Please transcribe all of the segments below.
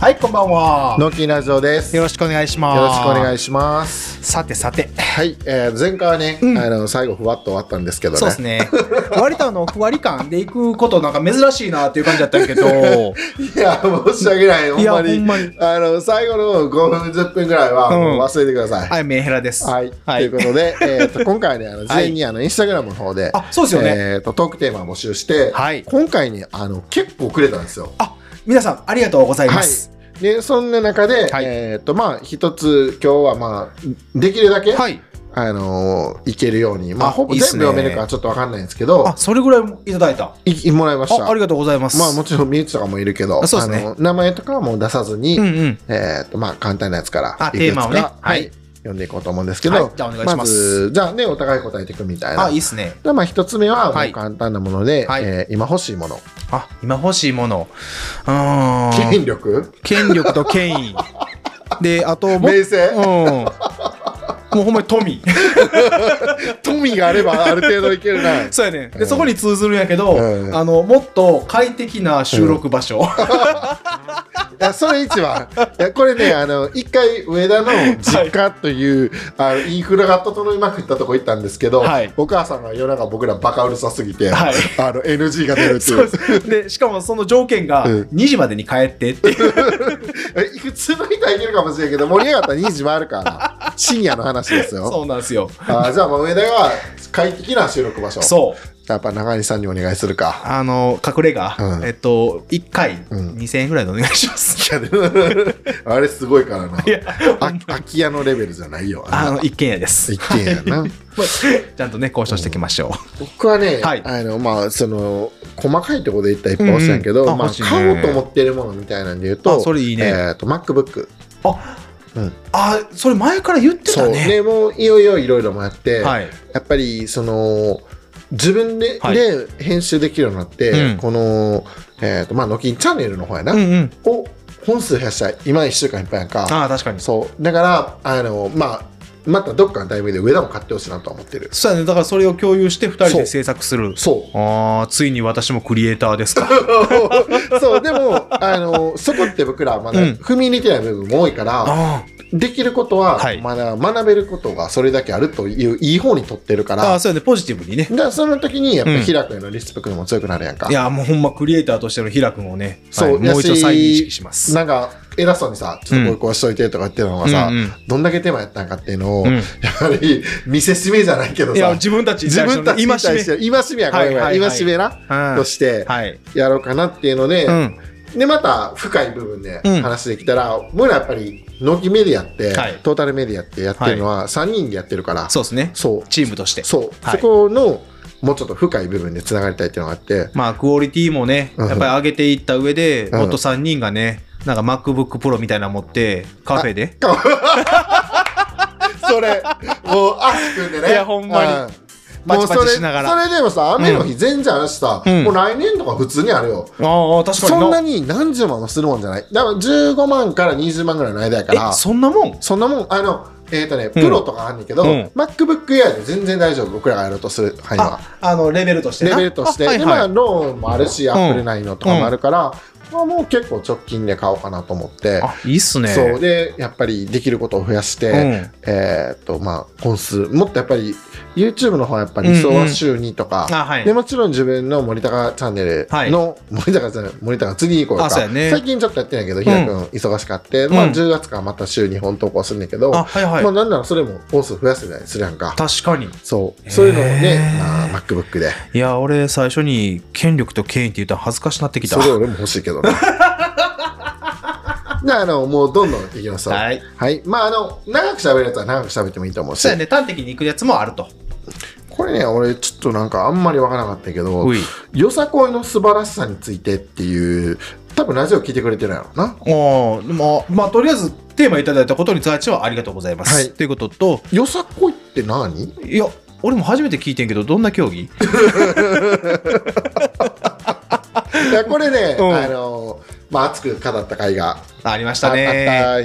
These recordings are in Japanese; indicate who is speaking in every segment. Speaker 1: はい、こんばんは。
Speaker 2: のきラジオです。
Speaker 1: よ
Speaker 2: よ
Speaker 1: ろしくお願いします。
Speaker 2: ろしくお願
Speaker 1: い
Speaker 2: いします。
Speaker 1: さてさて。
Speaker 2: はい、えー、前回はね、あの最後ふわっと終わったんですけどね。
Speaker 1: そうですね。 割とあの、ふわり感で行くことなんか珍しいなっていう感じだったけど。
Speaker 2: いや申し訳ない。ほん
Speaker 1: いや
Speaker 2: まに。
Speaker 1: ほんまに
Speaker 2: あの最後の5分10分ぐらいは
Speaker 1: うん
Speaker 2: もう忘れてください。
Speaker 1: はい、メンヘラです。
Speaker 2: はい、ということで、 えー、と今回ねあの事前にあのインスタグラムの方で、
Speaker 1: あそうですよね
Speaker 2: えー、とトークテーマを募集して、
Speaker 1: はい
Speaker 2: 今回ねあの結構くれたんですよ。
Speaker 1: あ、皆さんありがとうござい
Speaker 2: は
Speaker 1: ます。
Speaker 2: い、でそんな中で、
Speaker 1: はい
Speaker 2: えー、とまあ一つ今日はまあできるだけ、
Speaker 1: はい。
Speaker 2: あのいけるように、まあ、
Speaker 1: あ
Speaker 2: ほぼ
Speaker 1: いいっす
Speaker 2: 全
Speaker 1: ね
Speaker 2: 部読めるかはちょっとわかんないんですけど
Speaker 1: あ、それぐらいいただいた。
Speaker 2: いもらいました
Speaker 1: あ、ありがとうございます。
Speaker 2: まあもちろん身内とかもいるけど
Speaker 1: あそうですね
Speaker 2: あの名前とかはもう出さずに、
Speaker 1: うんうん。
Speaker 2: えーとまあ、簡単なやつから
Speaker 1: あ
Speaker 2: いくつか
Speaker 1: テーマをね
Speaker 2: はい
Speaker 1: はい
Speaker 2: 読んでいこうと思うんですけど、
Speaker 1: はいじゃあお願いします
Speaker 2: ずじゃあねお互い答えていくみたいな
Speaker 1: あ、いいっすね。
Speaker 2: でまあ、一つ目はも
Speaker 1: は
Speaker 2: う
Speaker 1: い
Speaker 2: 簡単なもので、
Speaker 1: はい
Speaker 2: えー今欲しいもの
Speaker 1: あ、今欲しいもの。うーん。
Speaker 2: 権力
Speaker 1: 権力と権威。で、あと、もう
Speaker 2: 名声
Speaker 1: うん。もうほんまに富。
Speaker 2: 富があればある程度いけ るな
Speaker 1: そうやね。
Speaker 2: う
Speaker 1: で、
Speaker 2: ん
Speaker 1: そこに通ずるんやけど、
Speaker 2: うん
Speaker 1: あの、もっと快適な収録場所。
Speaker 2: いやそれ一番いやこれねあの一回上田の実家という、あのインフラが整いまくったとこ行ったんですけど、
Speaker 1: はい
Speaker 2: お母さんが夜中僕らバカうるさすぎて、
Speaker 1: はい
Speaker 2: あの NG が出るっ て
Speaker 1: そ
Speaker 2: いう
Speaker 1: で
Speaker 2: う
Speaker 1: す。で、しかもその条件が、
Speaker 2: うん
Speaker 1: 2時までに帰ってっていう。
Speaker 2: え普通の人はいけるかもしれんけど盛り上がったら2時もあるからな深夜の話ですよ
Speaker 1: そうなんですよ。
Speaker 2: あじゃあもう上田は快適な収録場所
Speaker 1: そう。
Speaker 2: やっぱ中西さんにお願いするか
Speaker 1: あの、隠れが、
Speaker 2: うん
Speaker 1: えっと、1回
Speaker 2: うん
Speaker 1: 2000円ぐらいでお願いします。
Speaker 2: いやでもあれすごいからない
Speaker 1: や、
Speaker 2: あ空き家のレベルじゃないよ
Speaker 1: あ
Speaker 2: んな
Speaker 1: の、一軒家です。
Speaker 2: 一軒家やな
Speaker 1: ちゃんとね、交渉していきましょう。
Speaker 2: 僕はね、
Speaker 1: はい
Speaker 2: あのまあその細かいところで言ったらいっぱい欲しいんやけ
Speaker 1: う
Speaker 2: ど、
Speaker 1: んうんあ
Speaker 2: まあ、
Speaker 1: 欲しいね
Speaker 2: 買おうと思ってるものみたいなんで言う
Speaker 1: あ
Speaker 2: と
Speaker 1: それいいね
Speaker 2: えー、と MacBook
Speaker 1: あ、
Speaker 2: うん
Speaker 1: あ、それ前から言ってた
Speaker 2: そう
Speaker 1: ね。
Speaker 2: ねもういよいよいろいろもやって、
Speaker 1: はい。
Speaker 2: やっぱりその自分で,、
Speaker 1: はい
Speaker 2: で編集できるようになって、
Speaker 1: うん
Speaker 2: この、えーとまあ、ノキンチャンネルの方やな、
Speaker 1: うんうん。
Speaker 2: を本数増やしたら今1週間いっぱいやんか
Speaker 1: ああ、確かに。
Speaker 2: そうだからあの、まあ、またどっかのタイミングで上田も買ってほしいなとは思ってる
Speaker 1: そうやね。だからそれを共有して2人
Speaker 2: そう
Speaker 1: で制作する。
Speaker 2: そう
Speaker 1: ああ、ついに私もクリエイターですか。
Speaker 2: そうでもあのそこって僕らまだ
Speaker 1: うん
Speaker 2: 踏み入れてない部分も多いから、
Speaker 1: あ
Speaker 2: できることは
Speaker 1: はい
Speaker 2: まだ学べることがそれだけあるといういい方にとってるか
Speaker 1: あ、あー
Speaker 2: ら
Speaker 1: そうやね。ポジティブにね。
Speaker 2: だからその時にやっぱ
Speaker 1: うん
Speaker 2: 平君へのリスペクトも強くなるやんか、
Speaker 1: いや、もうほんまクリエイターとしての平君をね、
Speaker 2: そう
Speaker 1: はいもう一
Speaker 2: や
Speaker 1: 度
Speaker 2: し
Speaker 1: 再認識します。
Speaker 2: なんか偉そうにさちょっとこうこうしといてとか言ってるのがさ、
Speaker 1: うんうん
Speaker 2: どんだけ手間やったんかっていうのを、
Speaker 1: うん
Speaker 2: やっぱり見せしめじゃないけど
Speaker 1: いや、
Speaker 2: さ
Speaker 1: 自分たちに
Speaker 2: 自
Speaker 1: 対して
Speaker 2: 分
Speaker 1: の
Speaker 2: た
Speaker 1: ね
Speaker 2: ちに
Speaker 1: 今
Speaker 2: 対
Speaker 1: し
Speaker 2: して今しめやこれ
Speaker 1: はいは
Speaker 2: は
Speaker 1: いはい
Speaker 2: 今しめな、
Speaker 1: め。
Speaker 2: として
Speaker 1: はい。
Speaker 2: やろうかなっていうので、
Speaker 1: うん。
Speaker 2: でまた深い部分で
Speaker 1: うん
Speaker 2: 話できたら、僕らやっぱり納期メディアって、
Speaker 1: はい
Speaker 2: トータルメディアってやってるのは3人でやってるから、
Speaker 1: そうですね。
Speaker 2: そう
Speaker 1: チームとして。
Speaker 2: そう、
Speaker 1: はい
Speaker 2: そこのもうちょっと深い部分でつながりたいっていうのが あって
Speaker 1: まあ、クオリティもね、やっぱり上げていった上で、
Speaker 2: うん
Speaker 1: もっと3人がね、なんか MacBook Pro みたいなの持って、カフェで。
Speaker 2: それもう足組んでね
Speaker 1: いやほんまに
Speaker 2: う
Speaker 1: パ
Speaker 2: もう
Speaker 1: チ
Speaker 2: そ
Speaker 1: パチ
Speaker 2: れ
Speaker 1: しながら
Speaker 2: それでもさ雨の日全然あるしさ、
Speaker 1: うん
Speaker 2: もう来年とか普通にあるよ、
Speaker 1: ああ、確
Speaker 2: そんな
Speaker 1: に
Speaker 2: に何十万もするもんじゃないだから15万から20万ぐらいの間やか
Speaker 1: な。
Speaker 2: ら
Speaker 1: え、そんなもん
Speaker 2: そんなもん、あの、えっ、とね、
Speaker 1: うん
Speaker 2: プロとかあんねんけど、
Speaker 1: うん
Speaker 2: MacBook Air で全然大丈夫、僕らがやろうとする範囲は。
Speaker 1: あ、あの、レベルとして
Speaker 2: レ
Speaker 1: な
Speaker 2: ベルとして、
Speaker 1: あはい
Speaker 2: で
Speaker 1: はい
Speaker 2: まあ、ローンもあるし、Apple 内のとかもあるから、まあ、もう結構直近で買おうかなと思って、
Speaker 1: あ、いいっすね。
Speaker 2: そうで、やっぱりできることを増やして、
Speaker 1: うん
Speaker 2: えっ、と、まあ、本数、もっとやっぱり、YouTube の方はやっぱり理想は週2とか、
Speaker 1: あ、はい
Speaker 2: で。もちろん自分の森高チャンネルの、森高チャンネル森高次に行こうか
Speaker 1: あそうやね
Speaker 2: 最近ちょっとやってないけどひらくん忙しかって、ま
Speaker 1: う
Speaker 2: あ、
Speaker 1: ん
Speaker 2: 10月からまた週2本投稿するんだけど、
Speaker 1: あ、はいはい
Speaker 2: まあ、。なんならそれも本数増やせたりするやんか
Speaker 1: 確かに。
Speaker 2: そうそういうのをね
Speaker 1: へ、ー
Speaker 2: まあ、MacBook で
Speaker 1: いや、俺、最初に、権力と権威って言ったら恥ずかしなってきた。
Speaker 2: それ俺も欲しいけ どねじゃああのもうどんどんいきますよはい、
Speaker 1: い。
Speaker 2: まああの長く喋るやつは長く喋ってもいいと思うし
Speaker 1: そうやね、端的に行くやつもあると。
Speaker 2: これね俺ちょっとなんかあんまりわからなかったけど
Speaker 1: おい。
Speaker 2: よさこいの素晴らしさについてっていう多分ラジオ聞いてくれてるやろうな
Speaker 1: ああ、まあ、まあ、とりあえず、テーマいただいたことに対してはありがとうございます。
Speaker 2: はい
Speaker 1: ということと、
Speaker 2: よさこいって何
Speaker 1: いや、俺も初めて聞いてんけど、どんな競 技
Speaker 2: いやこれね、
Speaker 1: うん
Speaker 2: あのまあ熱く語った回があ
Speaker 1: ありまし
Speaker 2: あ
Speaker 1: た
Speaker 2: った
Speaker 1: ね。
Speaker 2: ん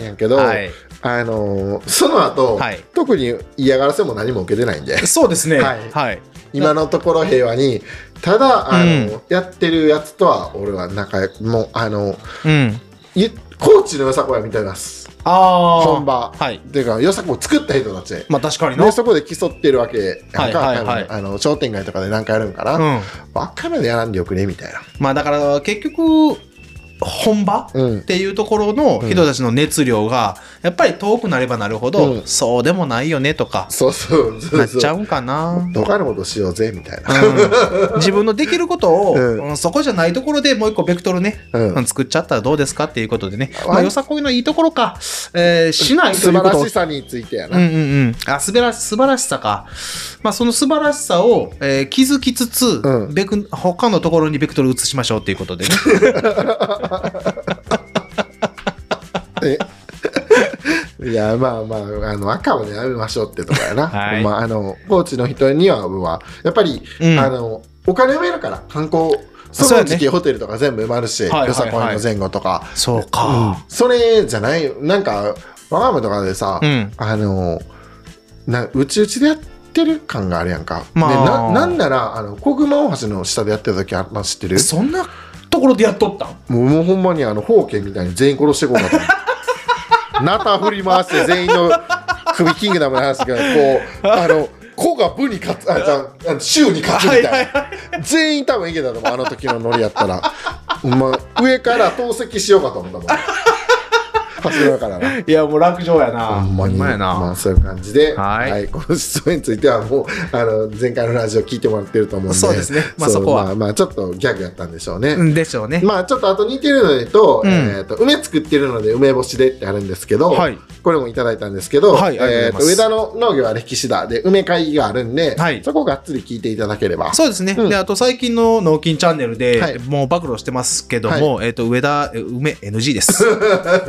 Speaker 2: やけど、
Speaker 1: はい。
Speaker 2: あのその後、
Speaker 1: はい
Speaker 2: 特に嫌がらせも何も受けてないんで
Speaker 1: そうですね。
Speaker 2: はい
Speaker 1: はい。
Speaker 2: 今のところ平和にただあの、
Speaker 1: う
Speaker 2: やってるやつとは俺は仲良くもうあの
Speaker 1: うん。
Speaker 2: 言高知のよさこやみたいなす
Speaker 1: ああ。
Speaker 2: 本場
Speaker 3: はい
Speaker 2: っていうかよさこを作った人たち
Speaker 1: まあ確かにな。
Speaker 2: でそこで競ってるわけなんか、
Speaker 3: はいはいはい
Speaker 2: 多分あの商店街とかで何かやるんかな、
Speaker 1: うん。
Speaker 2: ばっかりでやらんでよくねみたいな
Speaker 1: まあだから結局、本場
Speaker 2: うん
Speaker 1: っていうところの人たちの熱量が、やっぱり遠くなればなるほど、
Speaker 2: うん
Speaker 1: そうでもないよねとか、
Speaker 2: そうそうそうそう
Speaker 1: なっちゃうんかな。
Speaker 2: 他のことしようぜみたいな、
Speaker 1: うん自分のできることを、
Speaker 2: うん
Speaker 1: うんそこじゃないところでもう一個ベクトルね、
Speaker 2: うん
Speaker 1: うん作っちゃったらどうですかっていうことでね、
Speaker 2: わ
Speaker 1: まあ、よさこいのいいところか、えーしないと
Speaker 2: 素
Speaker 1: いう
Speaker 2: 晴
Speaker 1: こと
Speaker 2: ら
Speaker 1: を
Speaker 2: しさについてや
Speaker 1: う
Speaker 2: な、
Speaker 1: んうんうん、あ素晴らし素晴らしさか、まあ、その素晴らしさを、えー気づきつつ、
Speaker 2: うん
Speaker 1: ベク他のところにベクトル移しましょうっていうことでね
Speaker 2: え いやまあまああの赤をねやめましょうってとかやな、
Speaker 1: はい
Speaker 2: まあ、あの高知の人には僕はやっぱり、
Speaker 1: うん
Speaker 2: あのお金もいるから観光そ
Speaker 1: そうや
Speaker 2: の
Speaker 1: ね
Speaker 2: 時期、ホテルとか全部埋まるし、
Speaker 1: はいはいはい
Speaker 2: よさこいの前後とか、
Speaker 1: そうか、
Speaker 2: それじゃないなんか我が家とかでさ、
Speaker 1: うん
Speaker 2: あのなうちうちでやってる感があるやんか、
Speaker 1: まあ
Speaker 2: でななんならあの小熊大橋の下でやってた時あんな知ってる
Speaker 1: そんなところでやっとったん
Speaker 2: もうもうほんまにあの方形みたいに全員殺していこうかと思って。 ナタ振り回して全員の首キングダムの話がこうあの子が部に勝つあじゃああの州に勝つみたいな、全員多分いけたと思うあの時のノリやったらほんま上から投石しようかと思ったもん走るからない
Speaker 1: やもう楽勝やな
Speaker 2: ほんまに
Speaker 1: やな、
Speaker 2: まあ、そういう感じで、
Speaker 1: はい
Speaker 2: この質問についてはもうあの前回のラジオ聞いてもらってると思うんで
Speaker 1: そうですねまあそこは
Speaker 2: うまあ、まあちょっとギャグやったんでしょうね、
Speaker 1: うんでしょうね、
Speaker 2: まあちょっとあと似てるのでと,、
Speaker 1: うん
Speaker 2: えーと梅作ってるので梅干しでってあるんですけど、
Speaker 1: はい
Speaker 2: これもいただいたんですけど、
Speaker 1: はいあり
Speaker 2: え
Speaker 1: が
Speaker 2: ー
Speaker 1: とうご
Speaker 2: と
Speaker 1: ざいます
Speaker 2: 上田の農業は歴史だで梅会議があるんで、
Speaker 1: はい
Speaker 2: そこをがっつり聞いていただければ
Speaker 1: そうですね、
Speaker 2: うん
Speaker 1: であと最近の「脳筋チャンネルで」
Speaker 2: はい
Speaker 1: もう暴露してますけども、えっと上田え梅 NG です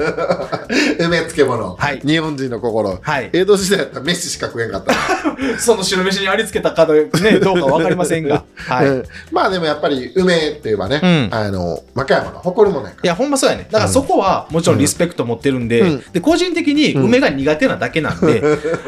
Speaker 2: 梅漬物、
Speaker 1: はい
Speaker 2: 日本人の心、
Speaker 1: はい
Speaker 2: 江戸時代だったら飯しか食えんかった、
Speaker 1: その白飯にありつけたかど,、ね、どうか分かりません がはい、
Speaker 2: うんまあでもやっぱり梅といえばね、
Speaker 1: うん
Speaker 2: あの和歌山の誇るものやか
Speaker 1: い
Speaker 2: ら
Speaker 1: やほんまそうやねだからそこはもちろんリスペクト持ってるんで,、
Speaker 2: うん
Speaker 1: で個人的に梅が苦手なだけなん で、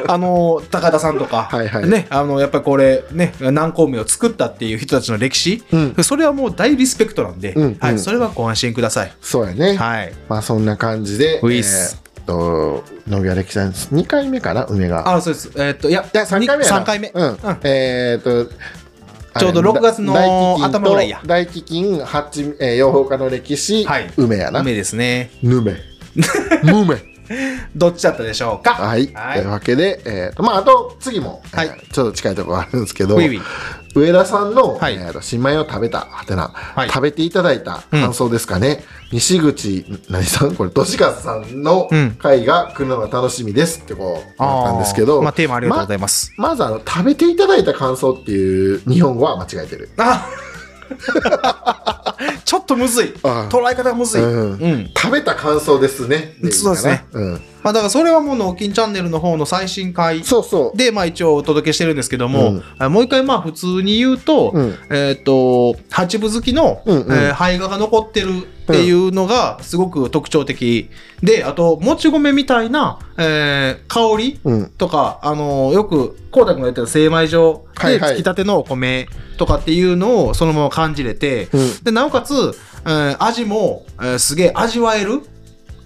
Speaker 1: あの高田さんとか
Speaker 2: はいはい
Speaker 1: ね、あのやっぱりこれね南高梅を作ったっていう人たちの歴史、
Speaker 2: うん
Speaker 1: それはもう大リスペクトなんで、
Speaker 2: うん
Speaker 1: は
Speaker 2: う
Speaker 1: い、
Speaker 2: ん
Speaker 1: それはご安心ください、
Speaker 2: そうやね、
Speaker 1: はい、
Speaker 2: まあそんな感じで、
Speaker 1: ういっす
Speaker 2: えーと農業は歴史だ2回目かな梅が
Speaker 1: あそうですえーっといや
Speaker 2: いや3回目やな
Speaker 1: 3回目、
Speaker 2: うんえー、と
Speaker 1: ちょうど
Speaker 2: あれ
Speaker 1: 6月の
Speaker 2: 大飢饉と
Speaker 1: 頭ぐらいや
Speaker 2: 大飢饉八えー養蜂家の歴史、
Speaker 1: はい
Speaker 2: 梅やな
Speaker 1: 梅ですね
Speaker 2: ぬめぬめ
Speaker 1: どっちだったでしょうか
Speaker 2: はい、
Speaker 1: はい
Speaker 2: というわけで、えーとまあ、あと次も、えー
Speaker 1: はい
Speaker 2: ちょっと近いところあるんですけど
Speaker 1: ウィウィ
Speaker 2: 上田さんの、
Speaker 1: はい
Speaker 2: えーと新米を食べたはてな、
Speaker 1: い
Speaker 2: 食べていただいた
Speaker 1: うん
Speaker 2: 感想ですかね、西口何さんこれどしかさんの
Speaker 1: うん
Speaker 2: 会が来るのが楽しみですってこうなったんですけど、
Speaker 1: あーまあ、テーマありがとうございます、
Speaker 2: まずあの食べていただいた感想っていう日本語は間違えてる。
Speaker 1: あ ちょっとむずい
Speaker 2: あ
Speaker 1: 捉え方がむずい、
Speaker 2: うん
Speaker 1: うん
Speaker 2: 食べた感想ですね。いいかな
Speaker 1: そうですね。
Speaker 2: うん、
Speaker 1: まあ、だからそれはもう「脳筋チャンネル」の方の最新回
Speaker 2: そうそう。
Speaker 1: で、まあ、一応お届けしてるんですけども、
Speaker 2: うん
Speaker 1: あもう一回まあ普通に言うと、
Speaker 2: うん
Speaker 1: えっ、と八分好きの、
Speaker 2: うんうん
Speaker 1: えー胚芽が残ってるっていうのがすごく特徴的であともち米みたいな、えー香り
Speaker 2: うん。
Speaker 1: とか、あのよくこうたくんが言ってた精米所
Speaker 2: はい
Speaker 1: で
Speaker 2: はい
Speaker 1: つきたてのお米とかっていうのをそのまま感じれて、
Speaker 2: うん
Speaker 1: でなおかつ、えー味も、えーすげえ味わえる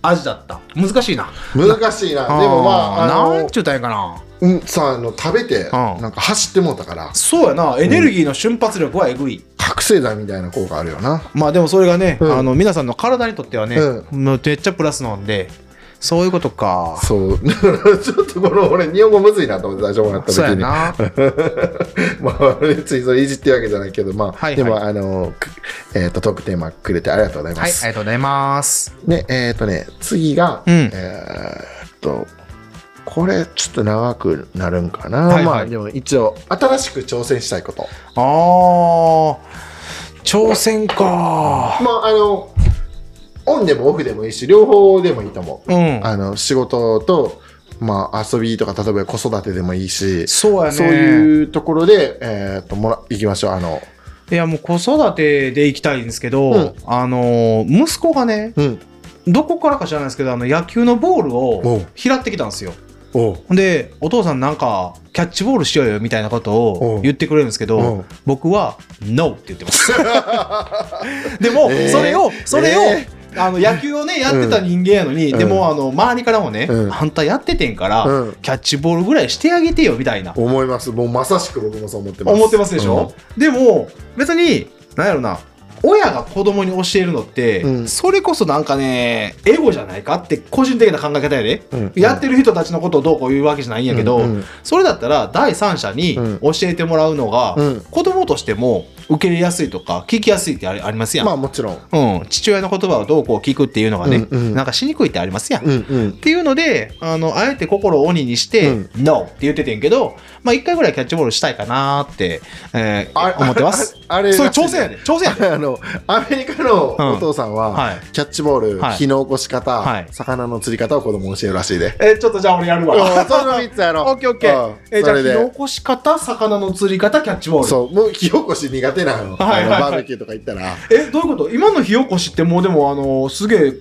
Speaker 1: 味だった難しいな
Speaker 2: 難しいな。でもま
Speaker 1: ー
Speaker 2: あ、あ
Speaker 1: な
Speaker 2: の
Speaker 1: んちゅうたんやかな
Speaker 2: うん、さあの食べて、
Speaker 1: ん
Speaker 2: なんか走ってもうたから、
Speaker 1: そうやなエネルギーの瞬発力はえぐい、
Speaker 2: 覚醒剤みたいな効果あるよな。
Speaker 1: まあでもそれがね、
Speaker 2: うん
Speaker 1: あの皆さんの体にとってはね、
Speaker 2: う
Speaker 1: もうめっちゃプラスなんでそういうことか
Speaker 2: そう。 ちょっとこの俺、日本語むずいなと思って、大丈夫なった時
Speaker 1: そうや
Speaker 2: に。
Speaker 1: な
Speaker 2: まあ、別にそれいじってるわけじゃないけど、まあ、
Speaker 1: はいはい
Speaker 2: でも、あの、くえっ、と、トークテーマくれてありがとうございま
Speaker 1: はいあ
Speaker 2: す。
Speaker 1: りがとうございます
Speaker 2: ね、えっ、とね、次が、
Speaker 1: うん
Speaker 2: えっと、これちょっと長くなるんかな、
Speaker 1: はいはい
Speaker 2: まあでも一応新しく挑戦したいこと
Speaker 1: あー挑戦か
Speaker 2: まああのオンでもオフでもいいし両方でもいいと思う、
Speaker 1: うん
Speaker 2: あの仕事と、まあ、遊びとか例えば子育てでもいいし
Speaker 1: そうやね
Speaker 2: そういうところで、えっともらいきましょうあの
Speaker 1: いやもう子育てで行きたいんですけど、
Speaker 2: うん
Speaker 1: あのー息子がね
Speaker 2: うん
Speaker 1: どこからか知らないですけどあの野球のボール
Speaker 2: お
Speaker 1: を
Speaker 2: う
Speaker 1: 拾ってきたんですよ
Speaker 2: おう
Speaker 1: ほんでお父さんなんかキャッチボールしようよみたいなこと
Speaker 2: お
Speaker 1: を
Speaker 2: う
Speaker 1: 言ってくれるんですけ
Speaker 2: お
Speaker 1: ど
Speaker 2: う
Speaker 1: 僕は「NO」って言ってますでも
Speaker 2: えー
Speaker 1: それを、それを、
Speaker 2: え
Speaker 1: あの野球をねやってた人間やのに、
Speaker 2: うん
Speaker 1: でもあの周りからもね、
Speaker 2: うん
Speaker 1: あんたやっててんから、
Speaker 2: うん
Speaker 1: キャッチボールぐらいしてあげてよみたいな
Speaker 2: 思いますもうまさしく僕もそう思ってます
Speaker 1: 思ってますでしょ、、でも別に何やろな親が子供に教えるのって、
Speaker 2: うん
Speaker 1: それこそなんかねエゴじゃないかって個人的な考え方やで、
Speaker 2: うん
Speaker 1: やってる人たちのことをどうこう言うわけじゃないんやけど、
Speaker 2: うんうん
Speaker 1: それだったら第三者に
Speaker 2: うん
Speaker 1: 教えてもらうのが、
Speaker 2: うん
Speaker 1: 子供としても受け入れやすいとか聞きやすいってありありますやん、
Speaker 2: まあもちろん
Speaker 1: うん、父親の言葉をどうこう聞くっていうのがね、
Speaker 2: うんうん
Speaker 1: なんかしにくいってありますやん、
Speaker 2: うんうん
Speaker 1: っていうのであのあえて心を鬼にして
Speaker 2: うん
Speaker 1: 「NO」って言っててんけど、まあ、1回ぐらいキャッチボールしたいかなーって、えー
Speaker 2: あれ
Speaker 1: 思ってます
Speaker 2: ああれ
Speaker 1: そういう挑戦やで挑戦やで
Speaker 2: あのアメリカのお父さんは、
Speaker 1: うんはい
Speaker 2: キャッチボール、
Speaker 1: はい
Speaker 2: 火の起こし方、
Speaker 1: はい
Speaker 2: 魚の釣り方を子供に教えるらしいで。
Speaker 1: えーちょっとじゃあ俺やる
Speaker 2: うん
Speaker 1: わ
Speaker 2: その3つやろ
Speaker 1: オッケーオッケー、えー
Speaker 2: う
Speaker 1: じ
Speaker 2: んそ
Speaker 1: ゃあ
Speaker 2: れ
Speaker 1: 火の
Speaker 2: で
Speaker 1: 起こし方魚の釣り方キャッチボール
Speaker 2: そうもう火起こし苦手なの,、
Speaker 1: はいはいはい
Speaker 2: あのバーベキューとか行ったら
Speaker 1: えどういうこと今の火起こしってもうでもあのすげえ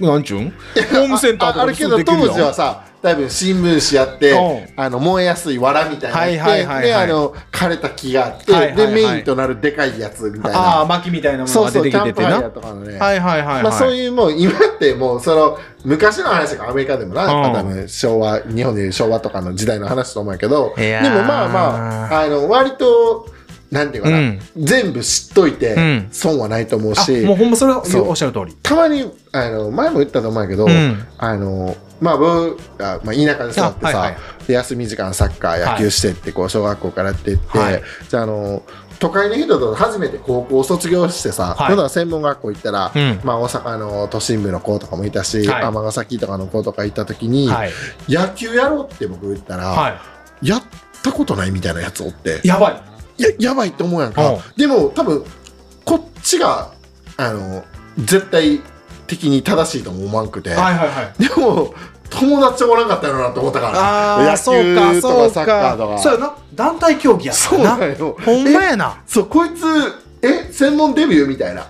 Speaker 1: なんちゅうんホームセンターと
Speaker 2: ああ
Speaker 1: か
Speaker 2: る
Speaker 1: で
Speaker 2: け
Speaker 1: すぐ
Speaker 2: ど
Speaker 1: でき
Speaker 2: 当
Speaker 1: るやん
Speaker 2: 時はさ多分新聞紙やって、
Speaker 1: う
Speaker 2: あの燃えやすい藁みたいなのやって、
Speaker 1: はいはいはいはい
Speaker 2: であの枯れた木があって、
Speaker 1: はいはいはい
Speaker 2: でメインとなるでかいやつみたい
Speaker 1: あ
Speaker 2: な
Speaker 1: あ薪みたいなもの
Speaker 2: そ
Speaker 1: が
Speaker 2: う
Speaker 1: 出
Speaker 2: そう
Speaker 1: て
Speaker 2: キ
Speaker 1: き
Speaker 2: ャ
Speaker 1: て
Speaker 2: ンプ
Speaker 1: て
Speaker 2: ファ
Speaker 1: な
Speaker 2: イヤーとかのね、
Speaker 1: はいはいはいはい、
Speaker 2: まあ、そういうもう今ってもうその昔の話がアメリカでもな、
Speaker 1: うん
Speaker 2: 多分昭和日本でいう昭和とかの時代の話と思うんやけど
Speaker 1: いや
Speaker 2: で
Speaker 1: ー
Speaker 2: もまあまああの割となんていうかな、
Speaker 1: うん
Speaker 2: 全部知っといて
Speaker 1: うん
Speaker 2: 損はないと思う
Speaker 1: あ
Speaker 2: し、
Speaker 1: もうほんまそれは
Speaker 2: そう
Speaker 1: おっしゃる通り
Speaker 2: たまにあの前も言ったと思うんやけど、
Speaker 1: うん
Speaker 2: あのまあ僕が、まあ、田舎で育って
Speaker 1: あ
Speaker 2: さ、
Speaker 1: はいはい
Speaker 2: で休み時間サッカー野球してってこう小学校からやってって、
Speaker 1: はい
Speaker 2: じゃああの都会の人と初めて高校を卒業してさ、
Speaker 1: はい
Speaker 2: 今度は専門学校行ったら、
Speaker 1: うん
Speaker 2: まあ、大阪の都心部の子とかもいたし
Speaker 1: はい
Speaker 2: 尼、崎とかの子とか行った時に、
Speaker 1: はい、
Speaker 2: 野球やろうって僕言ったら、
Speaker 1: は
Speaker 2: やったことないみたいなやつおって
Speaker 1: い、やばい
Speaker 2: ややばいって思うやん
Speaker 1: うん
Speaker 2: かでも多分こっちがあの絶対的に正しいとも思わんくて、
Speaker 1: はいはいはい
Speaker 2: でも友達おらんかったよなと思ったから
Speaker 1: ー
Speaker 2: 野球とかサッカーとか
Speaker 1: そうやな団体競技やか
Speaker 2: そう
Speaker 1: らな
Speaker 2: なんよ
Speaker 1: ほんまやな
Speaker 2: そうこいつえ専門デビューみたいな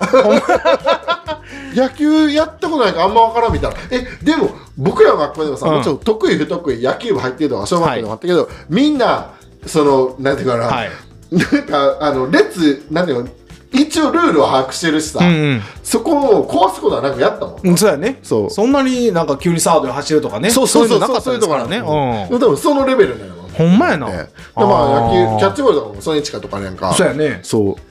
Speaker 2: 野球やったことないからあんま分からんみたいなえでも僕らの学校でもさ、
Speaker 1: うん
Speaker 2: もちろん得意不得意野球部入ってるとか小学校でもあったけど、みんなそのなんていうかな、
Speaker 1: はい
Speaker 2: なんかあの列なんていうの一応ルールを把握してるしさ、
Speaker 1: うん
Speaker 2: そこを壊すことはなくやったもん、
Speaker 1: うんそうやね
Speaker 2: そう
Speaker 1: そんなになんか急にサードに走るとかね
Speaker 2: そうそうそう
Speaker 1: いのなかった
Speaker 2: そう
Speaker 1: ですからね
Speaker 2: そういうとこな
Speaker 1: う
Speaker 2: でもそのレベルなの
Speaker 1: ほんまやな
Speaker 2: でまあ
Speaker 1: あー
Speaker 2: 野球キャッチボールとかもそれに近いとかねんか
Speaker 1: んそうやね
Speaker 2: そう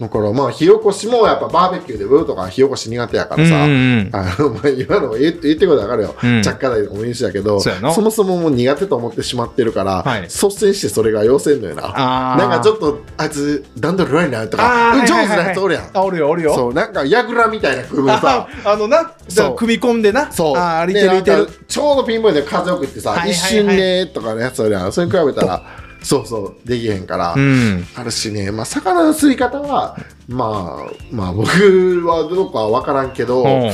Speaker 2: だからまあ火起こしもやっぱバーベキューでブーとか火起こし苦手やからさ、
Speaker 1: うんうんうん
Speaker 2: あのまあ今の言って言ってることわかるよ、
Speaker 1: うん
Speaker 2: 着火台とかもいいしだけど
Speaker 1: そうやな
Speaker 2: もそももう苦手と思ってしまってるから、
Speaker 1: はい
Speaker 2: 率先してそれが要せんのよな
Speaker 1: あー
Speaker 2: なんかちょっとあいつ段取り悪いなと
Speaker 1: あ
Speaker 2: か、
Speaker 1: ーは
Speaker 2: うん上
Speaker 1: い
Speaker 2: 手
Speaker 1: はいはい
Speaker 2: なやつおるやん、
Speaker 1: あおるよおるよ
Speaker 2: そうなんかやぐらみたいな組むさ
Speaker 1: あ あのなだから組み込んでな
Speaker 2: そう
Speaker 1: あーありてる
Speaker 2: で
Speaker 1: いて
Speaker 2: なん
Speaker 1: る
Speaker 2: かちょうどピンポイントで風よくってさ、
Speaker 1: はいはいはい
Speaker 2: 一瞬ねとかのやつおるやんそれに比べたらそうそうできへんから、
Speaker 1: うん
Speaker 2: あるしね、まあ、魚の釣り方はまあまあ僕はどうかは分からんけど、
Speaker 1: うん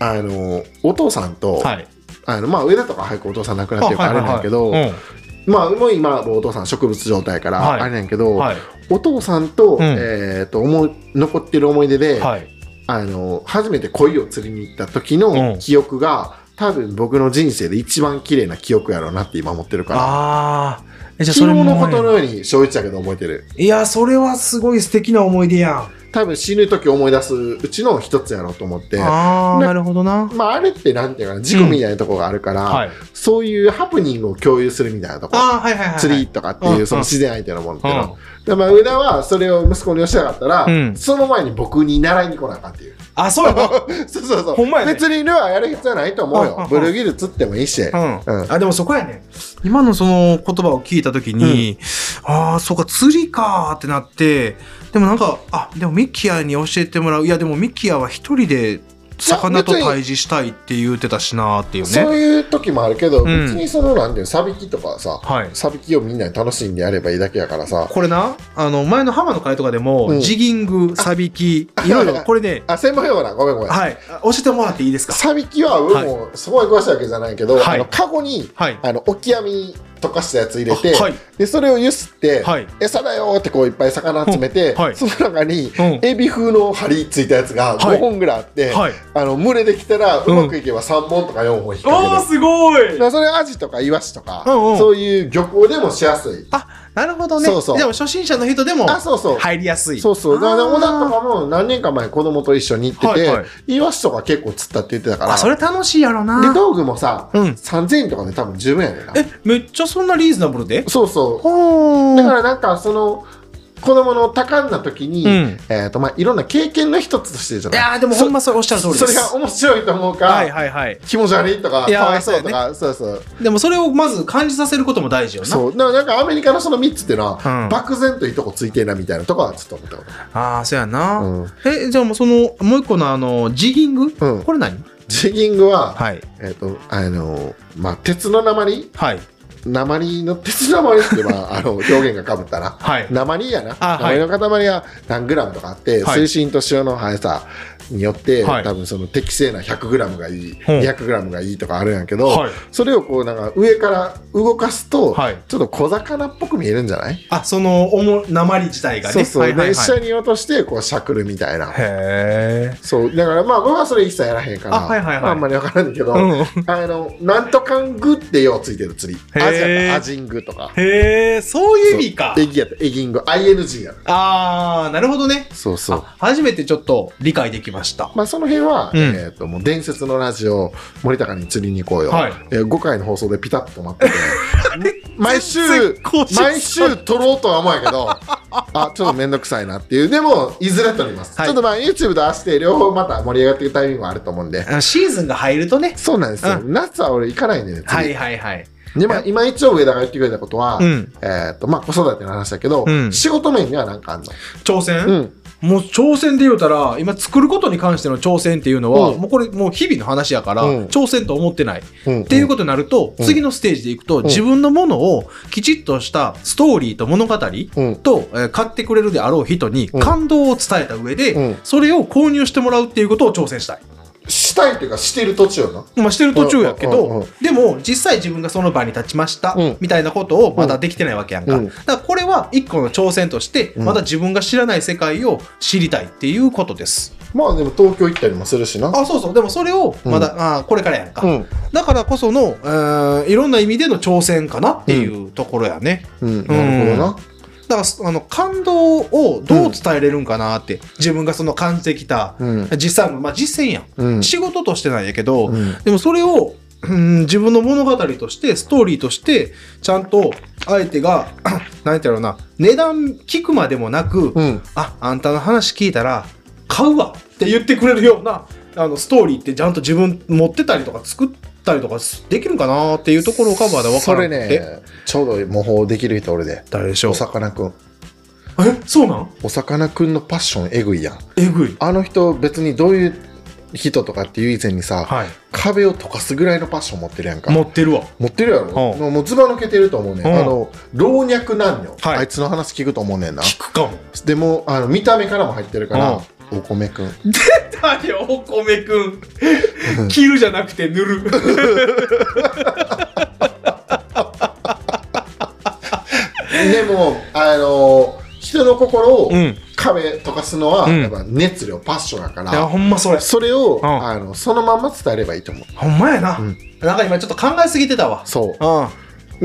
Speaker 2: あのお父さんと、
Speaker 1: はい
Speaker 2: あのまあ、上田とか早くお父さん亡くなってるからあれなんやけ
Speaker 1: あ
Speaker 2: ど、
Speaker 1: はいはいはい
Speaker 2: まあもう今もうお父さん植物状態やから
Speaker 1: はい
Speaker 2: あれなんやけど、
Speaker 1: うんはい
Speaker 2: お父さんと,、
Speaker 1: うん
Speaker 2: えーと思い残ってる思い出で、
Speaker 1: はい
Speaker 2: あの初めて鯉を釣りに行った時
Speaker 1: う
Speaker 2: の
Speaker 1: ん
Speaker 2: 記憶が、多分僕の人生で一番綺麗な記憶やろうなって今思ってるから
Speaker 1: ああえじゃあそ
Speaker 2: 昨
Speaker 1: れ
Speaker 2: 日
Speaker 1: も
Speaker 2: のことのように小一だけど覚えてる
Speaker 1: いやそれはすごい素敵な思い出やん
Speaker 2: 多分死ぬ時思い出すうちの一つやろうと思って
Speaker 1: ああ
Speaker 2: な
Speaker 1: なるほどな
Speaker 2: まああれってなんていうかな事故みたいなとこがあるから、
Speaker 1: はい
Speaker 2: そういうハプニングを共有するみたいなとこ
Speaker 1: ああはいはいはい
Speaker 2: 釣りとかって
Speaker 1: う
Speaker 2: い
Speaker 1: ん
Speaker 2: うその自然相手のものっていうの、
Speaker 1: うん
Speaker 2: でまあ、上田はそれを息子に教えなかったら、
Speaker 1: うん
Speaker 2: その前に僕に習いに来なあかんっていう
Speaker 1: あそうやな
Speaker 2: そうそうそう
Speaker 1: ほんまやね
Speaker 2: 別にルアーやる必要はないと思う
Speaker 1: うんうんう
Speaker 2: よ
Speaker 1: ん
Speaker 2: ブルーギル釣ってもいいし、
Speaker 1: うん
Speaker 2: うん
Speaker 1: あでもそこやね今のその言葉を聞いた時に、ああそうか釣りかーってなってでもなんかあでもミキヤに教えてもらういやでもミキヤは一人で魚と
Speaker 2: いや別に
Speaker 1: 対峙したいって言うてたしなーっていう
Speaker 2: そ
Speaker 1: ね
Speaker 2: ういう時もあるけど、
Speaker 1: うん
Speaker 2: 別にそのなんていうのサビキとかさ、
Speaker 1: はい
Speaker 2: サビキをみんなに楽しんでやればいいだけやからさ
Speaker 1: これなあの前の浜の会とかでも、
Speaker 2: うん
Speaker 1: ジギングサビキいろいろこれね
Speaker 2: あ専門用語なごめんごめん、
Speaker 1: はい教えてもらっていいですか
Speaker 2: サビキは僕もすごい詳しいわけじゃないけど、
Speaker 1: はい
Speaker 2: あのカゴに
Speaker 1: はい
Speaker 2: あのオキアミ溶かしたやつ入れて、
Speaker 1: あはい
Speaker 2: でそれをゆすって、
Speaker 1: はい
Speaker 2: 餌だよーってこういっぱい魚集めて、
Speaker 1: うんはい
Speaker 2: その中に、
Speaker 1: うん
Speaker 2: エビ風の針ついたやつが
Speaker 1: はい
Speaker 2: 5本ぐらいあって、
Speaker 1: はい
Speaker 2: あの群れできたらうんまくいけば3本とか4本引っ掛け
Speaker 1: お
Speaker 2: る
Speaker 1: ー、すごい
Speaker 2: だからそれアジとかイワシとか、
Speaker 1: うんうん
Speaker 2: そういう漁港でもしやすい
Speaker 1: あなるほどね
Speaker 2: そうそう
Speaker 1: でも初心者の人でも
Speaker 2: あそうそう
Speaker 1: 入りやすい
Speaker 2: そうそう。だからね
Speaker 1: あー
Speaker 2: 小田とかも何年か前子供と一緒に行ってて、
Speaker 1: はいは
Speaker 2: イワシとか結構釣ったって言ってたから。
Speaker 1: あそれ楽しいやろな
Speaker 2: で、道具もさ、
Speaker 1: うん
Speaker 2: 3000円とかで多分十分やねんな。
Speaker 1: えめっちゃそんなリーズナブルで
Speaker 2: そうそう。
Speaker 1: ほー
Speaker 2: だからなんかその、子供の多感な時に、
Speaker 1: うん
Speaker 2: えっ、と、まあ、いろんな経験の一つとしてじゃ
Speaker 1: い
Speaker 2: ない
Speaker 1: やーでもほんまそれおっしゃる通りです
Speaker 2: それが面白いと思うか、
Speaker 1: はいはいはい
Speaker 2: 気持ち悪いとか、
Speaker 1: いやー
Speaker 2: かわいそうとか、そうそう。
Speaker 1: でもそれをまず感じさせることも大事よな
Speaker 2: そう。だからなんかアメリカのその3つっていうのは、
Speaker 1: うん
Speaker 2: 漠然といいとこついてるなみたいなとこはちょっと思ったこ
Speaker 1: ああそうやな、
Speaker 2: と。うん。
Speaker 1: えじゃあもうそのもう一個のあのジギング、
Speaker 2: うん
Speaker 1: これ何
Speaker 2: ジギングは、
Speaker 1: はい
Speaker 2: えっ、と、あのまあ、鉄の鉛
Speaker 1: はい
Speaker 2: 鉛の鉄鉛って、ま あ、あの表現がかぶったな
Speaker 1: はい
Speaker 2: 鉛やな
Speaker 1: あはい
Speaker 2: 鉛の塊が何グラムとかあって、
Speaker 1: はい
Speaker 2: 水深と潮の速さによって、
Speaker 1: はい
Speaker 2: 多分その適正な100グラムがいい
Speaker 1: うん
Speaker 2: 200グラムがいいとかあるんやけど、
Speaker 1: はい
Speaker 2: それをこうなんか上から動かすと、
Speaker 1: はい
Speaker 2: ちょっと小魚っぽく見えるんじゃない
Speaker 1: あそのおも鉛自体がね
Speaker 2: そうそう、
Speaker 1: はいはい
Speaker 2: で
Speaker 1: はい
Speaker 2: 下に落としてこうしゃくるみたいな
Speaker 1: へえ
Speaker 2: そうだからまあ僕はそれ一切やらへんから
Speaker 1: あはいはいはい
Speaker 2: まああんまり分からんけど、
Speaker 1: う
Speaker 2: あのなんとかんぐってようついてる釣り
Speaker 1: へ
Speaker 2: ア
Speaker 1: ー
Speaker 2: ジやったらアジングとか
Speaker 1: へえそういう意味か
Speaker 2: エギやったエギング ING やな
Speaker 1: ああなるほどね
Speaker 2: そうそ
Speaker 1: あ初めてちょっと理解できました
Speaker 2: まあその辺は、
Speaker 1: うん
Speaker 2: えっ、ともう伝説のラジオ森高に釣りに行こうよ、
Speaker 1: はい
Speaker 2: えー5回の放送でピタッと待って て毎週
Speaker 1: 全然更新され
Speaker 2: 毎週撮ろうとは思うんやけど あちょっと面倒くさいなっていうでもいずれ撮ります、
Speaker 1: はい
Speaker 2: ちょっとまあ YouTube と合わせて両方また盛り上がっていくタイミングもあると思うんで
Speaker 1: あのシーズンが入るとね
Speaker 2: そうなんですよ、
Speaker 1: う
Speaker 2: 夏は俺行かないんでね釣り、
Speaker 1: はいはいはい
Speaker 2: でまあ今一応上田が言ってくれたことは、
Speaker 1: うん
Speaker 2: えっ、とまあ子育ての話だけど、
Speaker 1: うん
Speaker 2: 仕事面には何かあんの
Speaker 1: 挑
Speaker 2: う
Speaker 1: 戦、
Speaker 2: ん
Speaker 1: もう挑戦で言うたら今作ることに関しての挑戦っていうのは、
Speaker 2: うん
Speaker 1: もうこれもう日々の話やから、
Speaker 2: うん
Speaker 1: 挑戦と思ってない
Speaker 2: うん
Speaker 1: っていうことになると、
Speaker 2: うん
Speaker 1: 次のステージでいくと、
Speaker 2: ん
Speaker 1: 自分のものをきちっとしたストーリーと物語と、
Speaker 2: うん
Speaker 1: えー買ってくれるであろう人に
Speaker 2: うん
Speaker 1: 感動を伝えた上で、
Speaker 2: うん
Speaker 1: それを購入してもらうっていうことを挑戦したい。
Speaker 2: したいというかしてる途中の
Speaker 1: まあ、してる途中やけ
Speaker 2: うんうんうん
Speaker 1: ど、でも実際自分がその場に立ちました
Speaker 2: うん
Speaker 1: みたいなことをまだできてないわけやんか。
Speaker 2: うん
Speaker 1: だからこれは一個の挑戦として、
Speaker 2: うん
Speaker 1: まだ自分が知らない世界を知りたいっていうことです。
Speaker 2: まあでも東京行ったりもするしな
Speaker 1: あ、そうそう。でもそれをまだ、あーこれからやんか。
Speaker 2: うん
Speaker 1: だからこその、えーいろんな意味での挑戦かなっていうところやね。
Speaker 2: うんなるほどな
Speaker 1: だからあの感動をどう伝えれるんかなって、自分がその感じてきた、
Speaker 2: うん
Speaker 1: 実際の、まあ、実践やん、
Speaker 2: うん
Speaker 1: 仕事としてなんやけど、
Speaker 2: うん
Speaker 1: でもそれを、うん、自分の物語としてストーリーとしてちゃんと相手が 何て言うのな値段聞くまでもなく、
Speaker 2: うん
Speaker 1: ああんたの話聞いたら買うわって言ってくれるようなあのストーリーってちゃんと自分持ってたりとか作ったりとかできるんかなっていうところをカバーで分
Speaker 2: そ
Speaker 1: から
Speaker 2: れ
Speaker 1: んくて、
Speaker 2: ねちょうど模倣できる人俺で
Speaker 1: 誰でしょう
Speaker 2: おさかなクン
Speaker 1: えそうなん
Speaker 2: おさかなクンのパッションえぐいやん
Speaker 1: えぐい
Speaker 2: あの人別にどういう人とかっていう以前にさ、
Speaker 1: はい
Speaker 2: 壁を溶かすぐらいのパッション持ってるやんか
Speaker 1: 持ってるわ
Speaker 2: 持ってるやろ、
Speaker 1: う
Speaker 2: もうずば抜けてると思うね、
Speaker 1: うん
Speaker 2: あの老若男女、
Speaker 1: はい
Speaker 2: あいつの話聞くと思うねんな
Speaker 1: 聞くかも
Speaker 2: でもあの見た目からも入ってるから、お米くん
Speaker 1: だよお米くん 切るじゃなくて塗る
Speaker 2: でもあの人の心を
Speaker 1: うん
Speaker 2: 壁溶かすのは、
Speaker 1: うん
Speaker 2: やっぱ熱量パッションだか
Speaker 1: いや
Speaker 2: ら、
Speaker 1: ほんまそれ
Speaker 2: それを、
Speaker 1: うん
Speaker 2: あのそのまんま伝えればいいと思う
Speaker 1: ほんまやな、
Speaker 2: ん
Speaker 1: なんか今ちょっと考えすぎてたわ
Speaker 2: そう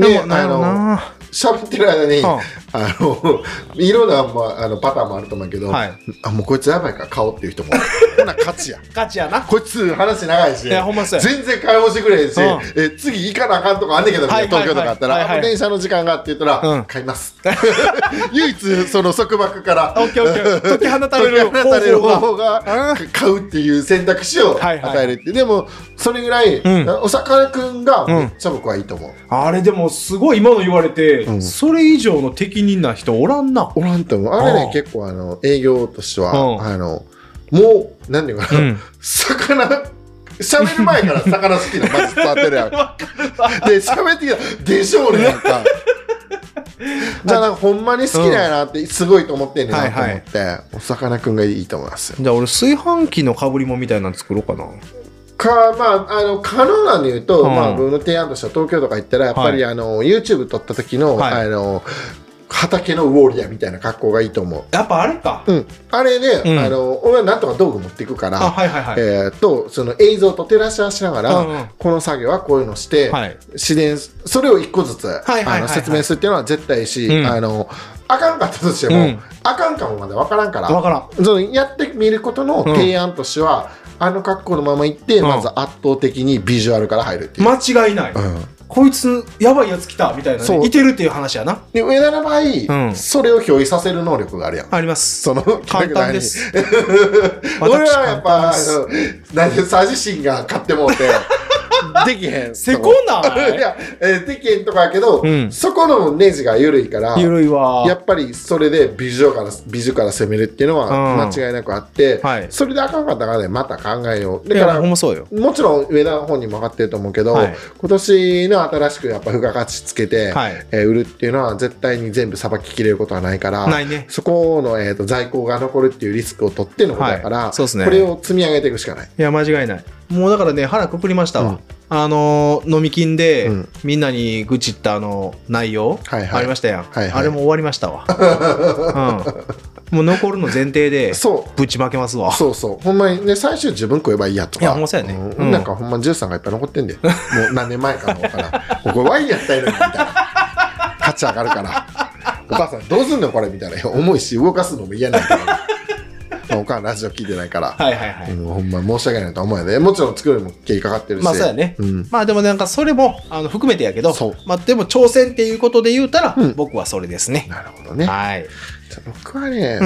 Speaker 1: うん
Speaker 2: ね
Speaker 1: でもなるほどな
Speaker 2: 喋ってる間に、
Speaker 1: うん
Speaker 2: あのいろんな、まあ、あのパターンもあると思うけど、
Speaker 1: はい
Speaker 2: あもうこいつやばいから買おうってい う人もほな勝ちや
Speaker 1: ガチやな
Speaker 2: こいつ話長いし
Speaker 1: いやほんまそうや
Speaker 2: 全然解放してくれへんし、
Speaker 1: うん
Speaker 2: え次行かなあかんとかあんねんけど、みたいな
Speaker 1: はいはいはい
Speaker 2: 東京とかあったら、
Speaker 1: はいはい
Speaker 2: あ電車の時間があって言ったら、
Speaker 1: うん
Speaker 2: 買います 唯一その束 縛から
Speaker 1: オッケーオッケー解き放たれる
Speaker 2: 解き放たれる方法
Speaker 1: う
Speaker 2: が
Speaker 1: ん
Speaker 2: 買うっていう選択肢を与
Speaker 1: はいはい
Speaker 2: えるって、でもそれぐらい、
Speaker 1: うん
Speaker 2: お魚くんが
Speaker 1: ん
Speaker 2: めっちゃ僕はいいと思う、
Speaker 1: あれでもすごい今の言われて、
Speaker 2: ん
Speaker 1: それ以上の適任な人おらんな
Speaker 2: おらんと思うあれ
Speaker 1: う
Speaker 2: ね
Speaker 1: ん
Speaker 2: 結構あの営業としては、
Speaker 1: うん
Speaker 2: あのもう何て言うかな、
Speaker 1: うん
Speaker 2: 魚喋る前から魚好きなのまず伝わって るやんで喋ってきたでしょうねなんかじゃあなんかほんまに好きだよなってすごいと思ってんねんなと思って、お魚くんがいいと思いますよ
Speaker 1: じゃあ俺炊飯器のかぶりもみたいなの作ろうかな
Speaker 2: かまあ、あの可能なんで言うと、
Speaker 1: うん
Speaker 2: まあ、僕の提案としては東京とか行ったらやっぱり、あの YouTube 撮った時の,、
Speaker 1: はい
Speaker 2: あの畑のウォーリアーみたいな格好がいいと思う、
Speaker 1: やっぱあれか。
Speaker 2: うん、あれで、
Speaker 1: うん
Speaker 2: あの俺はなんとか道具持っていくから、
Speaker 1: あ、はいはいはい。
Speaker 2: えー、とその映像と照らし合わせながら、
Speaker 1: うんうん
Speaker 2: この作業はこういうのして、
Speaker 1: はい
Speaker 2: 自然それを一個ずつ、
Speaker 1: いはいはい
Speaker 2: あの説明するっていうのは絶対いいし、
Speaker 1: うん
Speaker 2: あのあかんかったとしても、
Speaker 1: うん
Speaker 2: あかんかもまだ分からんから
Speaker 1: わからん。
Speaker 2: そのやってみることの提案としては、あの格好のまま行って、
Speaker 1: うん
Speaker 2: まず圧倒的にビジュアルから入るっていう。
Speaker 1: 間違いない。
Speaker 2: うん
Speaker 1: こいつ、やばいやつ来た、みたいな、
Speaker 2: そう
Speaker 1: ね。いてるっていう話やな。
Speaker 2: で上田の場合、
Speaker 1: ん
Speaker 2: それを憑依させる能力があるやん。
Speaker 1: あります。
Speaker 2: その
Speaker 1: 簡単で。す。
Speaker 2: 俺はやっぱあ
Speaker 1: 私
Speaker 2: のなんでさ自身が買っても うてできへん。
Speaker 1: せこない
Speaker 2: いや、えーできへんとかやけど、
Speaker 1: うん
Speaker 2: そこのネジが緩いから。
Speaker 1: ゆるいわ。
Speaker 2: やっぱりそれで美女から美女から攻めるっていうのは
Speaker 1: うん
Speaker 2: 間違いなくあって、
Speaker 1: はい
Speaker 2: それであかんかったからねまた考えよう
Speaker 1: い
Speaker 2: だ
Speaker 1: や
Speaker 2: から
Speaker 1: ほんまそうよ。
Speaker 2: もちろん上田の方にも上がってると思うけど、
Speaker 1: はい
Speaker 2: 今年の新しくやっぱ付加価値つけて、
Speaker 1: はい
Speaker 2: えー売るっていうのは絶対に全部さばききれることはないから
Speaker 1: ないね
Speaker 2: そこの、えー、と在庫が残るっていうリスクを取ってのことだから、
Speaker 1: はいそうっすね
Speaker 2: これを積み上げていくしかない。
Speaker 1: いや間違いないもうだからね腹くくりましたわ、
Speaker 2: うん
Speaker 1: あのー飲み金で、
Speaker 2: うん
Speaker 1: みんなに愚痴ったあの内容、
Speaker 2: はいはい
Speaker 1: ありましたやん、
Speaker 2: はいはい
Speaker 1: あれも終わりま したわ、うん、もう残るの前提で
Speaker 2: そう
Speaker 1: ぶちまけますわ
Speaker 2: そうそうほんまにね最終自分食えばいいやとか
Speaker 1: いやほんまそうやね
Speaker 2: ん
Speaker 1: うん
Speaker 2: なんかほんまジュースさんがいっぱい残ってんでもう何年前かのからんもうこれワインやったらいいのにみたいな価値上がるからお母さんどうすんのこれみたいないや重いし動かすのも嫌なんだから、まあ、お母さんラジオ聞いてないから、
Speaker 1: はいはいはい、
Speaker 2: うんほんま申し訳ないと思うよねもちろん作るのも経費かかってるし
Speaker 1: まあそうやね、
Speaker 2: ん、
Speaker 1: まあでもなんかそれもあの含めてやけど
Speaker 2: そう
Speaker 1: まあでも挑戦っていうことで言うたら、
Speaker 2: うん
Speaker 1: 僕はそれですね
Speaker 2: なるほどね
Speaker 1: はい
Speaker 2: じゃあ僕はね、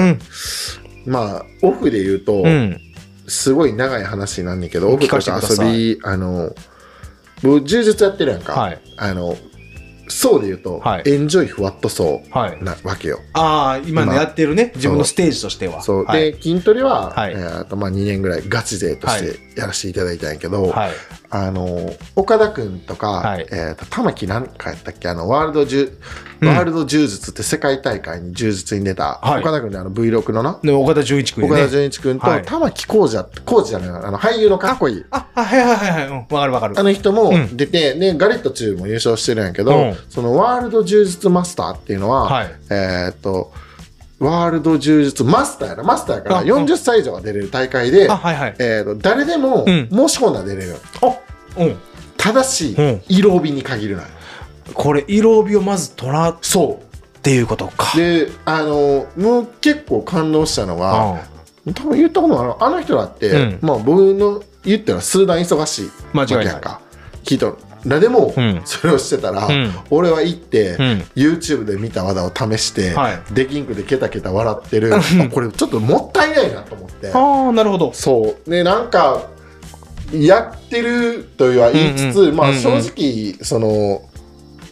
Speaker 1: うん
Speaker 2: まあオフで言うと、
Speaker 1: うん
Speaker 2: すごい長い話なんだけど、オフ
Speaker 1: 聞
Speaker 2: と
Speaker 1: かせて
Speaker 2: か
Speaker 1: くださ
Speaker 2: 遊
Speaker 1: い
Speaker 2: び、あの、僕、柔術やってるやんか。
Speaker 1: はい
Speaker 2: あの、そうで言うと、
Speaker 1: はい
Speaker 2: エンジョイふわっとそう
Speaker 1: はい
Speaker 2: なわけよ。
Speaker 1: ああ今のやってるね自分のステージとしては
Speaker 2: そう。
Speaker 1: はい、
Speaker 2: で、筋トレは、
Speaker 1: はい
Speaker 2: えーあとまあ2年ぐらいガチ勢としてやらせていただいたんやけど、
Speaker 1: はい、
Speaker 2: あの、岡田くんとか、
Speaker 1: はい
Speaker 2: えーと、玉木なんかやったっけ、あの、ワールド柔、
Speaker 1: うん
Speaker 2: ワールド柔術って世界大会に柔術に出た、
Speaker 1: はい
Speaker 2: 岡田くんのあの V6 のな、
Speaker 1: で岡田准一君
Speaker 2: 岡田
Speaker 1: ね
Speaker 2: 純一くんと
Speaker 1: はい
Speaker 2: 玉木浩二や、浩二じゃないあの俳優のかっこいい。
Speaker 1: ああはいはいはいはいうんわかるわかる
Speaker 2: あの人も
Speaker 1: うん
Speaker 2: 出て、ね、ガレット中も優勝してるんやけど、
Speaker 1: うん
Speaker 2: そのワールド柔術マスターっていうのは、
Speaker 1: はい
Speaker 2: えーっと、ワールド柔術マスターやな、マスターやから
Speaker 1: あ
Speaker 2: 40歳以上が出れる大会で、
Speaker 1: あはいはい
Speaker 2: えーっと誰でも
Speaker 1: うん
Speaker 2: 申し込んだら出れるよ。
Speaker 1: あうん
Speaker 2: ただし、
Speaker 1: うん
Speaker 2: 色帯に限るのよ。
Speaker 1: これ色帯をまず取らっ
Speaker 2: そ
Speaker 1: ていうことか
Speaker 2: う。で、あの、もう結構感動したのが、
Speaker 1: あ
Speaker 2: 多分言ったこともあるあの人だって、
Speaker 1: うん
Speaker 2: まあ僕の言ったら数段忙しい
Speaker 1: 間違いない
Speaker 2: わけやんか。聞いとる。でも、
Speaker 1: うん
Speaker 2: それをしてたら、
Speaker 1: うん
Speaker 2: 俺は行って、
Speaker 1: うん
Speaker 2: YouTube で見た技を試して、
Speaker 1: はい
Speaker 2: できんくでケタケタ笑ってるあこれちょっともったいないなと思って
Speaker 1: ああなるほど
Speaker 2: そうねなんかやってるとは言いつつ、
Speaker 1: うんうん
Speaker 2: ま
Speaker 1: う
Speaker 2: あ
Speaker 1: んうん
Speaker 2: 正直、その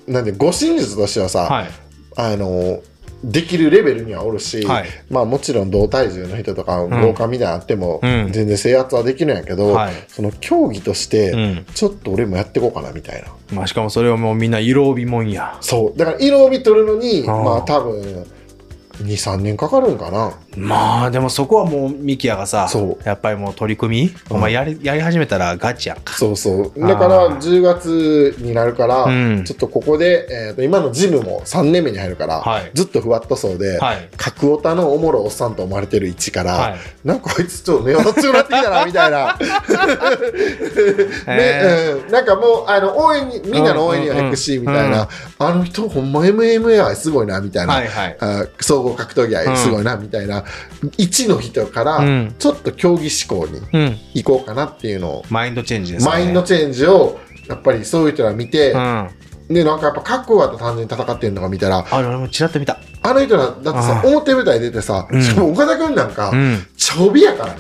Speaker 2: なんで護身術としてはさ、
Speaker 1: はい
Speaker 2: あのできるレベルにはおるし、
Speaker 1: はい
Speaker 2: まあもちろん同体重の人とか老化みたいなのあっても、
Speaker 1: うん
Speaker 2: 全然制圧はできるんやけど、
Speaker 1: はい
Speaker 2: その競技として、
Speaker 1: うん
Speaker 2: ちょっと俺もやっていこうかなみたいな
Speaker 1: まあしかもそれをもうみんな色帯もんや
Speaker 2: そうだから色帯取るのに
Speaker 1: あー
Speaker 2: まあ多分23年かかるんかな
Speaker 1: まあでもそこはもうミキヤがさ
Speaker 2: そう
Speaker 1: やっぱりもう取り組み、
Speaker 2: う
Speaker 1: お
Speaker 2: ん
Speaker 1: 前やりやり始めたらガチやんか
Speaker 2: そうそうだから
Speaker 1: あー
Speaker 2: 10月になるから、
Speaker 1: うん
Speaker 2: ちょっとここで、えーと今のジムも3年目に入るから、
Speaker 1: はい
Speaker 2: ずっとふわっとそうで、
Speaker 1: はい
Speaker 2: 格オタのおもろおっさんと思われてる位置から、
Speaker 1: はい
Speaker 2: なんかあいつちょっと目立つようになってきたなみた いな、ね
Speaker 1: え
Speaker 2: うんなんかもうあの応援にみんなの応援には行くし、
Speaker 1: うん
Speaker 2: みたいな、あの人ほんま MMA 愛すごいなみたいな、
Speaker 1: はいはい
Speaker 2: あ総合格闘技愛すごいなみたいな、一の人から
Speaker 1: うん
Speaker 2: ちょっと競技志向に
Speaker 1: うん
Speaker 2: 行こうかなっていうのを、
Speaker 1: マインドチェンジですね
Speaker 2: マインドチェンジをやっぱりそういう人ら見て、
Speaker 1: うん
Speaker 2: でなんかやっぱかっこよかった単純に戦ってるのが見たら
Speaker 1: あれ俺もちらっと見た
Speaker 2: あの人らだってさ
Speaker 1: あー
Speaker 2: 表舞台出てさ、
Speaker 1: うん
Speaker 2: しかも岡田君なんか、
Speaker 1: うん
Speaker 2: ちょびやからね。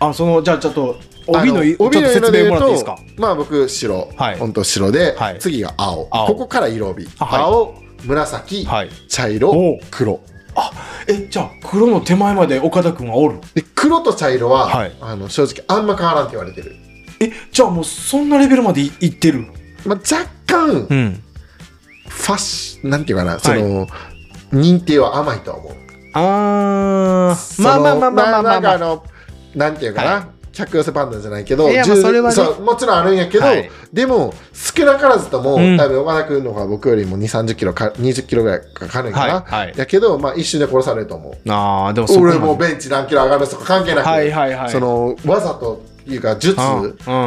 Speaker 1: あそのじゃあちょっと帯の
Speaker 2: あ
Speaker 1: いちょっと説明もらっていいですか
Speaker 2: 帯の色で言うとまあ僕白、
Speaker 1: はい
Speaker 2: 本当白で、
Speaker 1: はい
Speaker 2: 次が青
Speaker 1: 青
Speaker 2: ここから色帯、
Speaker 1: あはい
Speaker 2: 青紫、
Speaker 1: はい
Speaker 2: 茶色
Speaker 1: おう
Speaker 2: 黒
Speaker 1: あえじゃあ黒の手前まで岡田君はおる
Speaker 2: で黒と茶色は、
Speaker 1: はい
Speaker 2: あの正直あんま変わらんって言われてる、
Speaker 1: えじゃあもうそんなレベルまでいいってる
Speaker 2: まあ、若干フ
Speaker 1: ん
Speaker 2: ァッシなんていうかなその、認定は甘いとは思う
Speaker 1: あー
Speaker 2: その
Speaker 1: まあまあまあまあまあまあま
Speaker 2: なな
Speaker 1: あ
Speaker 2: んかあのなんていうかな、
Speaker 1: は
Speaker 2: 客寄せパンダじゃないけど
Speaker 1: いやまあ
Speaker 2: 十
Speaker 1: それはね
Speaker 2: そうもちろんあるんやけど、
Speaker 1: はい
Speaker 2: でも少なからずとも、
Speaker 1: うん
Speaker 2: 多分岡田君の方が僕よりも2 3 0キロか20キロぐらいかかるんか
Speaker 1: は
Speaker 2: な、
Speaker 1: いはい
Speaker 2: やけど、まあ、一瞬で殺されると思う
Speaker 1: ああでもそこま
Speaker 2: 俺
Speaker 1: で
Speaker 2: もうベンチ何キロ上がるとか関係なく、
Speaker 1: はいはいはい
Speaker 2: そのわざというか術
Speaker 1: うん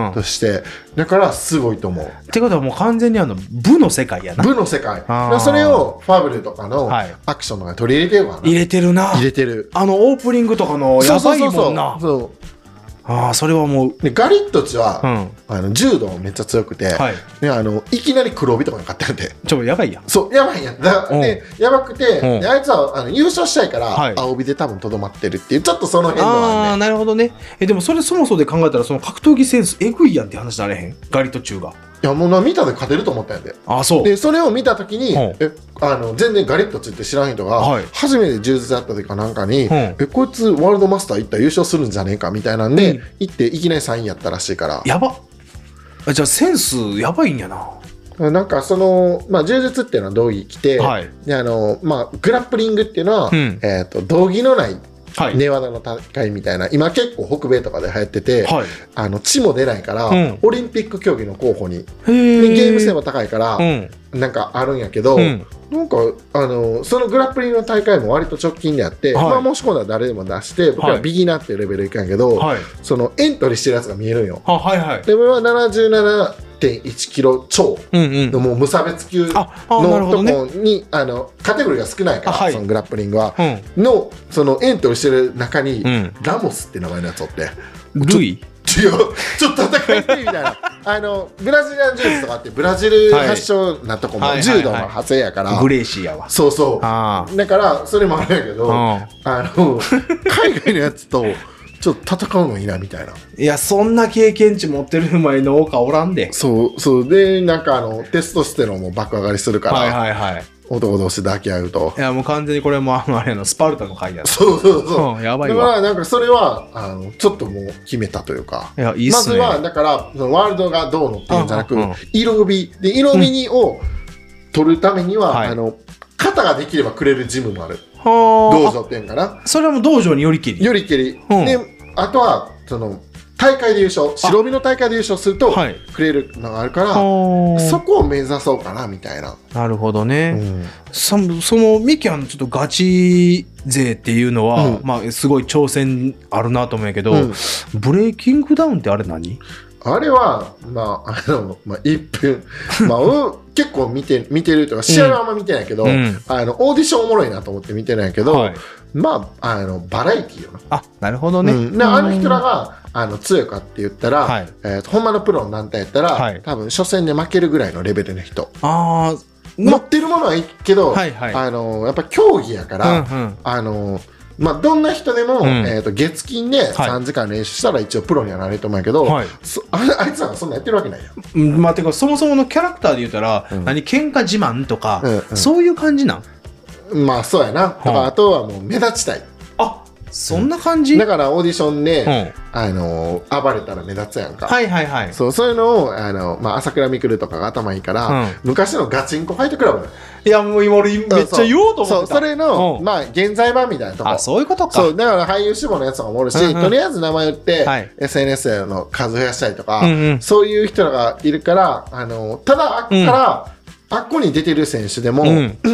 Speaker 1: うん
Speaker 2: として、だからすごいと思う
Speaker 1: ってことはもう完全にあの部の世界やな
Speaker 2: 部の世界
Speaker 1: あー
Speaker 2: それをファブルとかの
Speaker 1: はい
Speaker 2: アクションとかに取り入れてるからな
Speaker 1: 入れてるな
Speaker 2: 入れてる
Speaker 1: あのオープニングとかのやばいもんな
Speaker 2: そうそうそうそう
Speaker 1: ああそれはもう
Speaker 2: でガリットチは、
Speaker 1: うん
Speaker 2: あの柔道めっちゃ強くて、
Speaker 1: はい
Speaker 2: であのいきなり黒帯とかに勝ってるんで
Speaker 1: ちょっとやばいやん
Speaker 2: そうやばいんやだ
Speaker 1: うん
Speaker 2: でやばくて、
Speaker 1: うん
Speaker 2: であいつはあの優勝したいから、
Speaker 1: はい
Speaker 2: 青帯で多分とどまってるっていうちょっとその辺のはあ
Speaker 1: ああ
Speaker 2: んね
Speaker 1: なるほどねえでもそれそもそもで考えたらその格闘技センスえぐいやんって話になれへんガリと中が
Speaker 2: いやもうな見たで勝てると思ったんやで
Speaker 1: ああそう
Speaker 2: でそれを見た時に、
Speaker 1: うん
Speaker 2: えあの全然ガリッとついて知らん人が、
Speaker 1: はい
Speaker 2: 初めて柔術やった時かなんかに、
Speaker 1: ん
Speaker 2: えこいつワールドマスター行ったら優勝するんじゃねえかみたいなんで、
Speaker 1: うん
Speaker 2: 行っていきなり3位やったらしいから
Speaker 1: やばあじゃあセンスやばいんやな
Speaker 2: なんかその、まあ、柔術っていうのは道着着て、
Speaker 1: はい
Speaker 2: であのまあ、グラップリングっていうのは、
Speaker 1: うん
Speaker 2: えー、と道着のない
Speaker 1: はい
Speaker 2: 寝技の戦いみたいな今結構北米とかで流行ってて、
Speaker 1: はい
Speaker 2: あの血も出ないから、
Speaker 1: うん
Speaker 2: オリンピック競技の候補に
Speaker 1: へえ
Speaker 2: でゲーム性も高いから、
Speaker 1: うん
Speaker 2: なんかあるんやけど、
Speaker 1: うん
Speaker 2: なんかあのそのグラップリングの大会も割と直近であって、
Speaker 1: はい
Speaker 2: まあ、申し込んだら誰でも出して僕
Speaker 1: は
Speaker 2: はいビギナーっていうレベルいかんやけど、
Speaker 1: はい
Speaker 2: そのエントリーしてるやつが見えるんよ。
Speaker 1: あはいはい
Speaker 2: で俺は77.1キロ超
Speaker 1: うんう
Speaker 2: の
Speaker 1: ん
Speaker 2: もう無差別級の
Speaker 1: ああなるほ
Speaker 2: と
Speaker 1: ど
Speaker 2: こ
Speaker 1: ね
Speaker 2: にあのカテゴリーが少ないから、
Speaker 1: あはい
Speaker 2: そのグラップリングは。
Speaker 1: うん
Speaker 2: のそのエントリーしてる中に、
Speaker 1: うん
Speaker 2: ラモスって名前のやつおって。
Speaker 1: ルイ
Speaker 2: 違うちょっと戦いたいみた いなあのブラジリアン柔術とかってブラジル発祥なとこも、
Speaker 1: はい
Speaker 2: 柔道の派生やから、
Speaker 1: グレーシーやわ
Speaker 2: そうそう
Speaker 1: あ
Speaker 2: だからそれもあるんやけど、
Speaker 1: あ
Speaker 2: あの海外のやつとちょっと戦うのいいなみたいない
Speaker 1: やそんな経験値持ってる前の農家おらんで
Speaker 2: そうそうでなんかあのテストステロンも爆上がりするから、
Speaker 1: はいはいはい
Speaker 2: 男同士抱き合うと
Speaker 1: いやもう完全にこれもあのあれやなスパルタの回やな
Speaker 2: そうそうそう、
Speaker 1: うんやばい
Speaker 2: だ
Speaker 1: わ
Speaker 2: からなんかそれはあのちょっともう決めたというか
Speaker 1: いやいいっ
Speaker 2: ますず
Speaker 1: ね
Speaker 2: はだからそのワールドがどうのっていうんじゃなく、
Speaker 1: うんうん
Speaker 2: 色帯で色帯にを取るためには、
Speaker 1: はい
Speaker 2: あの肩ができればくれるジムもある
Speaker 1: は
Speaker 2: 道
Speaker 1: あ
Speaker 2: 場っていうんかな
Speaker 1: それはもう道場によりきり
Speaker 2: よりけり、
Speaker 1: うん
Speaker 2: であとはその大会で優勝白帯の大会で優勝すると
Speaker 1: はい
Speaker 2: くれるのがあるから、
Speaker 1: はあ
Speaker 2: そこを目指そうかなみたいな、
Speaker 1: なるほど
Speaker 2: う
Speaker 1: ね、
Speaker 2: ん
Speaker 1: そそのミキアのちょっとガチ勢っていうのは、
Speaker 2: うん
Speaker 1: まあすごい挑戦あるなと思うんやけど、
Speaker 2: うん
Speaker 1: ブレイキングダウンってあれ何
Speaker 2: あれは、まあ、あ の、まあ、1分、まあ、うん結構見て、見てるとか、試合はあんま見てないけど、
Speaker 1: うん
Speaker 2: あの、オーディションおもろいなと思って見てないけど、
Speaker 1: はい
Speaker 2: まあ、あの、バラエティーよな。
Speaker 1: あなるほどね、
Speaker 2: うんであの人らが、あの、強いかって言ったら、
Speaker 1: はい
Speaker 2: えーとほんまのプロの団体やったら、
Speaker 1: はい
Speaker 2: 多分、初戦で負けるぐらいのレベルの人。
Speaker 1: あー
Speaker 2: 持ってるものはいいけど、
Speaker 1: はいはい
Speaker 2: あの、やっぱ競技やから、
Speaker 1: うんうん
Speaker 2: あの、まあ、どんな人でも、
Speaker 1: ん
Speaker 2: えーと月金で
Speaker 1: はい
Speaker 2: 3時間練習したら一応プロにはなれると思うんやけど、
Speaker 1: はい
Speaker 2: そああいつらがそんなんやってるわけないやん
Speaker 1: うんまあ、てかそもそものキャラクターで言うたら、
Speaker 2: うん
Speaker 1: 何喧嘩自慢とか、
Speaker 2: うんうん
Speaker 1: そういう感じなん
Speaker 2: まあそうやな。だからあとはもう目立ちたい。
Speaker 1: あそんな感じ、
Speaker 2: だからオーディションで、
Speaker 1: うん
Speaker 2: あのー暴れたら目立つやんか。
Speaker 1: はいはいはい
Speaker 2: そうそういうのを、あのまあ、朝倉未来とかが頭いいから、
Speaker 1: うん
Speaker 2: 昔のガチンコファイトクラブ
Speaker 1: いやもう今俺めっちゃ言おうと思ってた
Speaker 2: そうそれの、
Speaker 1: うん
Speaker 2: まあ、現在版みたいなとこ
Speaker 1: あそういうことか
Speaker 2: そうだから俳優志望のやつとかもおるし、
Speaker 1: うんうん
Speaker 2: とりあえず名前売って、
Speaker 1: はい
Speaker 2: SNS の数増やしたりとか、
Speaker 1: うんうん
Speaker 2: そういう人らがいるからあのただあっから、あっこに出てる選手でも、
Speaker 1: うん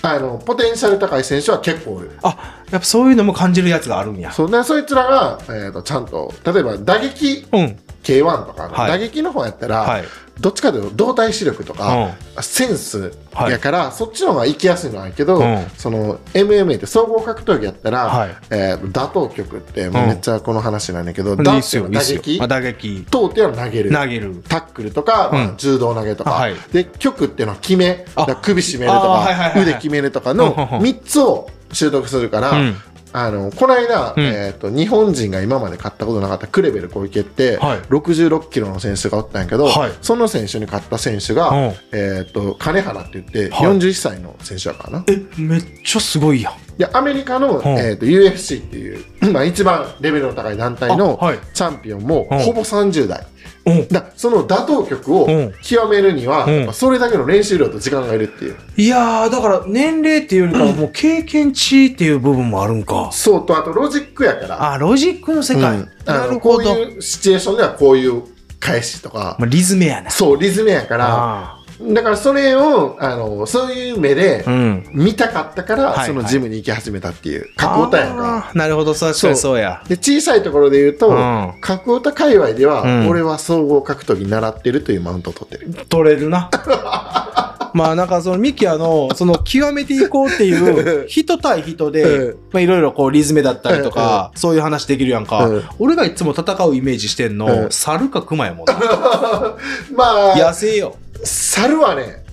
Speaker 2: あのポテンシャル高い選手は結構おる。
Speaker 1: あやっぱそういうのも感じるやつがあるんや
Speaker 2: そうね、そいつらが、えー、とちゃんと例えば打撃
Speaker 1: うん
Speaker 2: K1 とか、
Speaker 1: はい
Speaker 2: 打撃の方やったら、
Speaker 1: はい
Speaker 2: どっちかというと動体視力とか、センスやから、そっちの方が行きやすいのはあるけど、
Speaker 1: うん
Speaker 2: その MMA って総合格闘技やったら、
Speaker 1: はい
Speaker 2: えーと打倒局って、もう
Speaker 1: うん
Speaker 2: めっちゃこの話なんだけど、
Speaker 1: い
Speaker 2: 打
Speaker 1: いっ
Speaker 2: っ
Speaker 1: す
Speaker 2: ていう
Speaker 1: よい
Speaker 2: の
Speaker 1: い
Speaker 2: は
Speaker 1: っ
Speaker 2: 打
Speaker 1: すよ
Speaker 2: 撃
Speaker 1: あ打撃
Speaker 2: 投っていうのは投げる。
Speaker 1: 投げる
Speaker 2: タックルとか、まあ
Speaker 1: うん
Speaker 2: 柔道投げとか、
Speaker 1: はい
Speaker 2: で局っていうのは決め
Speaker 1: あ
Speaker 2: だから首絞めるとか、
Speaker 1: あーはいはいはいはい
Speaker 2: 腕決めるとか
Speaker 1: うん
Speaker 2: の
Speaker 1: うんうん
Speaker 2: 3つを習得するから、
Speaker 1: うん
Speaker 2: あのこの間、
Speaker 1: うん
Speaker 2: えー、と日本人が今まで買ったことなかったクレベル小池って、
Speaker 1: はい
Speaker 2: 66キロの選手がおったんやけど、
Speaker 1: はい
Speaker 2: その選手に買った選手が、
Speaker 1: うん
Speaker 2: えー、と金原って言って
Speaker 1: はい
Speaker 2: 41歳の選手やからな、
Speaker 1: えめっちゃすごいやん
Speaker 2: でアメリカの、
Speaker 1: ん
Speaker 2: えー、と UFC っていう、まあ、一番レベルの高い団体の
Speaker 1: あはい
Speaker 2: チャンピオンも、
Speaker 1: うん
Speaker 2: ほぼ30代
Speaker 1: うん
Speaker 2: だその打倒曲を
Speaker 1: うん
Speaker 2: 極めるには、
Speaker 1: うん
Speaker 2: やっぱそれだけの練習量と時間がいるっていう。
Speaker 1: いやー、だから年齢っていうよりかはもう経験値っていう部分もあるんか。
Speaker 2: そうと、あとロジックやから、
Speaker 1: あ、ロジックの世界。
Speaker 2: うん
Speaker 1: な
Speaker 2: あ
Speaker 1: る
Speaker 2: のこ
Speaker 1: ほ
Speaker 2: う
Speaker 1: ど。
Speaker 2: いうシチュエーションではこういう返しとか、
Speaker 1: まあ、リズムやな。
Speaker 2: そう、リズムやから、
Speaker 1: あ
Speaker 2: だからそれを、あの、そういう目で
Speaker 1: ーうん。
Speaker 2: 見たかったから、
Speaker 1: はいはい
Speaker 2: そのジムに行き始めたっていう、格オタやんか。
Speaker 1: あーなるほど、確かにそうや。
Speaker 2: で、小さいところで言うと、
Speaker 1: うん
Speaker 2: 格オタ界隈では、
Speaker 1: うん
Speaker 2: 俺は総合格闘技習ってるというマウントを取ってる。
Speaker 1: 取れるな。 まあなんかそのミキアのその極めていこうっていう人対人で
Speaker 2: うん
Speaker 1: まあいろいろこうリズムだったりとかそういう話できるやんか
Speaker 2: うん
Speaker 1: 俺がいつも戦うイメージしてん
Speaker 2: う
Speaker 1: の
Speaker 2: ん
Speaker 1: 猿か熊やもん な
Speaker 2: まあ、
Speaker 1: 野生よ
Speaker 2: 猿はね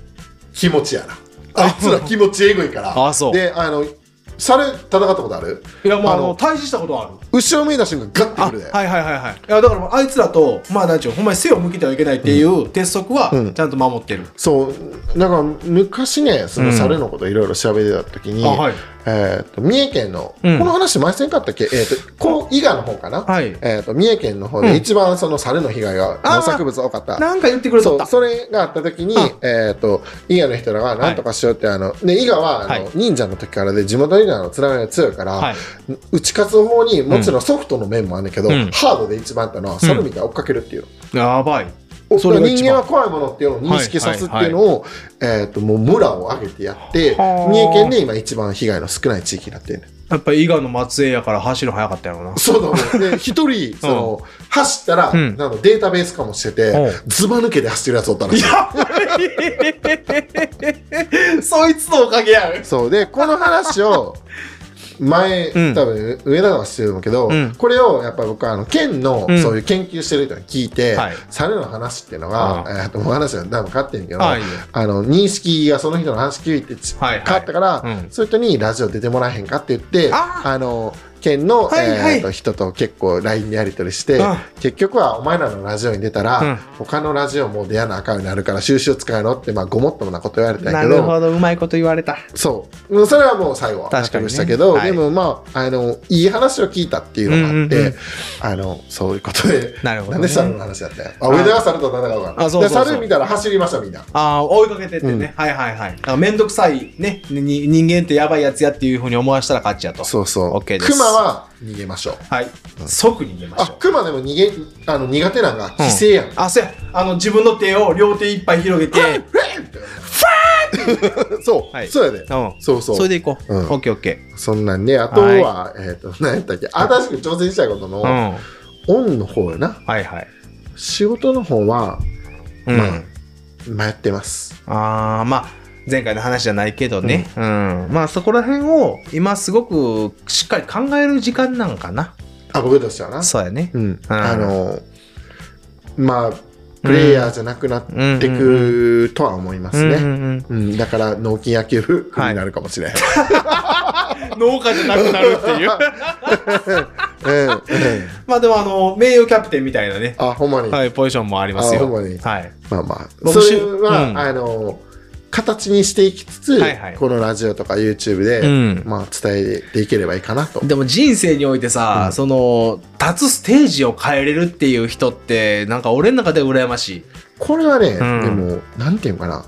Speaker 2: 気持ちやなあいつら気持ちえぐいから
Speaker 1: あそう
Speaker 2: であの猿戦ったことある
Speaker 1: いやもうあ
Speaker 2: あ
Speaker 1: の
Speaker 2: の
Speaker 1: 対峙したことある
Speaker 2: 後ろ向いた瞬間ガッて
Speaker 1: あは
Speaker 2: く
Speaker 1: い
Speaker 2: るで、
Speaker 1: はいはいはいいやだからもうあいつらとまあなんちゅうほんまに背を向けてはいけないっていう鉄則は
Speaker 2: うん
Speaker 1: ちゃんと守ってる
Speaker 2: そうなんか昔ねその猿のこといろいろ調べてた時に、
Speaker 1: あはい
Speaker 2: えー、と三重県の、
Speaker 1: うん
Speaker 2: この話前せんかったっけ、えー、とこう伊賀の方かな、
Speaker 1: はい
Speaker 2: えー、と三重県の方
Speaker 1: うん
Speaker 2: で一番その猿の被害が農作物多かった
Speaker 1: なんか言ってくれと
Speaker 2: そ
Speaker 1: った
Speaker 2: うそれがあった時に
Speaker 1: うん、
Speaker 2: えー、と伊賀の人らが何とかしようって、あので伊賀はあの、
Speaker 1: はい
Speaker 2: 忍者の時からで地元忍者のつながりが強いから、
Speaker 1: はい
Speaker 2: 打ち勝つ方にもちろんソフトの面もあるんだけど、
Speaker 1: うん
Speaker 2: ハードで一番あったのはサルミが追っかけるっていう、
Speaker 1: やばいそ
Speaker 2: そ
Speaker 1: れ
Speaker 2: れ
Speaker 1: が一番
Speaker 2: 人間は怖いものっていうのを認識さすっていうのを、えー、ともう村を挙げてやって
Speaker 1: はあ
Speaker 2: 三重県で今一番被害の少ない地域になってる、ね、
Speaker 1: やっぱ伊賀の末裔やから走るの早かったやろな
Speaker 2: そう だねで一人その、走ったら、
Speaker 1: うん
Speaker 2: なんかデータベース化もしてて、
Speaker 1: うん
Speaker 2: ズバ抜けで走ってるやつおったらしい
Speaker 1: そいつのおかげやん。
Speaker 2: そうでこの話 を前、
Speaker 1: うん
Speaker 2: 多分上田がしてるんだけど、
Speaker 1: うん
Speaker 2: これをやっぱ僕はあの県の
Speaker 1: うん
Speaker 2: そういう研究してる人に聞いて、
Speaker 1: はい
Speaker 2: 猿の話っていうのが、
Speaker 1: うん
Speaker 2: えー、ともう話は多分勝ってんけど、
Speaker 1: はい。
Speaker 2: あの認識がその人の話聞いてち、
Speaker 1: はいはい
Speaker 2: 変わったから、
Speaker 1: うん
Speaker 2: そういう人にラジオ出てもらえへんかって言って
Speaker 1: あー
Speaker 2: の県の、
Speaker 1: はいはい
Speaker 2: えーと人と結構 LINE でやり取りして
Speaker 1: うん
Speaker 2: 結局はお前らのラジオに出たら、
Speaker 1: うん
Speaker 2: 他のラジオも出やなあかんようになるから収集使えろってまあごもっともなこと言われたんやけど
Speaker 1: ど、うまいこと言われた。
Speaker 2: そう。うんそれはもう最後は
Speaker 1: 確かにね
Speaker 2: 納得したけど、
Speaker 1: はい
Speaker 2: でもまあ、あの、いい話を聞いたっていうのがあって、
Speaker 1: うんうんうん
Speaker 2: あの、そういうことで、
Speaker 1: なるほどね
Speaker 2: んで猿の話だったよ。あ、上田が猿と戦うから。
Speaker 1: あそうそうそう
Speaker 2: で猿見たら走りました、みんな。
Speaker 1: ああ、追いかけてってね。
Speaker 2: う
Speaker 1: はいはいはい。あめんどくさいねに人間ってやばいやつやっていうふうに思わせたら勝ちやと。
Speaker 2: そうそう。
Speaker 1: OK です
Speaker 2: 熊は逃げましょう。
Speaker 1: はい。即に逃げましょ
Speaker 2: あ
Speaker 1: う、。
Speaker 2: 熊でも逃げ、あの、苦手なのが、規制 やん。
Speaker 1: あ、そうや。あの、自分の手を両手いっぱい広げて、うん。
Speaker 2: そう、
Speaker 1: はい
Speaker 2: そうやで。そうそう
Speaker 1: それでいこう。
Speaker 2: うん
Speaker 1: オッケーオッケ
Speaker 2: そんなんで、あとは、えっ、と、 何やったっけ、新しく挑戦したいことの、
Speaker 1: ー。うん。
Speaker 2: オンの方やな。
Speaker 1: はいはい。
Speaker 2: 仕事の方は、
Speaker 1: うん。
Speaker 2: まあ迷ってます。
Speaker 1: あーまあ前回の話じゃないけどね、うんまあそこら辺を今すごくしっかり考える時間なんかな
Speaker 2: あ、僕としてはな。
Speaker 1: そうやね
Speaker 2: うん、あのまあプレイヤーじゃなくなってくるとは思います
Speaker 1: うん
Speaker 2: ね、
Speaker 1: うんうん
Speaker 2: うんだから納金野球部 になるかもしれない、
Speaker 1: 農家じゃなくなるっていう
Speaker 2: うんうん
Speaker 1: まあでもあの名誉キャプテンみたいなね、
Speaker 2: あほんまに、
Speaker 1: はい、ポジションもあります
Speaker 2: あ
Speaker 1: よ
Speaker 2: ほんまに
Speaker 1: はい、
Speaker 2: まあまあ
Speaker 1: 僕
Speaker 2: それは、
Speaker 1: うん
Speaker 2: あの形にしていきつつ、
Speaker 1: はいはい
Speaker 2: このラジオとか YouTube で、
Speaker 1: うん
Speaker 2: まあ、伝えていければいいかなと
Speaker 1: でも人生においてさ、
Speaker 2: うん
Speaker 1: その立つステージを変えれるっていう人ってなんか俺の中で羨ましい
Speaker 2: これはね、
Speaker 1: うん
Speaker 2: でもなんていうのかな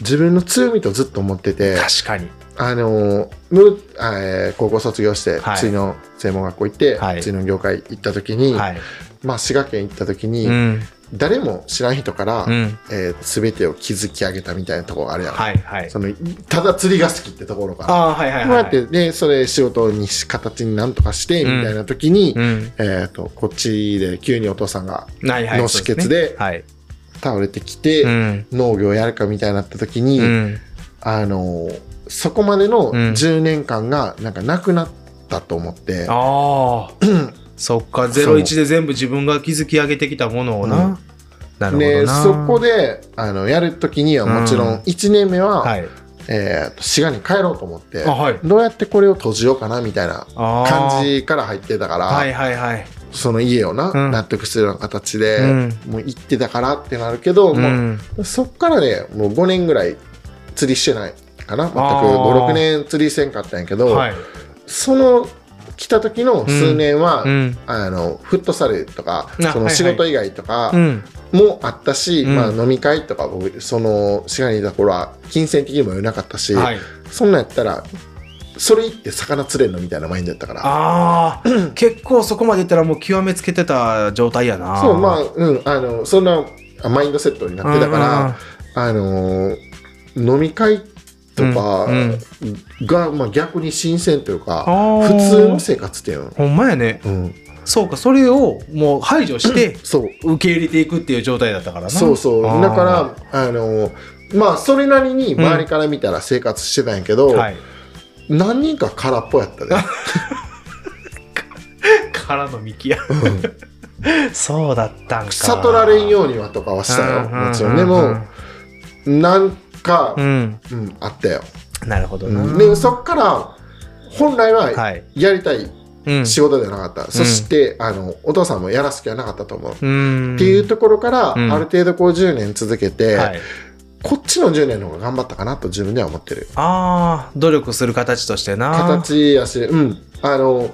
Speaker 2: 自分の強みとずっと思ってて
Speaker 1: 確かに
Speaker 2: あのむあえー高校卒業して、
Speaker 1: はい
Speaker 2: 次の専門学校行って、
Speaker 1: はい
Speaker 2: 次の業界行った時に、
Speaker 1: はい、
Speaker 2: まあ、滋賀県行った時に、
Speaker 1: うん
Speaker 2: 誰も知らん人から、
Speaker 1: うん、
Speaker 2: えー全てを築き上げたみたいなところがあるやん、
Speaker 1: はいはい
Speaker 2: そのただ釣りが好きってところから
Speaker 1: ああーはいはいはい
Speaker 2: こう
Speaker 1: は
Speaker 2: や
Speaker 1: い
Speaker 2: ってねそれ仕事にし形になんとかしてみ
Speaker 1: うん
Speaker 2: たいな時に、
Speaker 1: うん
Speaker 2: えー、とこっちで急にお父さんが
Speaker 1: はいはい
Speaker 2: の止血で
Speaker 1: そうすねはい
Speaker 2: 倒れてきて、
Speaker 1: うん
Speaker 2: 農業やるかみたいになった時に、
Speaker 1: うん
Speaker 2: あのそこまでの
Speaker 1: うん
Speaker 2: 10年間がなんかなくなったと思って、
Speaker 1: ああ そっか01で全部自分が築き上げてきたものをな、
Speaker 2: うん
Speaker 1: なるほどな
Speaker 2: でそこであのやる時にはもちろ
Speaker 1: うん
Speaker 2: ん1年目は、
Speaker 1: はい
Speaker 2: えーと滋賀に帰ろうと思って
Speaker 1: あはい
Speaker 2: どうやってこれを閉じようかなみたいな
Speaker 1: あー
Speaker 2: 感じから入ってたから、
Speaker 1: はいはいはい
Speaker 2: その家をな、
Speaker 1: うん
Speaker 2: 納得するような形で、
Speaker 1: うん
Speaker 2: もう行ってたからってなるけど、
Speaker 1: う
Speaker 2: も
Speaker 1: ん
Speaker 2: うそっからねもう5年ぐらい釣りしてないかな全く
Speaker 1: あー
Speaker 2: 56年釣りせんかったんやけど、
Speaker 1: はい
Speaker 2: その来た時の数年は、
Speaker 1: うん
Speaker 2: あのフットサルとか
Speaker 1: あ
Speaker 2: そ
Speaker 1: はいは
Speaker 2: の
Speaker 1: い
Speaker 2: 仕事以外とか
Speaker 1: うん
Speaker 2: もあったし、
Speaker 1: うん
Speaker 2: まあ、飲み会とか僕その滋賀にいた頃は金銭的にも余裕なかったし、
Speaker 1: はい
Speaker 2: そんなんやったらそれ行って魚釣れんのみたいなマインドやったから
Speaker 1: ああ結構そこまでいったらもう極めつけてた状態やな
Speaker 2: そうまあうんあのそんなあマインドセットになってたから、あのー飲み会とか
Speaker 1: うん
Speaker 2: が、まあ、逆に新鮮という
Speaker 1: あ
Speaker 2: か
Speaker 1: ー
Speaker 2: 普通の生活っていうの、
Speaker 1: ほんまやね
Speaker 2: うん、
Speaker 1: そうかそれをもう排除して
Speaker 2: そう
Speaker 1: 受け入れていくっていう状態だったからな
Speaker 2: そうそう
Speaker 1: あー
Speaker 2: だからあのまあそれなりに周りから見たら生活してたんやけど、
Speaker 1: はい
Speaker 2: 何人か空っぽやった ね、
Speaker 1: からのミキや
Speaker 2: うん
Speaker 1: そうだったんか
Speaker 2: 悟られんようにはとかはしたよもちろんでもなんか
Speaker 1: う、ん
Speaker 2: うんあったよ、
Speaker 1: なるほど
Speaker 2: う
Speaker 1: なん
Speaker 2: でそっから本来は
Speaker 1: はい
Speaker 2: やりたい
Speaker 1: うん
Speaker 2: 仕事ではなかった、そして、あのお父さんもやらす気はなかったと思う、
Speaker 1: うん
Speaker 2: っていうところから、
Speaker 1: うん
Speaker 2: ある程度こう10年続けて、
Speaker 1: はい
Speaker 2: こっちの10年の方が頑張ったかなと自分では思ってる
Speaker 1: ああ努力する形としてな
Speaker 2: 形やしうんあの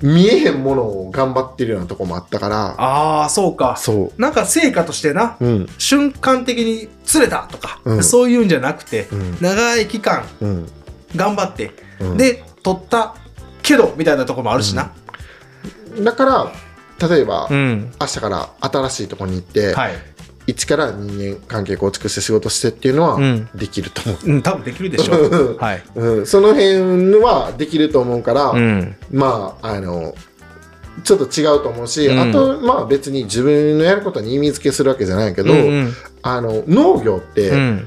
Speaker 2: 見えへんものを頑張ってるようなとこもあったから
Speaker 1: ああそうか
Speaker 2: そ
Speaker 1: なんか成果としてな
Speaker 2: ううん
Speaker 1: 瞬間的に釣れたとか、
Speaker 2: うん
Speaker 1: そういうんじゃなくて、
Speaker 2: うん
Speaker 1: 長い期間
Speaker 2: うん、
Speaker 1: 頑張って、
Speaker 2: うん
Speaker 1: で取ったけどみたいなところもあるしな、
Speaker 2: だから例えば、
Speaker 1: ん
Speaker 2: 明日から新しいとこに行って、
Speaker 1: はい、
Speaker 2: 一から人間関係構築して仕事してっていうのは、
Speaker 1: うん
Speaker 2: できると思
Speaker 1: う
Speaker 2: う
Speaker 1: ん、多分できるでしょ
Speaker 2: う
Speaker 1: う
Speaker 2: ん
Speaker 1: はい、
Speaker 2: うん、その辺はできると思うから、
Speaker 1: ん、
Speaker 2: まああのちょっと違うと思うし、
Speaker 1: うん
Speaker 2: あとまあ別に自分のやることに意味付けするわけじゃないけど、
Speaker 1: うん
Speaker 2: あの農業っ
Speaker 1: う
Speaker 2: て
Speaker 1: ん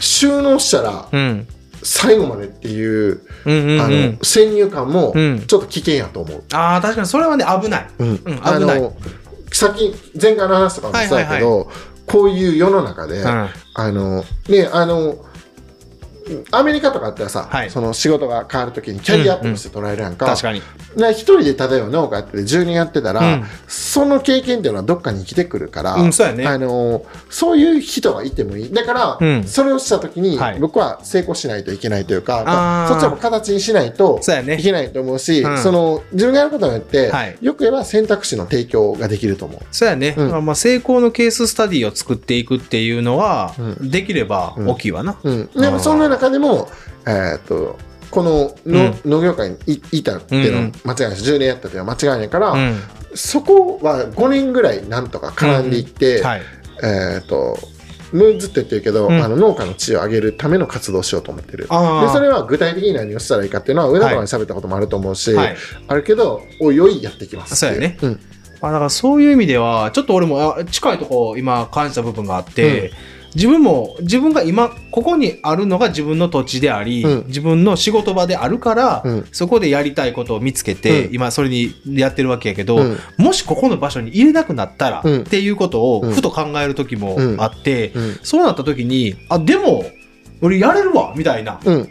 Speaker 2: 収納したら
Speaker 1: うん
Speaker 2: 最後までっていう、
Speaker 1: うんうん
Speaker 2: あ
Speaker 1: うん
Speaker 2: の先入観も
Speaker 1: うん
Speaker 2: ちょっと危険やと思う。
Speaker 1: ああ確かにそれはね危ない
Speaker 2: うん
Speaker 1: ん
Speaker 2: あ
Speaker 1: 危ない
Speaker 2: のさっき前回の話とかもそうやけど、こういう世の中で、
Speaker 1: うん
Speaker 2: あのねあのアメリカとかあったらさ、
Speaker 1: はい
Speaker 2: その仕事が変わるときにキャリアアップとして捉えるやんか、
Speaker 1: 確かに
Speaker 2: な一人で例えば農家やってて10年やってたら、
Speaker 1: うん
Speaker 2: その経験っていうのはどっかに生きてくるから、
Speaker 1: うんそうやね
Speaker 2: あのそういう人がいてもいいだから、
Speaker 1: うん
Speaker 2: それをした時に、
Speaker 1: はい
Speaker 2: 僕は成功しないといけないというか、まあ
Speaker 1: あー
Speaker 2: そっちはもう形にしないと
Speaker 1: そうやね
Speaker 2: いけないと思うし
Speaker 1: うん
Speaker 2: その自分がやることによって、
Speaker 1: はい
Speaker 2: よく言えば選択肢の提供ができると思う。
Speaker 1: そうやね、
Speaker 2: うん
Speaker 1: まあまあ、成功のケーススタディを作っていくっていうのは、
Speaker 2: うん
Speaker 1: できれば大きいわな、
Speaker 2: うん、で
Speaker 1: あ
Speaker 2: も
Speaker 1: ー
Speaker 2: そんな中でも、えーっとこのの、農業界にいいたっていうのは間違いないし、10年やったっていうのは間違いないから、
Speaker 1: うん
Speaker 2: そこは5年ぐらいなんとか絡んでいって、
Speaker 1: はい、
Speaker 2: えー、ともうずっと言ってるけど、
Speaker 1: うん
Speaker 2: あの農家の地位を上げるための活動をしようと思ってるで
Speaker 1: あー
Speaker 2: それは具体的に何をしたらいいかっていうのは上田さんに喋ったこともあると思うし、
Speaker 1: はい
Speaker 2: あるけどおいおいやっていきますってい
Speaker 1: そう
Speaker 2: うね、
Speaker 1: まあ、だからそういう意味ではちょっと俺もあ近いとこ今感じた部分があって、自分も自分が今ここにあるのが自分の土地であり、
Speaker 2: うん
Speaker 1: 自分の仕事場であるから、
Speaker 2: うん
Speaker 1: そこでやりたいことを見つけて、
Speaker 2: うん
Speaker 1: 今それにやってるわけやけど、
Speaker 2: うん
Speaker 1: もしここの場所に入れなくなったら、
Speaker 2: うん
Speaker 1: っていうこと
Speaker 2: う
Speaker 1: を
Speaker 2: ん
Speaker 1: ふと考える時もあって、
Speaker 2: うん
Speaker 1: そうなった時にあでも俺やれるわみたいな
Speaker 2: うんうん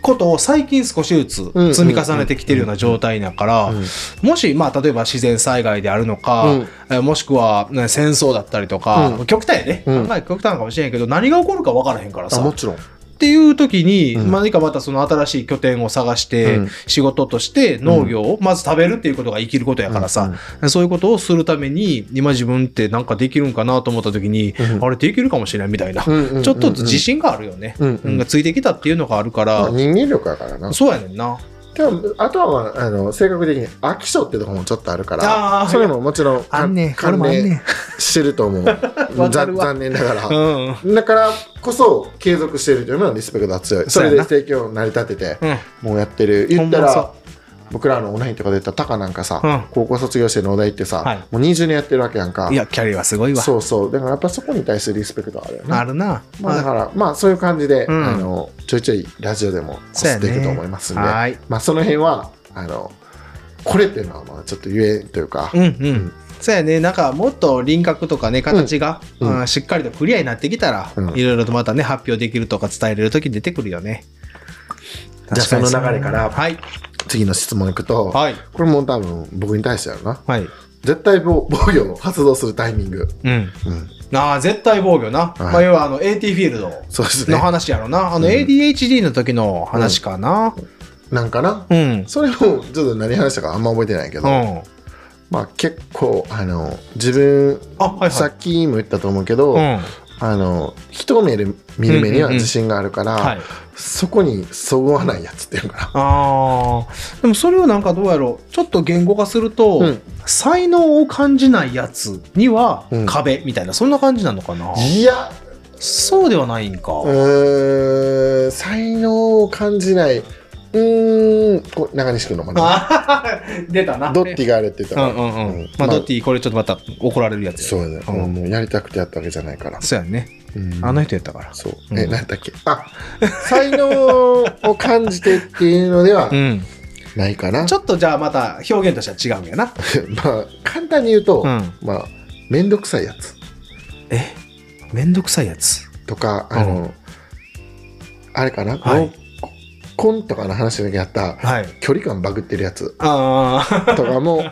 Speaker 1: ことを最近少しずつ積み重ねてきてるような状態だから、もし、まあ、例えば自然災害であるのか、
Speaker 2: うん
Speaker 1: えーもしくは、ね、戦争だったりとか、
Speaker 2: うん
Speaker 1: 極端やね、
Speaker 2: うん
Speaker 1: 考え極端かもしれんけど何が起こるか分からへんから
Speaker 2: あ
Speaker 1: さ
Speaker 2: も
Speaker 1: っ
Speaker 2: ちろん
Speaker 1: ていう時に、
Speaker 2: うん
Speaker 1: 何かまたその新しい拠点を探して、
Speaker 2: うん
Speaker 1: 仕事として農業をまず食べるっていうことが生きることやからさ、そういうことをするために今自分ってなんかできるんかなと思った時に、
Speaker 2: うん
Speaker 1: あれできるかもしれんみたいな、
Speaker 2: うんうん
Speaker 1: ちょっとずつ自信があるよね、
Speaker 2: うんうん
Speaker 1: がついてきたっていうのがあるから、
Speaker 2: まあ人間力やからな
Speaker 1: そうやねんな。
Speaker 2: でもあとは、まあ、あの性格的に飽き性ってとこもちょっとあるから
Speaker 1: あー
Speaker 2: それももちろん
Speaker 1: あんねん
Speaker 2: 関
Speaker 1: 俺もあんね
Speaker 2: 連してると思 う
Speaker 1: わか
Speaker 2: ざ
Speaker 1: るわ
Speaker 2: 残念ながら。
Speaker 1: うん、うん
Speaker 2: だからこそ継続してるというのはリスペクトは強いそれで提供を成り立ててもうやってる言った
Speaker 1: ほんま
Speaker 2: ら僕らのオンラインとかで言ったらタカなんかさ、
Speaker 1: うん
Speaker 2: 高校卒業して農大ってさ、
Speaker 1: はい
Speaker 2: もう20年やってるわけやんか
Speaker 1: いやキャリアはすごいわ
Speaker 2: そうそうだからやっぱそこに対するリスペクトはあるよ
Speaker 1: あ
Speaker 2: ね
Speaker 1: るな、
Speaker 2: まあ、だからまあそういう感じで、
Speaker 1: うん
Speaker 2: あのちょいちょいラジオでもこすって
Speaker 1: そう
Speaker 2: い
Speaker 1: や
Speaker 2: く
Speaker 1: ね
Speaker 2: と思いますんで、
Speaker 1: はい
Speaker 2: まあ、その辺はあのこれっていうのはまあちょっと言えんというか、
Speaker 1: うんうん、
Speaker 2: うん
Speaker 1: そうやねなんかもっと輪郭とかね形が、
Speaker 2: うんうん
Speaker 1: あーしっかりとクリアになってきたら、
Speaker 2: うん
Speaker 1: いろいろとまたね発表できるとか伝えれる時に出てくるよね
Speaker 2: じゃあ
Speaker 1: 確に
Speaker 2: その流れから
Speaker 1: はい
Speaker 2: 次の質問いくと、
Speaker 1: はい
Speaker 2: これも多分僕に対してやろな
Speaker 1: はい
Speaker 2: 絶対防防御を発動するタイミング、
Speaker 1: うん
Speaker 2: うん、
Speaker 1: ああ絶対防御な、
Speaker 2: い
Speaker 1: まあ、要はあの AT フィールド
Speaker 2: そうですね
Speaker 1: の話やろなあの
Speaker 2: うん
Speaker 1: ADHD の時の話かな、
Speaker 2: うなんかな
Speaker 1: うん。
Speaker 2: それもちょっと何話したかあんま覚えてないけど、
Speaker 1: うん。
Speaker 2: まあ結構あの自分、
Speaker 1: あ、はいはい。
Speaker 2: さっきも言ったと思うけど、
Speaker 1: うん。あ
Speaker 2: あの一目で見る目には自信があるから、
Speaker 1: はい。
Speaker 2: そこにそぐわないやつっていうのか
Speaker 1: あーでもそれをなんかどうやろうちょっと言語化すると、
Speaker 2: な、うん、
Speaker 1: 才能を感じないやつには
Speaker 2: うん
Speaker 1: 壁みたいな、そんな感じなのかない
Speaker 2: や
Speaker 1: そうではないんか、
Speaker 2: うーん才能を感じないうーんこ中西君のまだ
Speaker 1: あ出たな
Speaker 2: ドッティがあるって言った
Speaker 1: う
Speaker 2: ら、
Speaker 1: んうんうん、
Speaker 2: うん
Speaker 1: まあ、
Speaker 2: まあ
Speaker 1: ドッティこれちょっとまた怒られるやつや
Speaker 2: そうやね、
Speaker 1: うん
Speaker 2: もうもうやりたくてやったわけじゃないから、
Speaker 1: そうやね
Speaker 2: うん
Speaker 1: あの人やったから
Speaker 2: そう
Speaker 1: うん
Speaker 2: え、なんだっけあ才能を感じてっていうのでは
Speaker 1: うん
Speaker 2: ないかな、
Speaker 1: ちょっとじゃあまた表現としては違うんやな、
Speaker 2: まあ簡単に言うと、
Speaker 1: うん、
Speaker 2: まあ面倒くさいやつ
Speaker 1: えめんどくさいやつ
Speaker 2: とかあの、
Speaker 1: う
Speaker 2: あれかな、
Speaker 1: はい
Speaker 2: ロコンとかの話の時あった
Speaker 1: はい
Speaker 2: 距離感バグってるやつ
Speaker 1: ああ
Speaker 2: と かも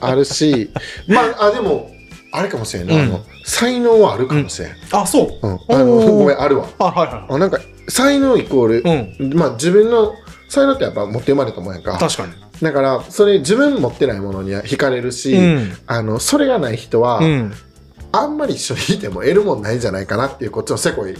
Speaker 2: あるしまああでもあれかもしれんな、
Speaker 1: うん
Speaker 2: あの才能はあるかもしれん、
Speaker 1: あそう
Speaker 2: うんあの
Speaker 1: おー
Speaker 2: ごめんあるわ
Speaker 1: あはいは
Speaker 2: あなんか才能イコール
Speaker 1: い、うん
Speaker 2: まあ自分の才能ってやっぱ持って生まれたもんやんか
Speaker 1: 確かに
Speaker 2: だからそれ自分持ってないものには惹かれるし、
Speaker 1: うん
Speaker 2: あのそれがない人は、
Speaker 1: うん
Speaker 2: あんまり一緒にいても得るもんないんじゃないかなっていうこっちのせこい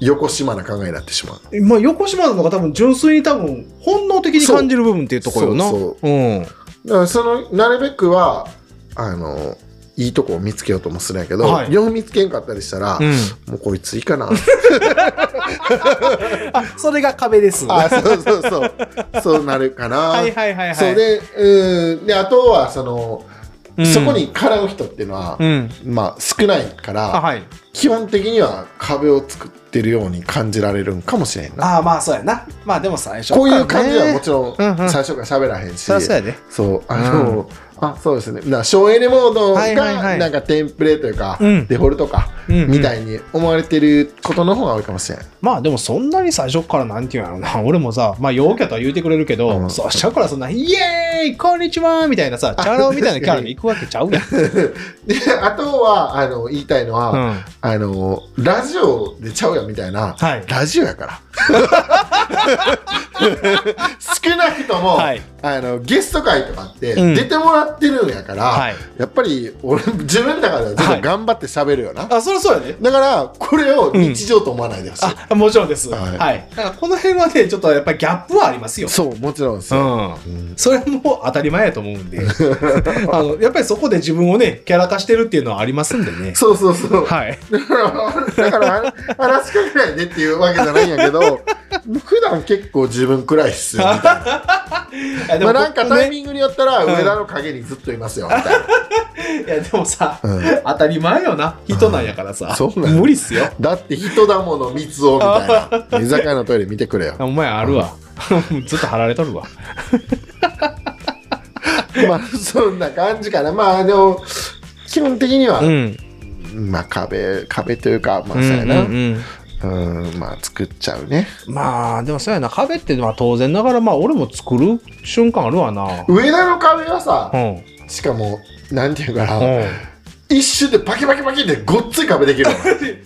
Speaker 2: 横島な考えになってしまう
Speaker 1: まあ、横島の方が多分純粋に多分本能的に感じる部分っていうところよな
Speaker 2: そうそう
Speaker 1: うん
Speaker 2: だからそのなるべくはあのいいとこを見つけようともするんやけど、
Speaker 1: はい
Speaker 2: よう見つけんかったりしたら、もうこいついい かな
Speaker 1: あそれが壁です
Speaker 2: あそうそうそうそうなるかな、
Speaker 1: はいはいはいはい
Speaker 2: そうでうんであとはその、
Speaker 1: うん
Speaker 2: そこに絡む人っていうのは
Speaker 1: う、ん
Speaker 2: まあ少ないか
Speaker 1: あ
Speaker 2: ら
Speaker 1: はい
Speaker 2: 基本的には壁を作ってるように感じられるんかもしれんな
Speaker 1: ああまあそうやなまあでも最初
Speaker 2: こういう感じはも
Speaker 1: ち
Speaker 2: ちろん
Speaker 1: うんうん
Speaker 2: 最初から喋らへんし、
Speaker 1: そうやで
Speaker 2: そう、あの、あ、そうですね。な、省エネモード
Speaker 1: はいはいは
Speaker 2: が、
Speaker 1: い
Speaker 2: なんかテンプレというか、
Speaker 1: うん
Speaker 2: デフォルトか、
Speaker 1: うんうん
Speaker 2: みたいに思われてることの方が多いかもしれん。
Speaker 1: まあでもそんなに最初からなんていうんやろうな俺もさまあ陽キャとは言うてくれるけど、
Speaker 2: うん
Speaker 1: 最初からそんな「イエーイこんにちは」みたいなさチャラ男みたいなキャラで行くわけちゃ うやん、
Speaker 2: で、あとは、あの、言いたいのは、
Speaker 1: うん
Speaker 2: あの、ラジオでちゃうやんみたいな、
Speaker 1: はい
Speaker 2: ラジオや から。少なくとも、
Speaker 1: はい
Speaker 2: あのゲスト会とかって
Speaker 1: うん
Speaker 2: 出てもらってるんやから、
Speaker 1: はい
Speaker 2: やっぱり俺自分だからちょっと頑張って喋るよな、
Speaker 1: あそりゃそうやで
Speaker 2: だからこれを日常と思わないでほしい、
Speaker 1: あもちろんですは、
Speaker 2: はいい
Speaker 1: だからこの辺はねちょっとやっぱギャップはありますよ
Speaker 2: そうもちろんですよ、
Speaker 1: うん
Speaker 2: うん
Speaker 1: それはもう当たり前やと思うんで あのやっぱりそこで自分をねキャラ化してるっていうのはありますんでね
Speaker 2: そうそうそう、
Speaker 1: はい
Speaker 2: だからだから話しかけないでっていうわけじゃないんやけど普段結構自分暗いっ すよみたいな
Speaker 1: あで
Speaker 2: ま
Speaker 1: も
Speaker 2: あなんかタイミングによったら
Speaker 1: うん
Speaker 2: 上田の陰にずっといますよみたいな、
Speaker 1: いやでもさ、
Speaker 2: うん
Speaker 1: 当たり前よな人なんやからさ、
Speaker 2: そうなんや
Speaker 1: 無理っすよ
Speaker 2: だって人だもの密をみた いな居酒屋のトイレ見てくれよ
Speaker 1: あお前あるわ ずっと貼られとるわ
Speaker 2: まあそんな感じかなまあでも基本的には、
Speaker 1: ん
Speaker 2: まあ壁壁というかまあ
Speaker 1: う
Speaker 2: そうやな、うん
Speaker 1: んうん
Speaker 2: まあ作っちゃうね
Speaker 1: まあでもそうやな壁ってのは当然ながらまあ俺も作る瞬間あるわな
Speaker 2: 上田の壁はさ、
Speaker 1: うんうん
Speaker 2: しかもなんていうかな、一瞬でパキパキパキってごっつい壁できる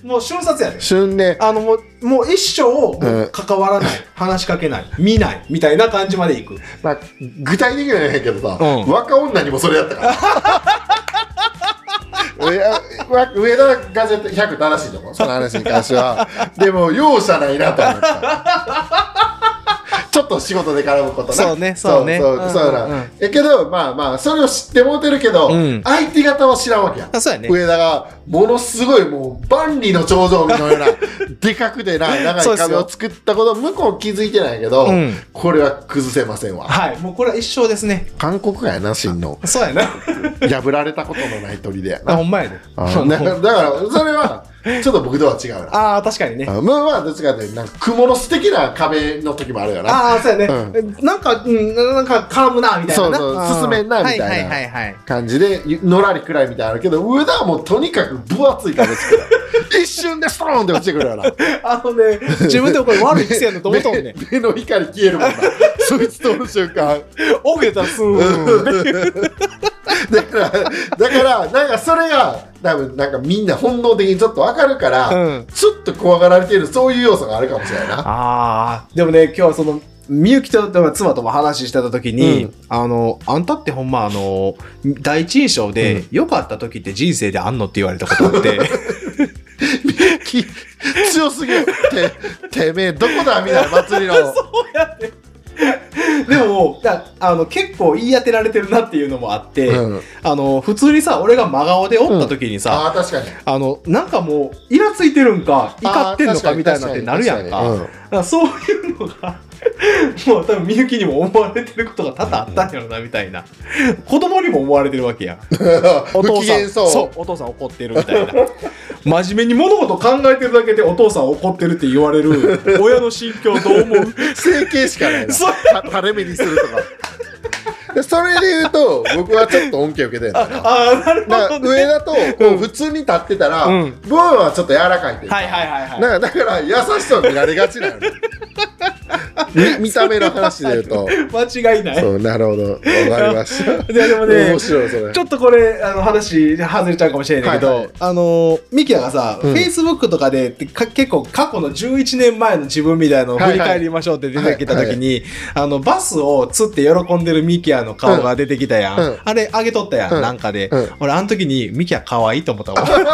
Speaker 2: の
Speaker 1: もう 瞬殺やで
Speaker 2: 瞬で
Speaker 1: あのもうもう一生も
Speaker 2: うん
Speaker 1: う関わらない、話しかけない見ないみたいな感じまでいく
Speaker 2: まあ、具体的にはないけどさ、
Speaker 1: うん
Speaker 2: 若女にもそれやった から。いやわ上田ガジェット100正しいと思うその話に関してはでも容赦ないなと思ったちょっと仕事で絡むことな
Speaker 1: そうねそうね
Speaker 2: そうそう
Speaker 1: うん
Speaker 2: そうだ、
Speaker 1: うん
Speaker 2: やけどまあまあそれを知ってもうてるけど、
Speaker 1: うん
Speaker 2: 相手方は知らんわけや
Speaker 1: あそうやね
Speaker 2: 上田がものすごいもう万里の頂上のよ うなでかくてな長い壁を作ったこと向こう気づいてないけど、
Speaker 1: うん
Speaker 2: これは崩せませんわ
Speaker 1: はいもうこれは一生ですね
Speaker 2: 韓国がやな真の
Speaker 1: そうやな
Speaker 2: 破られたことのない砦や
Speaker 1: あ
Speaker 2: な
Speaker 1: ほんまやで
Speaker 2: あーだからだからそれはちょっと僕とは違うな
Speaker 1: ああ確かにね
Speaker 2: あまあまあどっちかというとなんか雲の素敵な壁の時もあるよな
Speaker 1: ああそうやね、なんか、うん、なんか絡むなみたいなな
Speaker 2: そうそう
Speaker 1: あー
Speaker 2: 進めんなみたいな
Speaker 1: はいはいはい、はい
Speaker 2: 感じでのらりくらいみたいなのあるけど上田はもうとにかく分厚い壁 作る一瞬でストーンって落ちてくるよな
Speaker 1: あのね、自分でもこれ悪い癖やんと思うとん ね
Speaker 2: 目。目の光消えるもん なそいつ通る瞬間
Speaker 1: オフ出たらすーん。
Speaker 2: だからだからなんかそれが多分なんかみんな本能的にちょっとわかるから、
Speaker 1: うん
Speaker 2: ちょっと怖がられているそういう要素があるかもしれないな
Speaker 1: あ あ、でもね、今日はその、みゆきとだから妻とも話してた時に、
Speaker 2: うん
Speaker 1: あのあんたってほんまあの第一印象で、
Speaker 2: うん
Speaker 1: 良かった時って人生であんのって言われたことあって
Speaker 2: き強すぎるててめえどこだみたいな祭りの
Speaker 1: そうやねでもだあの結構言い当てられてるなっていうのもあって、
Speaker 2: うん、
Speaker 1: あの普通にさ俺が真顔でおった時にさ、
Speaker 2: ああ 確かに
Speaker 1: あのなんかもうイラついてるんか怒ってんのかみたいなってなるやんか
Speaker 2: あー確かに確かに確かに
Speaker 1: だからそういうのが もう多分みゆきにも思われてることが多々あったんやろなみたいな子供にも思われてるわ けやん
Speaker 2: うん不機
Speaker 1: さん
Speaker 2: 嫌そう
Speaker 1: そうお父さん怒ってるみたいな真面目に物事考えてるだけでお父さん怒ってるって言われる親の心境どう思う
Speaker 2: 整形しかないな
Speaker 1: そう
Speaker 2: た垂れ目にするとかでそれで言うと僕はちょっと恩恵を受けてるんだよ
Speaker 1: ああなるほ
Speaker 2: だか
Speaker 1: ど
Speaker 2: ら
Speaker 1: ね
Speaker 2: 上だとこ
Speaker 1: う
Speaker 2: うん普通に立ってたら、
Speaker 1: うん
Speaker 2: ブーンはちょっと柔らかいというか、
Speaker 1: はいはいはいはい
Speaker 2: なんかだから優しさを見られがちなの ねみ見た目の話で言うと
Speaker 1: 間違いない
Speaker 2: そうなるほどわかりまし た
Speaker 1: いやでもね
Speaker 2: 面白いそれ
Speaker 1: ちょっとこれあの話外れちゃうかもしれないけど、
Speaker 2: はいはい
Speaker 1: あのミキヤがさ、
Speaker 2: うん
Speaker 1: Facebook とかでってか結構過去の11年前の自分みたいのを振り返りましょうって出てきた時に、あのバスを釣って喜んでるミキヤの顔が出てきたやん、
Speaker 2: うん
Speaker 1: あれあげとったやん、
Speaker 2: うん
Speaker 1: なんかで、
Speaker 2: うん
Speaker 1: 俺あの時にミキヤ可愛いと思った もん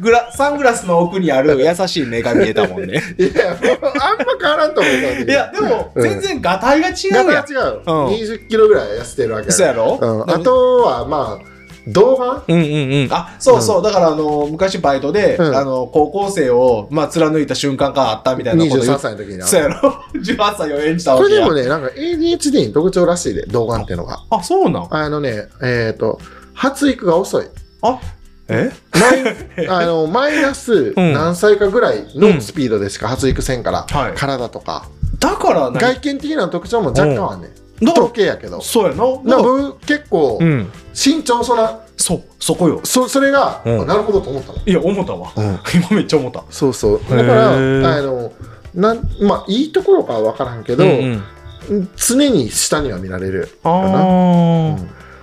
Speaker 1: グラサングラスの奥にある優しい目が見えたもん ね
Speaker 2: いやもうあんま変わらんと思う
Speaker 1: いやでも
Speaker 2: うん
Speaker 1: 全然ガタイが違うやん
Speaker 2: 型が違う、
Speaker 1: うん
Speaker 2: 20キロぐらい痩せてるわけ
Speaker 1: そうやろ、
Speaker 2: うん、あとはまあ同伴
Speaker 1: うんうんうん、あそうそう、だからあの昔バイトで、
Speaker 2: うん
Speaker 1: あの高校生を、まあ、貫いた瞬間があったみたいなこと言
Speaker 2: 23
Speaker 1: う
Speaker 2: 歳の時にな
Speaker 1: そうやろ 18歳を演じた
Speaker 2: こ
Speaker 1: わけ
Speaker 2: れで
Speaker 1: や
Speaker 2: もねなんか ADHD の特徴らしいで同伴っていうのが
Speaker 1: あそうなん
Speaker 2: あのねえっ、と発育が遅い
Speaker 1: あえ
Speaker 2: マイ あのマイナス
Speaker 1: うん
Speaker 2: 何歳かぐらいのスピードでしか発育せんから、
Speaker 1: はい
Speaker 2: 体とか
Speaker 1: だから何
Speaker 2: 外見的な特徴も若干はね、
Speaker 1: だから
Speaker 2: 時計やけど
Speaker 1: そうやな
Speaker 2: な
Speaker 1: だから
Speaker 2: 僕結構
Speaker 1: うん
Speaker 2: 身長そな、
Speaker 1: そうそこよ
Speaker 2: そそれが、
Speaker 1: うん
Speaker 2: なるほどと思ったの、
Speaker 1: いや思ったわ 今めっちゃ思った
Speaker 2: そうそうだからあ
Speaker 1: へー
Speaker 2: のなんまあいいところかは分からんけど、
Speaker 1: うんうん
Speaker 2: 常に下には見られる
Speaker 1: あ
Speaker 2: うん
Speaker 1: あ、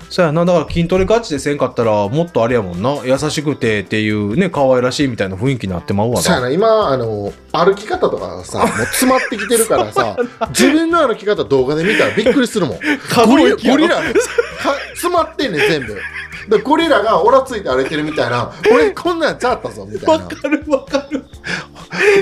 Speaker 1: そうやなだから筋トレガチでせんかったらもっとあれやもんな優しくてっていうね可愛らしいみたいな雰囲気になってまうわ
Speaker 2: そうや
Speaker 1: な
Speaker 2: な今あの歩き方とかがさもう詰まってきてるから さ自分の歩き方動画で見たらびっくりするもん
Speaker 1: 可動
Speaker 2: ゴリ
Speaker 1: 域や
Speaker 2: ゴ
Speaker 1: ろ
Speaker 2: リラか詰まってんねん全部でゴリラがオラついて歩いてるみたいな俺こんなんちゃったぞみた
Speaker 1: わ
Speaker 2: いな
Speaker 1: かるわかる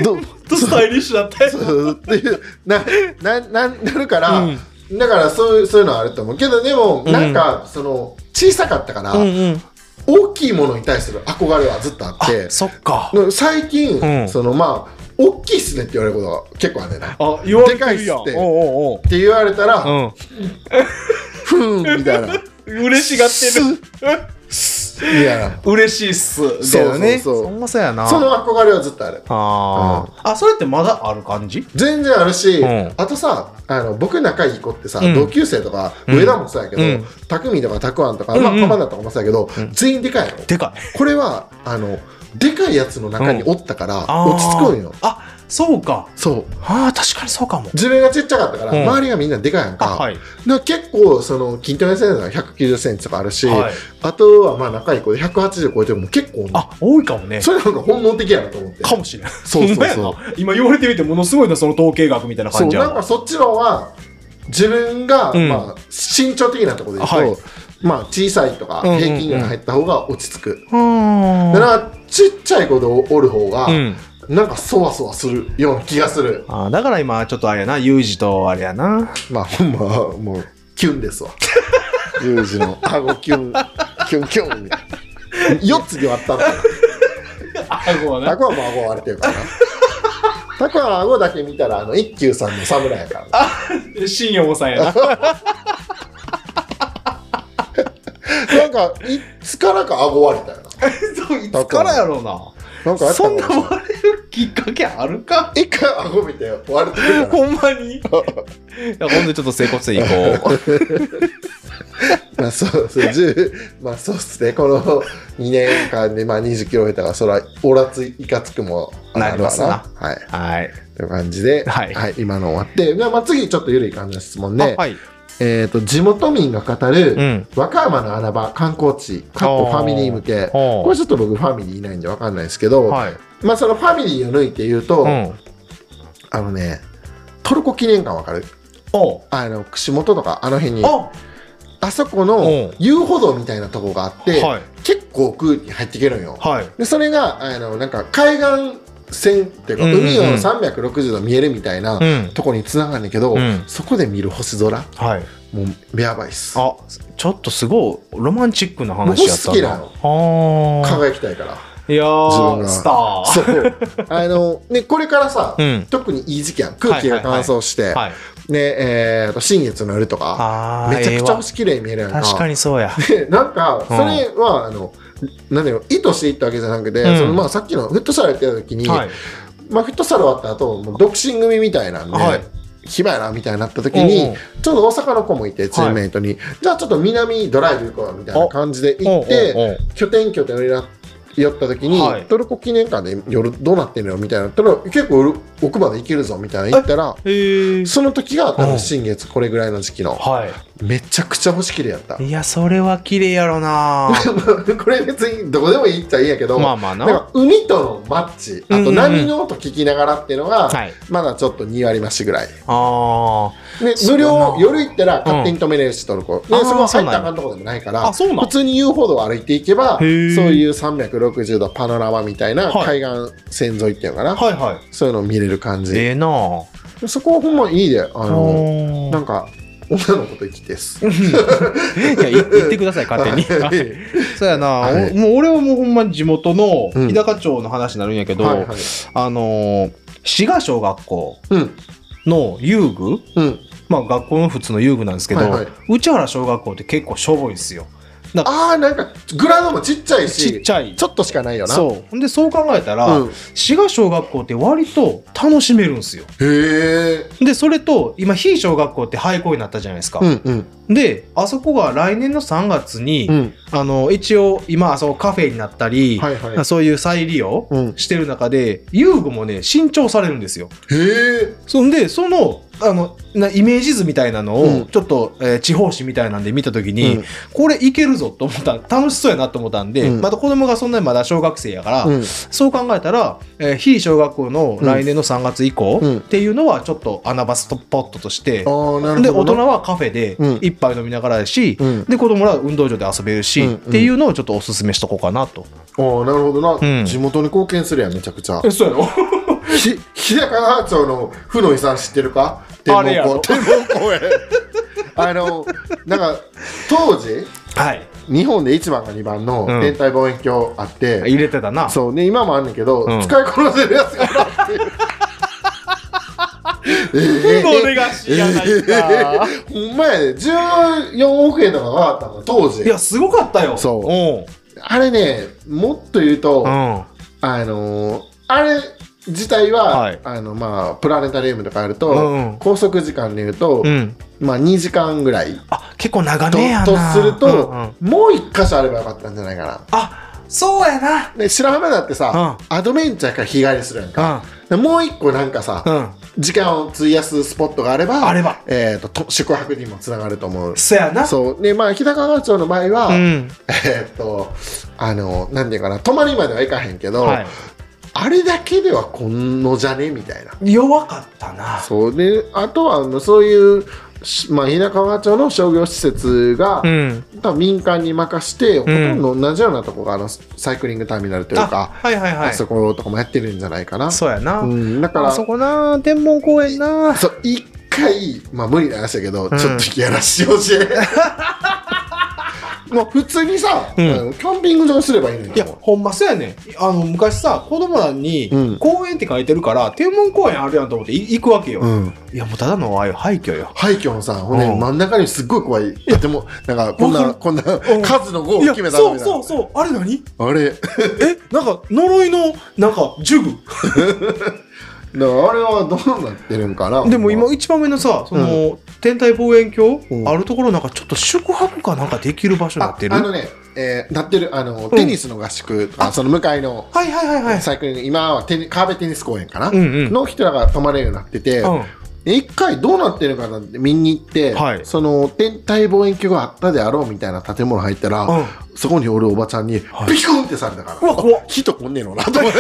Speaker 2: どう
Speaker 1: ちょっとスタイリッシュだったよ
Speaker 2: そうっていうななななるから、
Speaker 1: うん
Speaker 2: だからそういうそういうのはあると思うけどでも
Speaker 1: うん
Speaker 2: なんか、その小さかったから、
Speaker 1: うん
Speaker 2: 大きいものに対する憧れはずっとあって
Speaker 1: そっか
Speaker 2: で最近、
Speaker 1: うん
Speaker 2: そのまあ大きいっすねって言われることが結構あるねんなっ
Speaker 1: あ言われてるやん
Speaker 2: でかいっすって
Speaker 1: おうおう
Speaker 2: て言われたら、
Speaker 1: おう
Speaker 2: ふーんみた いな
Speaker 1: うん嬉しがってる
Speaker 2: みたいな
Speaker 1: 嬉しいっすだよね
Speaker 2: そうそうそう
Speaker 1: そんなそうやな
Speaker 2: その憧れはずっとある
Speaker 1: あーあそれってまだある感じ
Speaker 2: 全然あるし、
Speaker 1: うん
Speaker 2: あとさあの僕仲いい子ってさ、
Speaker 1: うん
Speaker 2: 同級生とか
Speaker 1: うん
Speaker 2: 上田もそうやけど、
Speaker 1: うん
Speaker 2: 匠とかたくあんとか、
Speaker 1: うんうん
Speaker 2: まあパパナとかもそうやけど、全員でかいの
Speaker 1: でかい
Speaker 2: これはあのでかいやつの中におったから、
Speaker 1: あー
Speaker 2: 落ち着くんよ
Speaker 1: あそうか
Speaker 2: そう
Speaker 1: あー確かにそうかも
Speaker 2: 自分がちっちゃかったから、
Speaker 1: うん
Speaker 2: 周りがみんなでかいやんか,、
Speaker 1: い
Speaker 2: 結構その筋トレ先生が1 9 0ンチとかあるし、
Speaker 1: はい
Speaker 2: あとはまあ仲いい子で180超えても結構おんの
Speaker 1: あ多いかもね
Speaker 2: それなんか本能的やなと思って
Speaker 1: かもしれない
Speaker 2: そうそうそう
Speaker 1: ほんまやな 今言われてみてものすごいなその統計学みたいな
Speaker 2: そ
Speaker 1: 感
Speaker 2: う
Speaker 1: じや
Speaker 2: な
Speaker 1: わ
Speaker 2: んかそっちの方は自分が、
Speaker 1: うん
Speaker 2: まあ、身長的なところで言うと、
Speaker 1: はい
Speaker 2: まあ、小さいとか
Speaker 1: うんうんうん
Speaker 2: 平均が入った方が落ち着く、
Speaker 1: うーん
Speaker 2: だからちっちゃい子でおる方が、
Speaker 1: うん
Speaker 2: なんかそわそわするような気がする
Speaker 1: あーだから今ちょっとあれやなユージとあれやな
Speaker 2: まあほんまもうキュンですわユージの 顎キュンキュンキュン4つに割ったんだよ
Speaker 1: あごは
Speaker 2: タコはもう顎割れてるからなタコは顎だけ見たらあの一休さんの侍やから
Speaker 1: 新山さん やな
Speaker 2: なんかいつからか顎割れたよな
Speaker 1: そういつからやろうな。
Speaker 2: なんかあったか
Speaker 1: そん
Speaker 2: もし
Speaker 1: な
Speaker 2: れない
Speaker 1: 割れるきっかけあるか
Speaker 2: 一回顎見て割れてるか ら
Speaker 1: ほんまに。いや今度ちょっと整骨院行こう。
Speaker 2: まあそうそう10まあそうっすねこの2年間でまあ2 0キロ増えたからそれはおらついかつくも
Speaker 1: なりますな
Speaker 2: はい
Speaker 1: はい。
Speaker 2: という感じで、
Speaker 1: はい
Speaker 2: 今の終わって、でまあ、次ちょっと緩い感じの質問で、
Speaker 1: あはい。
Speaker 2: えー、と地元民が語る、
Speaker 1: うん。
Speaker 2: 和歌山の穴場観光地かっこ
Speaker 1: お
Speaker 2: フ
Speaker 1: ー
Speaker 2: ァミリー向け
Speaker 1: おー
Speaker 2: これちょっと僕ファミリーいないんでわかんないですけど、
Speaker 1: はい。
Speaker 2: まあそのファミリーを抜いて言うと、
Speaker 1: うん。
Speaker 2: あのねトルコ記念館わかる
Speaker 1: おう
Speaker 2: あの串本とかあの辺に
Speaker 1: あ
Speaker 2: あそこ
Speaker 1: お
Speaker 2: の
Speaker 1: う
Speaker 2: 遊歩道みたいなとこがあって、
Speaker 1: はい
Speaker 2: 結構奥に入っていけるんよ、
Speaker 1: はい
Speaker 2: でそれがあのなんか海岸線っていうか、
Speaker 1: うんうんうん
Speaker 2: 海を360度見えるみたいな
Speaker 1: うん
Speaker 2: とこにつながるんだけど、
Speaker 1: うん
Speaker 2: そこで見る星空
Speaker 1: はい
Speaker 2: もうやばいっす
Speaker 1: あちょっとすごいロマンチックな話やった
Speaker 2: 僕好きなの
Speaker 1: のあ
Speaker 2: 輝きたいから
Speaker 1: あいや
Speaker 2: 自分
Speaker 1: ー
Speaker 2: が
Speaker 1: スター
Speaker 2: そうあの、ね、これからさ、
Speaker 1: うん
Speaker 2: 特にいい時期やん空気が乾燥して、
Speaker 1: はい
Speaker 2: ねえーあと新月の夜とか
Speaker 1: あー
Speaker 2: めちゃくちゃ星
Speaker 1: え
Speaker 2: 綺麗に見えるや
Speaker 1: え
Speaker 2: ん
Speaker 1: わ確かにそうや
Speaker 2: でなんかそ
Speaker 1: うん
Speaker 2: れは、あのなんだろう意図していったわけじゃなくて、
Speaker 1: うん
Speaker 2: そのまあ、さっきのフットサルやってた時に、
Speaker 1: はい
Speaker 2: まあ、フットサル終わった後もう独身組みたいなんで、
Speaker 1: はい
Speaker 2: 暇やなみたいになった時に、
Speaker 1: うんうん
Speaker 2: ちょうど大阪の子もいてチームメイトに、じゃあちょっと南ドライブ行こうよみたいな感じで行って、
Speaker 1: おうおうおう
Speaker 2: 拠点拠点をや寄った時に、
Speaker 1: はい
Speaker 2: トルコ記念館で夜どうなってんのよみたいなたら結構奥まで行けるぞみたいな言ったら
Speaker 1: へえ
Speaker 2: その時が多
Speaker 1: う
Speaker 2: 分
Speaker 1: ん
Speaker 2: 新月これぐらいの時期の
Speaker 1: は
Speaker 2: めちゃくちゃ星綺麗やった
Speaker 1: い。いやそれは綺麗やろな
Speaker 2: これ別にどこでもいいっちゃいいんやけ ど、
Speaker 1: まあまあ
Speaker 2: な
Speaker 1: なん
Speaker 2: か海とのマッチあと波の音聞きながらっていうのが、
Speaker 1: はい
Speaker 2: まだちょっと2割増しぐらい
Speaker 1: あ
Speaker 2: で
Speaker 1: そ
Speaker 2: 無
Speaker 1: うやな
Speaker 2: 料夜行ったら勝手に止めれるし、トルコで
Speaker 1: あー
Speaker 2: そこは入った
Speaker 1: そうなん
Speaker 2: ら
Speaker 1: や
Speaker 2: あかんとこでもないか
Speaker 1: ー
Speaker 2: ら
Speaker 1: あそうなん
Speaker 2: 普通に遊歩道を歩いていけ
Speaker 1: へ
Speaker 2: ばそう
Speaker 1: ー
Speaker 2: いう360度パノラマみたいな
Speaker 1: は
Speaker 2: 海岸線沿いっていうのかな、
Speaker 1: はいはい
Speaker 2: そういうのを見れる感じ
Speaker 1: ええなあ
Speaker 2: そこはほんまいいであ
Speaker 1: お
Speaker 2: のな
Speaker 1: ー
Speaker 2: んか女の子と生きてっす
Speaker 1: いやい言ってください勝手に
Speaker 2: はい
Speaker 1: そうやな、
Speaker 2: はい
Speaker 1: おもう俺はもうほんまに地元の
Speaker 2: うん
Speaker 1: 日高町の話になるんやけど、
Speaker 2: はいはい
Speaker 1: あのー滋賀小学校
Speaker 2: うん
Speaker 1: の遊具
Speaker 2: うん
Speaker 1: まあ学校の普通の遊具なんですけど、
Speaker 2: はいはい
Speaker 1: 内原小学校って結構しょぼいんですよ
Speaker 2: あーなんかグラウンドもちっちゃいし
Speaker 1: ちっちゃい
Speaker 2: ちょっとしかないよな
Speaker 1: そうほんでそう考えたら、
Speaker 2: うん、
Speaker 1: 滋賀小学校って割と楽しめるんですよ
Speaker 2: へえ
Speaker 1: でそれと今非小学校って廃校になったじゃないですか、
Speaker 2: うんうん
Speaker 1: であそこが来年の3月に、
Speaker 2: うん
Speaker 1: あの一応今あそこカフェになったり、
Speaker 2: はいはい
Speaker 1: そういう再利用
Speaker 2: うん
Speaker 1: してる中で、遊具もね新調されるんですよ
Speaker 2: へえ
Speaker 1: そんでそのあのなイメージ図みたいなのを、
Speaker 2: うん
Speaker 1: ちょっと、えー地方紙みたいなんで見た時に、
Speaker 2: うん
Speaker 1: これいけるぞと思った楽しそうやなと思ったんで、
Speaker 2: うん
Speaker 1: また子供がそんなにまだ小学生やから、
Speaker 2: うん
Speaker 1: そう考えたら、えー非小学校の来年の3月以降
Speaker 2: うん
Speaker 1: っていうのはちょっと穴場スポットとして、
Speaker 2: ああなるほど
Speaker 1: で大
Speaker 2: な
Speaker 1: 人はカフェで
Speaker 2: うん
Speaker 1: 一杯飲みながらやし、
Speaker 2: うん
Speaker 1: で子供らは運動場で遊べるし、
Speaker 2: うんうん
Speaker 1: っていうのをちょっとおすすめしとこうかなと。
Speaker 2: ああなるほどな、
Speaker 1: うん
Speaker 2: 地元に貢献するやんめちゃくちゃ
Speaker 1: そうやろ
Speaker 2: ひ日高町の負の遺産知ってるか天
Speaker 1: あれやろ
Speaker 2: 文公天文 公園あのなんか当時
Speaker 1: はい
Speaker 2: 日本で1番か2番の
Speaker 1: うん
Speaker 2: 天体望遠鏡あって、
Speaker 1: 入れてたな。
Speaker 2: そうね今もあんねんけど、
Speaker 1: うん
Speaker 2: 使いこなせるやつがなっていう
Speaker 1: これが知らないか。
Speaker 2: ほんまやで14億円とかがかかったの当時
Speaker 1: いやすごかったよ。
Speaker 2: そう
Speaker 1: うん。
Speaker 2: あれねもっと言うと、
Speaker 1: うん。
Speaker 2: あのーあれ自体は、
Speaker 1: はい
Speaker 2: あのまあ、プラネタリウムとかやると、
Speaker 1: うんうん
Speaker 2: 拘束時間で言うと、
Speaker 1: うん。
Speaker 2: まあ、2時間ぐらい
Speaker 1: あ結構長
Speaker 2: と
Speaker 1: めやな。
Speaker 2: とすると、
Speaker 1: うんうん
Speaker 2: もう1箇所あればよかったんじゃないかな。
Speaker 1: あそうやな。
Speaker 2: で白浜だってさ、アドベンチャーから日帰りするやんか、でもう1個なんかさ、
Speaker 1: うん。うん。
Speaker 2: 時間を費やすスポットがあれば
Speaker 1: あれば
Speaker 2: えー、とと宿泊にもつながると思う。
Speaker 1: そやな。
Speaker 2: そうでまあ日高川町の場合は、
Speaker 1: ん。
Speaker 2: えーっとあのなんていうかな泊まりまではいかへんけど、
Speaker 1: は。
Speaker 2: あれだけではこんのじゃねみたいない
Speaker 1: 弱かったな。
Speaker 2: そうであとはあのそういう、しまあ、日高川町の商業施設が、
Speaker 1: ん。
Speaker 2: 多分民間に任してほと
Speaker 1: ん
Speaker 2: んど同じようなとこがあのサイクリングターミナルという
Speaker 1: あ
Speaker 2: か、
Speaker 1: はいはい
Speaker 2: あ
Speaker 1: はい。
Speaker 2: そことかもやってるんじゃないかな。
Speaker 1: そうやな。
Speaker 2: うん、だから
Speaker 1: あそこな天文公園な。
Speaker 2: そう一回まあ無理な話だけど、
Speaker 1: ん
Speaker 2: ちょっとやらして ほしいもう普通にさ、
Speaker 1: うん
Speaker 2: あのキャンピング場にすればいいの
Speaker 1: いや
Speaker 2: よ
Speaker 1: ほんまそうやねんあの昔さ子供らに
Speaker 2: うん
Speaker 1: 公園って書いてるから、天文公園あるやんと思ってい行くわけよ、
Speaker 2: うん
Speaker 1: いやもうただのああいう廃墟よ
Speaker 2: 廃墟のさほんで
Speaker 1: うん
Speaker 2: 真ん中にすっごい怖い建物なんかこん
Speaker 1: わ
Speaker 2: な
Speaker 1: かる
Speaker 2: こんな
Speaker 1: うん
Speaker 2: 数の5を
Speaker 1: いや
Speaker 2: 決めたの
Speaker 1: そ
Speaker 2: み
Speaker 1: う
Speaker 2: たい
Speaker 1: そ
Speaker 2: な
Speaker 1: うそうあれ何
Speaker 2: あれ
Speaker 1: えなんか呪いのなんか呪具
Speaker 2: だからあれはどうなってるんかな
Speaker 1: でも今
Speaker 2: ほん
Speaker 1: 一番目のさその、天体望遠鏡、
Speaker 2: うん
Speaker 1: あるところなんかちょっと宿泊かなんかできる場所に
Speaker 2: ま
Speaker 1: なってる
Speaker 2: ああ
Speaker 1: は
Speaker 2: のね、えーなってるあのテニスの合宿とか、その向かいの
Speaker 1: いはいはいはい
Speaker 2: サイクリング今はテニ川辺テニス公園かな、
Speaker 1: うんうん
Speaker 2: の人らが泊まれるようになってて、
Speaker 1: うん
Speaker 2: で一回どうなってるかなって見に行って、
Speaker 1: はい
Speaker 2: その天体望遠鏡があったであろうみたいな建物入ったら、
Speaker 1: うん
Speaker 2: そこにおるおばちゃんにビ
Speaker 1: はい
Speaker 2: クンってされたから、
Speaker 1: うわ怖っ
Speaker 2: 人こんねえのなと思って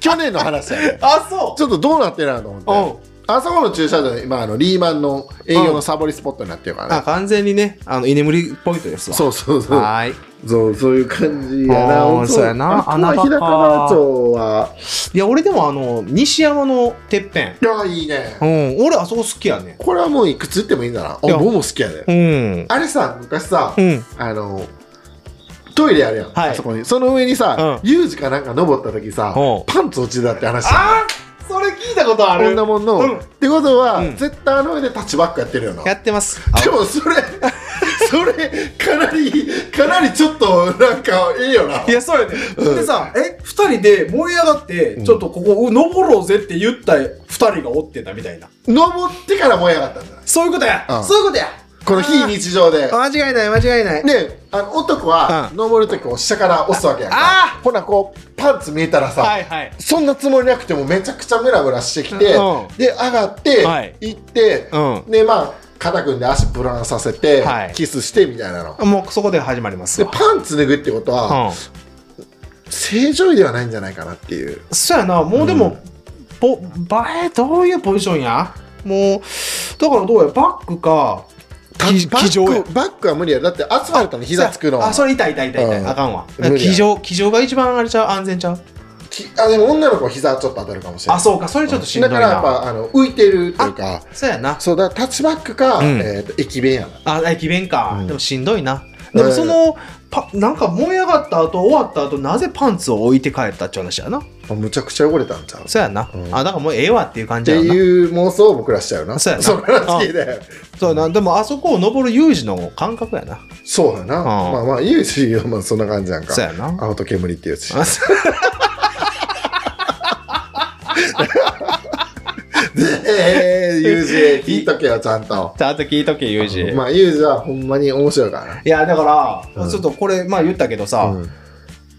Speaker 2: 去年の話やね
Speaker 1: あそ
Speaker 2: ちょっとどうなってるなと思って
Speaker 1: ううん
Speaker 2: あそこの駐車場で今あのリーマンの営業のサボりスポットになってるから
Speaker 1: あ
Speaker 2: ね、
Speaker 1: 完全にねあの居眠りポイントですわ
Speaker 2: そうそうそう
Speaker 1: はーい
Speaker 2: そうそういう感じやな
Speaker 1: あー
Speaker 2: 本当
Speaker 1: そうやな
Speaker 2: あとは
Speaker 1: 穴場
Speaker 2: 日
Speaker 1: か
Speaker 2: 高川町はい
Speaker 1: や俺でもあの西山のてっぺん
Speaker 2: いやいいね
Speaker 1: うん俺あそこ好きやね
Speaker 2: これはもういくつ言ってもいいんだなあ
Speaker 1: いや
Speaker 2: 僕も好きやで、
Speaker 1: うん
Speaker 2: あれさ昔さ、
Speaker 1: うん
Speaker 2: あのトイレあるやん、
Speaker 1: はい
Speaker 2: あそこにその上にさ、
Speaker 1: う
Speaker 2: U 字かなんか登った時さ
Speaker 1: おう
Speaker 2: パンツ落ちてたって話した
Speaker 1: あーそれ聞いたことあ
Speaker 2: こん
Speaker 1: る
Speaker 2: なもんの、
Speaker 1: うん
Speaker 2: ってことは、
Speaker 1: うん
Speaker 2: 絶対あの上でタッチバックやってるよな
Speaker 1: や
Speaker 2: で
Speaker 1: ってます
Speaker 2: もそれ それかなりかなりちょっとなんかいいよない
Speaker 1: やそうやね、
Speaker 2: うん
Speaker 1: でさえ二人で燃え上がって、
Speaker 2: うん
Speaker 1: ちょっとここ登ろうぜって言った二人がおってたみたいな
Speaker 2: 登ってから燃え上がったんだな
Speaker 1: そういうことや、
Speaker 2: うん
Speaker 1: そういうことや
Speaker 2: この非日常で
Speaker 1: 間違いない間違いない
Speaker 2: ねあの男は
Speaker 1: う
Speaker 2: 登る時こう下から押すわけやんか
Speaker 1: あ
Speaker 2: ほなこうパンツ見えたらさ、
Speaker 1: はいはい
Speaker 2: そんなつもりなくてもめちゃくちゃムラムラしてきて、
Speaker 1: うん
Speaker 2: で上がって、
Speaker 1: はい
Speaker 2: 行って、
Speaker 1: う
Speaker 2: でまあ肩組んで足ブランさせて、
Speaker 1: はい
Speaker 2: キスしてみたいなの
Speaker 1: んもうそこで始まります
Speaker 2: で
Speaker 1: わ
Speaker 2: パンツ脱ぐってことは、正常位ではないんじゃないかなっていう
Speaker 1: そうやなもうでも、ぼばえどういうポジションやもうだからどうやバックか
Speaker 2: た
Speaker 1: き
Speaker 2: バ
Speaker 1: 騎乗や
Speaker 2: ックバックは無理やだってアスファルトに膝つくの
Speaker 1: あそれ痛い痛い痛い痛い、
Speaker 2: うん
Speaker 1: あかんわ
Speaker 2: 無理や
Speaker 1: 騎乗騎乗が一番あれちゃう安全ちゃう
Speaker 2: きあでも女の子は膝ちょっと当たるかもしれな
Speaker 1: あ
Speaker 2: い
Speaker 1: そうかそれちょっとしんどいな
Speaker 2: だからやっぱあの浮いてるというか
Speaker 1: そうやな
Speaker 2: そうだからタッチバックか、
Speaker 1: うん
Speaker 2: えーと駅弁やな
Speaker 1: あ駅弁か、
Speaker 2: うん
Speaker 1: でもしんどいなでもそのパなんか燃え上がった後終わった後なぜパンツを置いて帰ったって話やな
Speaker 2: あむちゃくちゃ汚れたんちゃうっ
Speaker 1: そうやな、
Speaker 2: うん
Speaker 1: あだからもうええわっていう感じ
Speaker 2: て
Speaker 1: やろな
Speaker 2: いう妄想を僕らしちゃうな
Speaker 1: そうやな
Speaker 2: の話聞いて
Speaker 1: そうやなでもあそこを登る有事の感覚やな
Speaker 2: そうやな、まあまあユーシーはまあそんな感じやんか
Speaker 1: そうやな
Speaker 2: 青と煙って やつ
Speaker 1: あそう
Speaker 2: ええユージ聞いとけよちゃんと
Speaker 1: ちゃんと聞いとけ有事、
Speaker 2: まあユージはほんまに面白いからない
Speaker 1: やだから、
Speaker 2: うん
Speaker 1: ちょっとこれまあ言ったけどさ、
Speaker 2: うん、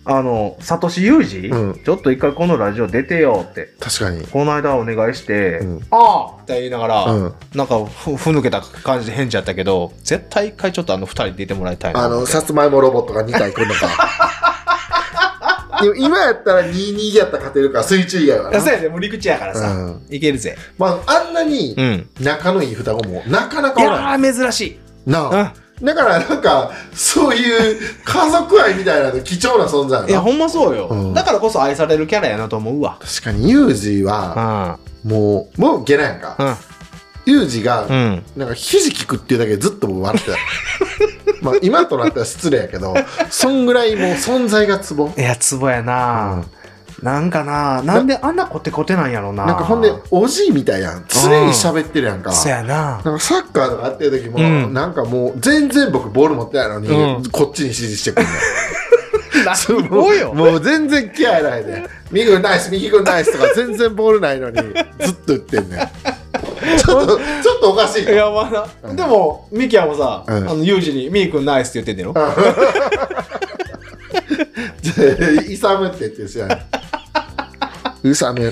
Speaker 1: あのサトシユージ、
Speaker 2: うん
Speaker 1: ちょっと一回このラジオ出てよって
Speaker 2: 確かに
Speaker 1: この間お願いして、
Speaker 2: うん
Speaker 1: ああって言いながら、
Speaker 2: うん
Speaker 1: なんかふふぬけた感じで返事やったけど絶対一回ちょっとあの二人出てもらいたいな
Speaker 2: あのさつまいもロボットが2体来るの かでも今やったら22やったら勝てるから水中以外はな
Speaker 1: そうやね無理口やからさ、
Speaker 2: うん
Speaker 1: いけるぜ
Speaker 2: まああんなに
Speaker 1: うん
Speaker 2: 仲のいい双子もなかなか
Speaker 1: い
Speaker 2: おらん
Speaker 1: やー珍しい
Speaker 2: なあ、だからなんかそういう家族愛みたいなの貴重な存在
Speaker 1: いや
Speaker 2: やな
Speaker 1: ほんまそうよ、
Speaker 2: うん
Speaker 1: だからこそ愛されるキャラやなと思うわ
Speaker 2: 確かにユージは
Speaker 1: う
Speaker 2: もうもうゲラやんか
Speaker 1: ん
Speaker 2: ユージが
Speaker 1: うんうん
Speaker 2: なんかひじき食っていうだけでずっと笑ってたまあ今となったら 失礼やけどそんぐらいもう存在がツボ
Speaker 1: いやツボやな、なんかななんであんなコテコテなんやろな
Speaker 2: なんかほんでおじいみたいやん常に喋ってるやんか
Speaker 1: そうや な
Speaker 2: なんかサッカーとかやってる時も、
Speaker 1: うん
Speaker 2: なんかもう全然僕ボール持ってないのに、
Speaker 1: うん
Speaker 2: こっちに指示してく るの
Speaker 1: 何を よ
Speaker 2: もう全然気合いないで右軍ナイス右軍ナイスとか全然ボールないのにずっと言ってんねんちょっとちょっとおかしい
Speaker 1: いやまあな、
Speaker 2: うん
Speaker 1: でもミキヤもさ、
Speaker 2: うん
Speaker 1: あのユージに「ミー君ナイス」って言ってんねやろ、
Speaker 2: イサムって言ってるしうさめ
Speaker 1: い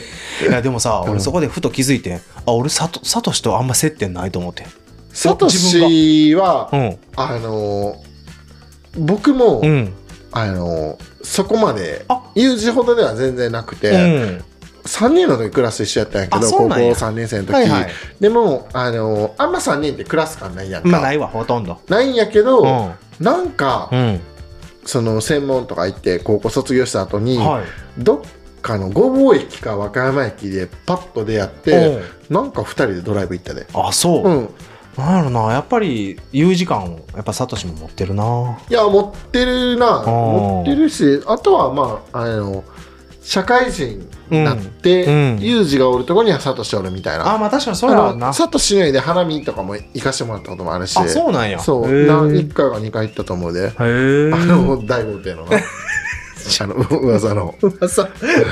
Speaker 1: やでもさ、
Speaker 2: ん
Speaker 1: 俺そこでふと気づいてんあ俺サトサトシとあんま接点ないと思ってん
Speaker 2: サトシは、
Speaker 1: うん
Speaker 2: あのー僕も、
Speaker 1: うん
Speaker 2: あのーそこまで
Speaker 1: あ
Speaker 2: 友人ほどでは全然なくて、
Speaker 1: うん
Speaker 2: 3人の時クラス一緒やったんやけ
Speaker 1: あ
Speaker 2: ど
Speaker 1: そう
Speaker 2: 高校
Speaker 1: なんや
Speaker 2: 3年生の時、
Speaker 1: はいはい
Speaker 2: でもあのあんま3人ってクラス感ないやんか、
Speaker 1: まあないわほとんど
Speaker 2: ないんやけど、
Speaker 1: うん
Speaker 2: なんか、
Speaker 1: うん
Speaker 2: その専門とか行って高校卒業した後に、
Speaker 1: はい
Speaker 2: どっかの御坊駅か和歌山駅でパッと出会って、なんか2人でドライブ行ったで。
Speaker 1: あそう、
Speaker 2: うん、
Speaker 1: なんやろなやっぱり U 時間をやっぱサトシも持ってるない
Speaker 2: や持ってるな
Speaker 1: ー
Speaker 2: 持ってるしあとはまああの社会人になって、
Speaker 1: うんうん
Speaker 2: ユージがおるとこにはサトシおるみたいな
Speaker 1: あまあ確かにそうや
Speaker 2: あ
Speaker 1: わな
Speaker 2: の佐藤市内で花見とかも行かしてもらったこともあるし
Speaker 1: あそうなんや
Speaker 2: そう
Speaker 1: へえ
Speaker 2: 何1回か2回行ったと思う
Speaker 1: へ
Speaker 2: で
Speaker 1: え
Speaker 2: あの大豪邸 のなあの噂の
Speaker 1: さ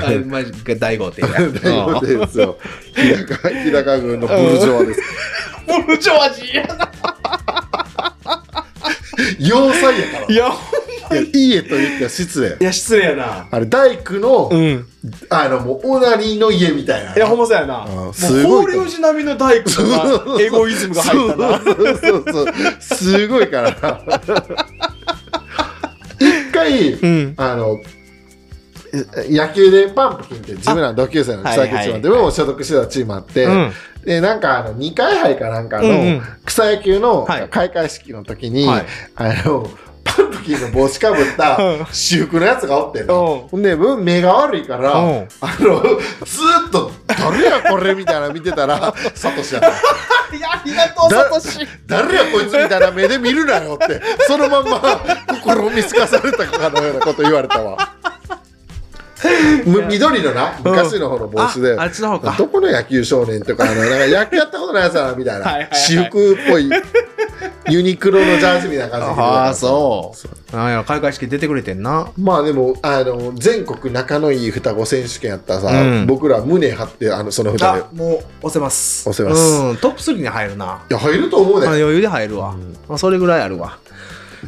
Speaker 1: あれマジか大豪邸や
Speaker 2: 大豪邸ですよ日高日高軍のブルジョワです
Speaker 1: ブルジョワジーやな
Speaker 2: 要塞やから
Speaker 1: い
Speaker 2: い
Speaker 1: や
Speaker 2: や家と言っては失礼
Speaker 1: いや失礼やな
Speaker 2: あれ大工の、
Speaker 1: うん
Speaker 2: あのもうオナニーの家みたいない
Speaker 1: やほんまそうやな
Speaker 2: うん
Speaker 1: もう
Speaker 2: すごい
Speaker 1: 法隆寺並みの大工とかエゴイズムが入ったな
Speaker 2: そうそうそうそうすごいからな一回、
Speaker 1: うん
Speaker 2: あの野球でパンプキンって自分らの同級生の草野球チーム、
Speaker 3: はいはい
Speaker 2: 自分も所属してたチームあって、
Speaker 1: うん
Speaker 2: でなんかあの2回杯かなんか
Speaker 1: うんうん
Speaker 2: の草野球の
Speaker 1: はい
Speaker 2: 開会式の時に、
Speaker 1: はい
Speaker 2: あのパンプキンの帽子かぶっ
Speaker 1: うん
Speaker 2: た私服のやつがおってん
Speaker 1: うん
Speaker 2: のほんで僕目が悪いからあ
Speaker 1: うん
Speaker 2: のずーっと「誰やこれ」みたいなの見てたらサトシやった。
Speaker 3: いや、ありがとう、
Speaker 2: だ
Speaker 3: サトシ。
Speaker 2: 誰やこいつみたいな目で見るなよってそのまんま心を見透かされたかのようなこと言われたわむ緑のな昔の方の帽子で、
Speaker 1: ああっちの方か
Speaker 2: どこの野球少年とかあのなんか野球やったことないやつだなみたいな
Speaker 3: はいはいはい
Speaker 2: 私服っぽいユニクロのジャージみたいな感じで
Speaker 1: ああそうなんやろ開会式出てくれてんな
Speaker 2: まあでもあの全国仲のいい双子選手権やったさ、
Speaker 1: うん
Speaker 2: 僕ら胸張ってあのその二人い
Speaker 1: あもう押せます
Speaker 2: 押せます
Speaker 1: うんトップ3に入るな
Speaker 2: や入ると思う
Speaker 1: あ
Speaker 2: ね
Speaker 1: 余裕で入るわ、まあ、それぐらいあるわ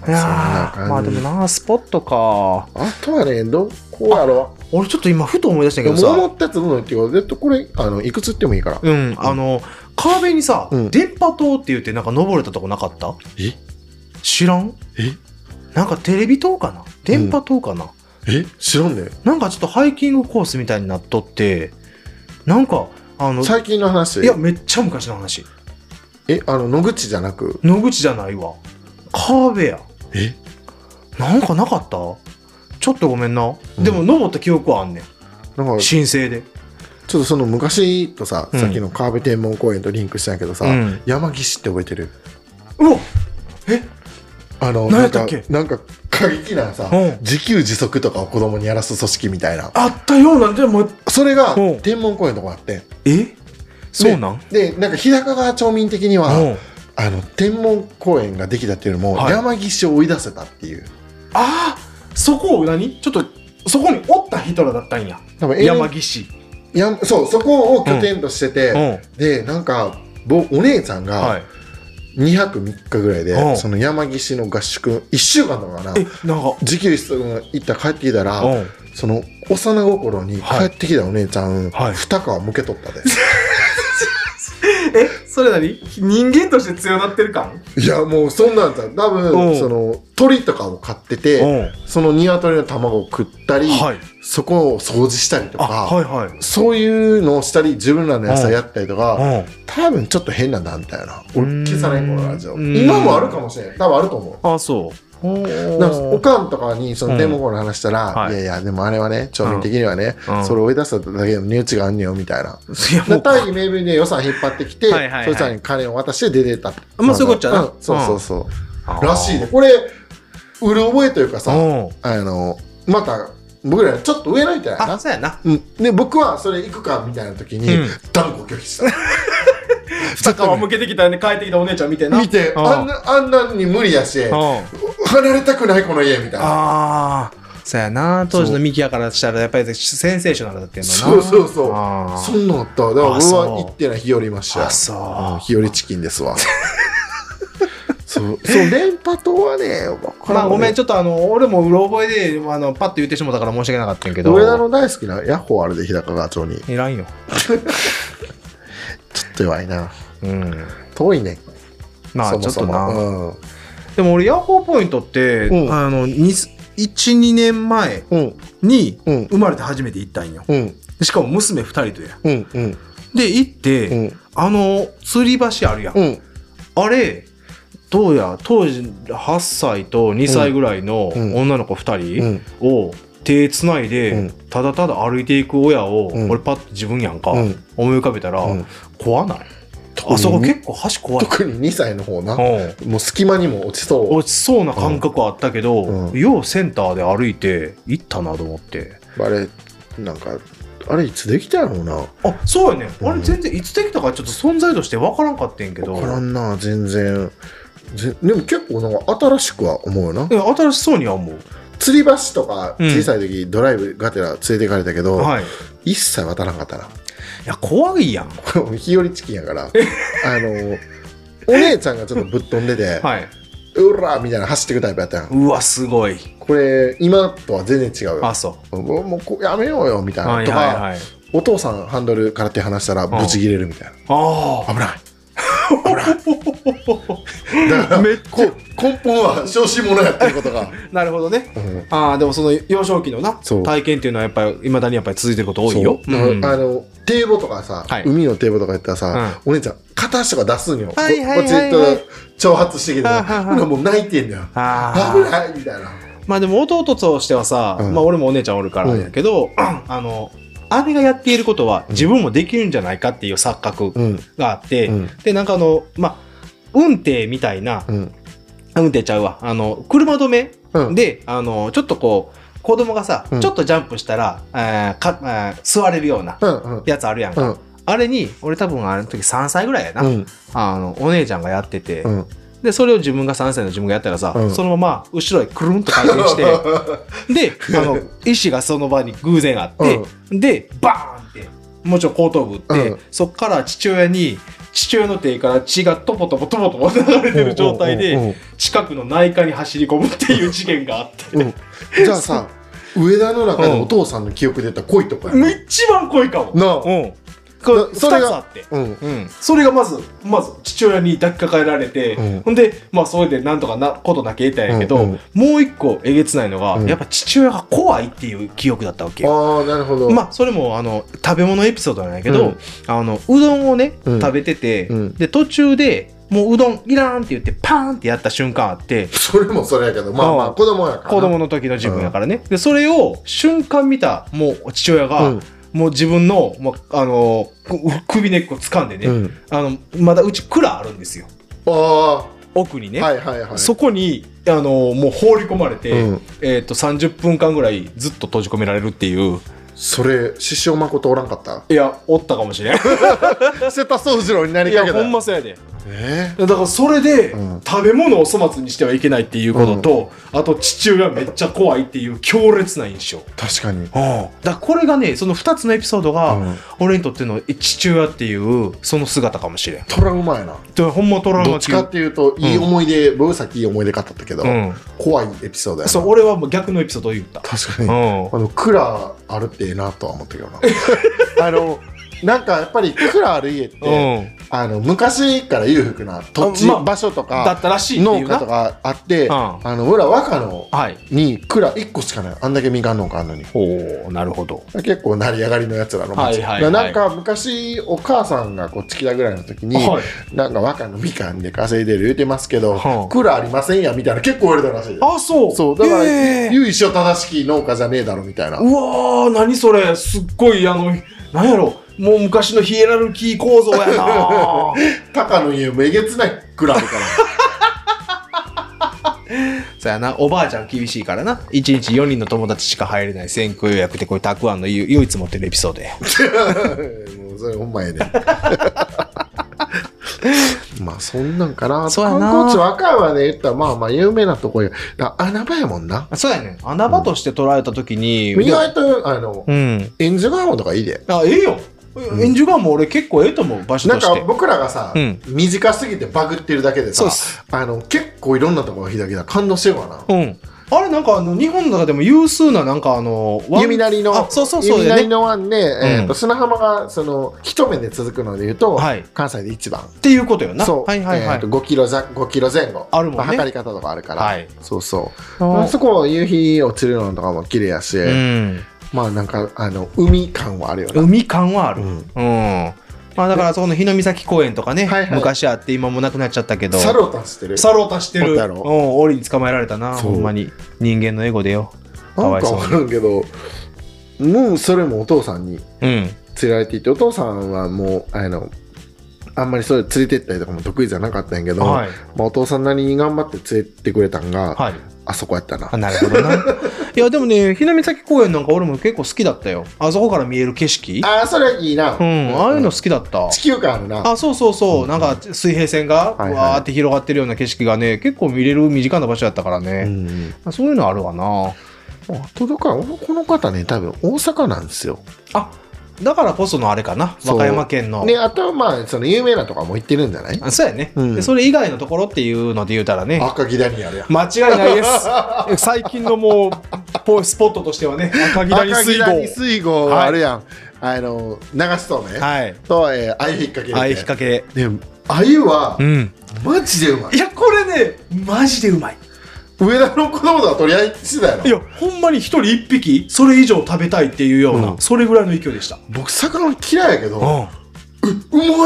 Speaker 1: いや
Speaker 2: そんな感
Speaker 1: ー
Speaker 2: じ
Speaker 1: まあでもなスポットか
Speaker 2: あとはねどこやろう
Speaker 1: 俺ちょっと今ふと思い出したけ
Speaker 2: で
Speaker 1: ど
Speaker 2: も思
Speaker 1: さ
Speaker 2: ったやつどんどん言ってよでこれあのいくつ言ってもいいから
Speaker 1: うんあの川辺にさ、
Speaker 2: うん
Speaker 1: 電波塔って言ってなんか登れたとこなかった
Speaker 2: え
Speaker 1: 知らん
Speaker 2: え
Speaker 1: なんかテレビ塔かな電波塔かな、
Speaker 2: え知らんね
Speaker 1: なんかちょっとハイキングコースみたいになっとってなんかあの
Speaker 2: 最近の話
Speaker 1: いやめっちゃ昔の話
Speaker 2: えあの野口じゃなく
Speaker 1: 野口じゃないわ川辺や
Speaker 2: え
Speaker 1: なんかなかったちょっとごめんな、
Speaker 2: うん
Speaker 1: でも登った記憶はあんねん
Speaker 2: なんかちょっ
Speaker 1: 申請で
Speaker 2: とその昔とさ、
Speaker 1: うん
Speaker 2: さっきの川辺天文公園とリンクしたんやけどさ、
Speaker 1: うん
Speaker 2: 山岸って覚えてる
Speaker 1: うわえ
Speaker 2: あの
Speaker 1: 何や
Speaker 2: な
Speaker 1: っ
Speaker 2: ん
Speaker 1: たっ
Speaker 2: か
Speaker 1: け
Speaker 2: なんか過激なさ、
Speaker 1: うん
Speaker 2: 自給自足とかを子供にやらす組織みたいな
Speaker 1: あったようなんでも
Speaker 2: それが
Speaker 1: うん
Speaker 2: 天文公園のとかあって
Speaker 1: えそうなん
Speaker 2: でなんか日高川町民的には、
Speaker 1: うん
Speaker 2: あの天文公園ができたっていうよりも、
Speaker 1: はい
Speaker 2: 山岸を追い出せたっていう
Speaker 1: ああそこを何ちょっとそこにおったヒトラーだったんや
Speaker 2: 多分
Speaker 1: 山岸
Speaker 2: やんそうそこを拠点としてて、
Speaker 1: うん
Speaker 2: でなんかぼお姉さんが
Speaker 1: い
Speaker 2: 2泊3日ぐらいで、
Speaker 1: うん
Speaker 2: その山岸の合宿1週間とかかな
Speaker 1: えなんか
Speaker 2: 自給室行ったら帰ってきたら、
Speaker 1: うん
Speaker 2: その幼心に帰
Speaker 1: はい
Speaker 2: ってきたお姉ちゃん、
Speaker 1: はい
Speaker 2: 二皮むけとったで
Speaker 1: えそれ何人間として強なってる感
Speaker 2: いやもうそんなんじゃ多
Speaker 1: う
Speaker 2: 分
Speaker 1: ん
Speaker 2: その鳥とかを飼って
Speaker 1: う
Speaker 2: て
Speaker 1: ん
Speaker 2: その鶏の卵を食ったり、
Speaker 1: はい
Speaker 2: そこを掃除したりと
Speaker 1: あは
Speaker 2: か
Speaker 1: いはい
Speaker 2: そういうのをしたり自分らの野菜やったりとか、
Speaker 1: うん
Speaker 2: 多分ちょっと変なんだみたいな俺消さないこのラジオ
Speaker 1: うん
Speaker 2: 今もあるかもしれない多分あると思う
Speaker 1: あそう
Speaker 2: なんかおかんとかにそのデモの話したら、
Speaker 1: はい
Speaker 2: い、やいやでもあれはね町民的にはね、
Speaker 1: うん
Speaker 2: それ追い出しただけでも値打ちがあんねよみたいな。
Speaker 1: いやも
Speaker 2: で
Speaker 1: う
Speaker 2: 大義名分で予算引っ張ってきて、
Speaker 1: はいはいはい
Speaker 2: そいつらに金を渡して出てったって
Speaker 1: まあそういうことじゃな
Speaker 2: うんそうそうそう、
Speaker 1: あー
Speaker 2: らしいねこれ売る覚えというかさ、
Speaker 1: うん
Speaker 2: あのまた僕らちょっと上の人や
Speaker 1: あ
Speaker 2: な、
Speaker 1: そうやな
Speaker 2: うん、で僕はそれ行くかみたいな時に、
Speaker 1: うん
Speaker 2: 断固拒否 した
Speaker 1: 坂を向けてきたね帰ってきたお姉ちゃん見てな
Speaker 2: 見て
Speaker 1: うん
Speaker 2: あんなあんなんに無理やし
Speaker 1: うん
Speaker 2: 離れたくないこの家みたいな
Speaker 1: ああそうやな当時のミキヤからしたらやっぱりセンセーショナルだってんのな
Speaker 2: そうそうそう
Speaker 1: あー
Speaker 2: そんなんあっただから
Speaker 1: あ
Speaker 2: 俺
Speaker 1: そう
Speaker 2: は行ってない日和ました
Speaker 1: あそ
Speaker 2: 日和チキンです わそうそう連覇党はね僕
Speaker 1: うまあごめん
Speaker 2: ちょ
Speaker 1: ちょっとあの俺もうろ覚えであのパッと言ってしもたから申し訳なかったんやけ
Speaker 2: っ
Speaker 1: ど
Speaker 2: 上田の大好きなヤッホーあれで日高川町にちょ
Speaker 1: いらんよ
Speaker 2: っと弱いな
Speaker 1: うん
Speaker 2: 遠いね
Speaker 1: まあ
Speaker 2: そ
Speaker 1: ちょ
Speaker 2: も
Speaker 1: っと
Speaker 2: そも
Speaker 1: な
Speaker 2: うん
Speaker 1: でも俺ヤッホーポイントって、
Speaker 2: うん
Speaker 1: あの12年前
Speaker 2: うん
Speaker 1: に
Speaker 2: うん
Speaker 1: 生まれて初めて行ったんよ
Speaker 2: うん
Speaker 1: しかも娘2人とや
Speaker 2: うんうん
Speaker 1: で行って、
Speaker 2: うん
Speaker 1: あの吊り橋あるやん、
Speaker 2: うん
Speaker 1: あれどうや当時8歳と2歳ぐらいの
Speaker 2: うん
Speaker 1: 女の子
Speaker 2: う
Speaker 1: 2
Speaker 2: ん
Speaker 1: 人を手つないで、
Speaker 2: うん
Speaker 1: ただただ歩いていく親を、
Speaker 2: うん
Speaker 1: 俺パッと自分やんか、
Speaker 2: うん
Speaker 1: 思い浮かべたら、
Speaker 2: うん
Speaker 1: 怖ないあそこ結構橋怖い、
Speaker 2: 特に2歳の方な
Speaker 1: うん
Speaker 2: もう隙間にも落ちそう
Speaker 1: 落ちそうな感覚はあったけど、
Speaker 2: うん
Speaker 1: ようセンターで歩いて行ったなと思って
Speaker 2: あれなんかあれいつできたやろうな
Speaker 1: あそうやね、
Speaker 2: うん
Speaker 1: あれ全然いつできたかちょっと存在として分からんかってんけど
Speaker 2: 分からんな全然ぜでも結構なんか新しくは思うよない
Speaker 1: や新しそうには思う、
Speaker 2: 釣り橋とか
Speaker 1: うん
Speaker 2: 小さい時、ドライブがてら連れてかれたけど、
Speaker 1: はい、い
Speaker 2: 一切渡らなかったな
Speaker 1: や怖いやん
Speaker 2: これ日和チキンやからあのお姉ちゃんがちょっとぶっ飛んでて「
Speaker 1: はい、
Speaker 2: うら!」みたいな走ってくタイプやったやん
Speaker 1: うわすごい
Speaker 2: これ今とは全然違うよ
Speaker 1: あそ
Speaker 2: もうもうこうやめようよみたいうな、
Speaker 1: はい
Speaker 2: とか、
Speaker 1: はいはい
Speaker 2: お父さんハンドルからって話したらブチ切れるみたいな、
Speaker 1: あ
Speaker 2: 危ない だから
Speaker 1: めっちゃ
Speaker 2: こ根本は小心者やってることが、
Speaker 1: なるほどね。ああ、でもその幼少期のな、
Speaker 2: そう
Speaker 1: 体験っていうのはやっぱり、いまだにやっぱり続いてること多いよ。
Speaker 2: そうだから
Speaker 1: うん
Speaker 2: あの堤防とかさ、
Speaker 1: はい
Speaker 2: 海の堤防とかやったらさ、お姉ちゃん片足とか出すんよ、
Speaker 1: はいはいはいはい
Speaker 2: ここっちと挑発してきて
Speaker 1: はあ
Speaker 2: さ
Speaker 1: はあはあ
Speaker 2: ほんならもう泣いてんだよ
Speaker 1: あ
Speaker 2: 危
Speaker 1: ー
Speaker 2: ないみたいな
Speaker 1: まあでも弟としてはさ、
Speaker 2: うん
Speaker 1: まあ俺もお姉ちゃんおるからやけど、あの姉がやっていることは自分もできるんじゃないかっていう錯覚
Speaker 2: うん
Speaker 1: があって、
Speaker 2: うん
Speaker 1: でなんかあのまあ運転みたいな、
Speaker 2: うん
Speaker 1: 運転ちゃうわあの車止め
Speaker 2: うん
Speaker 1: で、あのちょっとこう子供がさ、
Speaker 2: うん
Speaker 1: ちょっとジャンプしたら、えーかえー座れるような
Speaker 2: うんうん
Speaker 1: やつあるやん
Speaker 2: う
Speaker 1: か、
Speaker 2: ん
Speaker 1: あれに俺多分あの時3歳ぐらいやな、
Speaker 2: うん
Speaker 1: あのお姉ちゃんがやってて、
Speaker 2: うん
Speaker 1: でそれを自分が3歳の自分がやったらさ、
Speaker 2: うん
Speaker 1: そのまま後ろへくるんと回 転してであの石がその場に偶然あって、でバーンってもちろん後頭部打って、
Speaker 2: うん
Speaker 1: そっから父親に父親の手から血がトポトポトポトポ流れてる状態
Speaker 2: うんうん
Speaker 1: で
Speaker 2: うん
Speaker 1: 近くの内科に走り込むっていう事件があって、
Speaker 2: うんじゃあさ上田の中でお父さんの記憶で言ったら濃いとこやな
Speaker 1: 一番濃いかも。
Speaker 2: なあ
Speaker 1: うん、これ
Speaker 2: なそ
Speaker 1: 二
Speaker 2: れが
Speaker 1: つあって
Speaker 2: うん
Speaker 1: うん、それがまずまず父親に抱きかかえられて、
Speaker 2: うん
Speaker 1: ほんでまあそれでなんとかなことだけ得たんやけど、
Speaker 2: うんうん
Speaker 1: もう一個えげつないのが、
Speaker 2: うん
Speaker 1: やっぱ父親が怖いっていう記憶だったわけよ。
Speaker 2: ああなるほど
Speaker 1: まあそれもあの食べ物エピソードなんやけど、
Speaker 2: うん
Speaker 1: あのうどんをね、
Speaker 2: うん
Speaker 1: 食べてて、
Speaker 2: うん
Speaker 1: で途中でもううどんいらんって言ってパーンってやった瞬間あって
Speaker 2: それもそれやけどまあま
Speaker 1: う
Speaker 2: あ
Speaker 1: ん
Speaker 2: 子供やからな
Speaker 1: 子供の時の自分やからね、でそれを瞬間見たもう父親が、
Speaker 2: うん
Speaker 1: もう自分の、まあ、あのこ首根っこ掴んでね、
Speaker 2: うん
Speaker 1: あのまだうち蔵あるんですよ
Speaker 2: ああ
Speaker 1: 奥にね、
Speaker 2: はいはいはい
Speaker 1: そこにあのもう放り込まれて、
Speaker 2: うん
Speaker 1: えー、と30分間ぐらいずっと閉じ込められるっていう
Speaker 2: それ師匠誠おらんか った
Speaker 1: いやおったかもしれんい
Speaker 2: 瀬田宗次郎になりか
Speaker 1: や
Speaker 2: けた
Speaker 1: ほんまそうやで
Speaker 2: え
Speaker 1: だからそれで、
Speaker 2: うん
Speaker 1: 食べ物を粗末にしてはいけないっていうことと、あと父親めっちゃ怖いっていう強烈な印象
Speaker 2: え確かに
Speaker 1: だからこれがねその2つのエピソードが、
Speaker 2: うん
Speaker 1: 俺にとっての父親っていうその姿かもしれん
Speaker 2: トラウマやな
Speaker 1: でほんまトラウ
Speaker 2: ど
Speaker 1: マ
Speaker 2: っちかっていうといい思い出僕さっきいい思い出語ったけど
Speaker 1: うん
Speaker 2: 怖いエピソードやな
Speaker 1: そう俺はもう逆のエピソードを言った
Speaker 2: 確かに
Speaker 1: うん
Speaker 2: あの蔵あるってええなとは思ったけどな あのなんかやっぱり蔵ある家って、
Speaker 1: うん
Speaker 2: あの昔から裕福な土地、
Speaker 1: あまあ
Speaker 2: 場所
Speaker 1: だ
Speaker 2: と
Speaker 1: っ
Speaker 2: か
Speaker 1: たらしいっていう
Speaker 2: 農家と
Speaker 1: な
Speaker 2: かあって、
Speaker 1: うん
Speaker 2: あの俺ら若野
Speaker 1: はい
Speaker 2: に蔵1個しかないあんだけ民間農家あんのに
Speaker 1: おおなるほど
Speaker 2: 結構成り上がりのやつらの
Speaker 1: はい
Speaker 2: 町、
Speaker 1: はい
Speaker 2: だから
Speaker 1: はい
Speaker 2: なんか昔お母さんがこっち来たぐらいの時に、
Speaker 1: はい
Speaker 2: なんか若のみかんで稼いでる言うてますけど、
Speaker 1: はあ
Speaker 2: 蔵ありませんやみたいな結構言われたらしいよ
Speaker 1: あそう
Speaker 2: そうだから、
Speaker 1: えー
Speaker 2: 由緒正しき農家じゃねえだろみたいな
Speaker 1: うわー何それすっごいあのなんやろもう昔のヒエラルキー構造 やな
Speaker 2: 高の家もえげつない蔵あるから
Speaker 1: そうやなおばあちゃん厳しいからな一日4人の友達しか入れない先行予約でこれたくあんの唯唯一持ってるエピソードや
Speaker 2: もうそれほんまやね まあそんなんかな
Speaker 1: そうやな
Speaker 2: 観光地若いわね言ったらまあまあ有名なとこやだから穴場やもんな
Speaker 1: そうやね穴場として捉えた時に、
Speaker 2: 意外とあの、
Speaker 1: うん
Speaker 2: 演じがいもとかいいで
Speaker 1: あええよ演じがもう俺結構ええと思う場所
Speaker 2: なん
Speaker 1: とし
Speaker 2: か
Speaker 1: て
Speaker 2: 僕らがさ、
Speaker 1: うん
Speaker 2: 短すぎてバグってるだけで
Speaker 1: そう
Speaker 2: さ
Speaker 1: っす
Speaker 2: あの結構いろんなところが開けたら感動してるわな
Speaker 1: うんあれなんかあの日本の中でも有数ななんかあのワン
Speaker 2: 弓なりの
Speaker 1: あそうそうそう
Speaker 2: 弓
Speaker 1: だ
Speaker 2: な
Speaker 1: よね
Speaker 2: りの湾で、えーと
Speaker 1: うん
Speaker 2: 砂浜がその一目で続くので言うと、
Speaker 1: はい
Speaker 2: 関西で一番
Speaker 1: っていうことよな
Speaker 2: そう、
Speaker 1: はいはいはい、
Speaker 2: えーと5キロざ5キロ前後
Speaker 1: あるもんね
Speaker 2: ま測り方とかあるから、
Speaker 1: はい
Speaker 2: そうそう
Speaker 1: あー
Speaker 2: そこ夕日落ちるのとかも綺麗やし、
Speaker 1: うん
Speaker 2: まあなんかあの海感はあるよな、
Speaker 1: 海感はある、
Speaker 2: う
Speaker 1: うんんまあ、だからそこの日の岬公園とかね、
Speaker 2: はいはい
Speaker 1: 昔あって今もうなくなっちゃったけど
Speaker 2: サロータンしてる
Speaker 1: サロータして
Speaker 2: お
Speaker 1: る
Speaker 2: ったやろ
Speaker 1: うん檻に捕まえられたな
Speaker 2: そう
Speaker 1: ほんまに人間のエゴでよか
Speaker 2: な
Speaker 1: わ
Speaker 2: ん
Speaker 1: い
Speaker 2: か
Speaker 1: そう
Speaker 2: わからんけどもうそれもお父さんに
Speaker 1: うん
Speaker 2: 連れられていってお父さんはもうあのあんまりそれ連れてったりとかも得意じゃなかったんやけど、
Speaker 1: はい
Speaker 2: まあ、お父さんなりに頑張って連れてくれたんが、
Speaker 1: はい
Speaker 2: あそこやったな
Speaker 1: あなるほどな いやでもね日の岬公園なんか俺も結構好きだったよあそこから見える景色
Speaker 2: ああそれいいな、
Speaker 1: うんああいうの好きだった
Speaker 2: 地球感あるな
Speaker 1: あそうそうそうなんか水平線が
Speaker 2: はいはい
Speaker 1: わーって広がってるような景色がね結構見れる身近な場所だったから
Speaker 2: う
Speaker 1: ね、
Speaker 2: ん
Speaker 1: あそういうのあるわな
Speaker 2: まあ届かんこの方ね多分大阪なんですよ
Speaker 1: あだからこそのあれかな
Speaker 2: そう
Speaker 1: 和歌山県の
Speaker 2: であとはまあその有名なとかも行ってるんじゃない
Speaker 1: あそうやね、
Speaker 2: うん
Speaker 1: でそれ以外のところっていうので言うたらね
Speaker 2: 赤木ダニエルや
Speaker 1: 間違いないです 最近のもうポスポットとしてはね赤木谷水
Speaker 2: 赤木谷
Speaker 1: 郷
Speaker 2: 水郷あるやん、あの流しそうめん
Speaker 1: はい
Speaker 2: と、えー、鮎引っ掛け
Speaker 1: あい引っ掛け
Speaker 2: で鮎は
Speaker 1: うん
Speaker 2: マジでうまい
Speaker 1: いやこれねマジでうまい
Speaker 2: 上田の子供とは取り合いしてたやろ
Speaker 1: いやほんまに一人一匹それ以上食べたいっていうような、
Speaker 2: うん
Speaker 1: それぐらいの勢いでした
Speaker 2: 僕魚嫌いやけど、う
Speaker 1: うん
Speaker 2: ま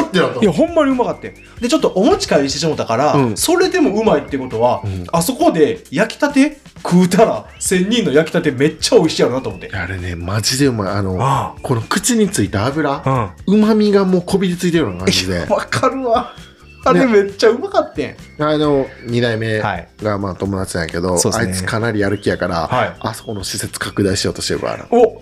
Speaker 2: ってなった
Speaker 1: いやほんまにうまかったよでちょっとお持ち帰りしてしもたから、
Speaker 2: うん
Speaker 1: それでもうまいってことは、
Speaker 2: うん
Speaker 1: あそこで焼きたて食うたら仙人の焼きたてめっちゃ美味しいやろなと思って
Speaker 2: あれねマジでうまいあの
Speaker 1: あ
Speaker 2: この口についた油
Speaker 1: あうん
Speaker 2: うまみがもうこびりついてるような感じで
Speaker 1: わかるわあれめっちゃうまかってん、
Speaker 2: あの2代目
Speaker 1: はい
Speaker 2: がまあ友達なんやけど、
Speaker 1: そうです
Speaker 2: あ
Speaker 1: ね
Speaker 2: いつかなりやる気やから、
Speaker 1: はい
Speaker 2: あそこの施設拡大しようとしてるから
Speaker 1: お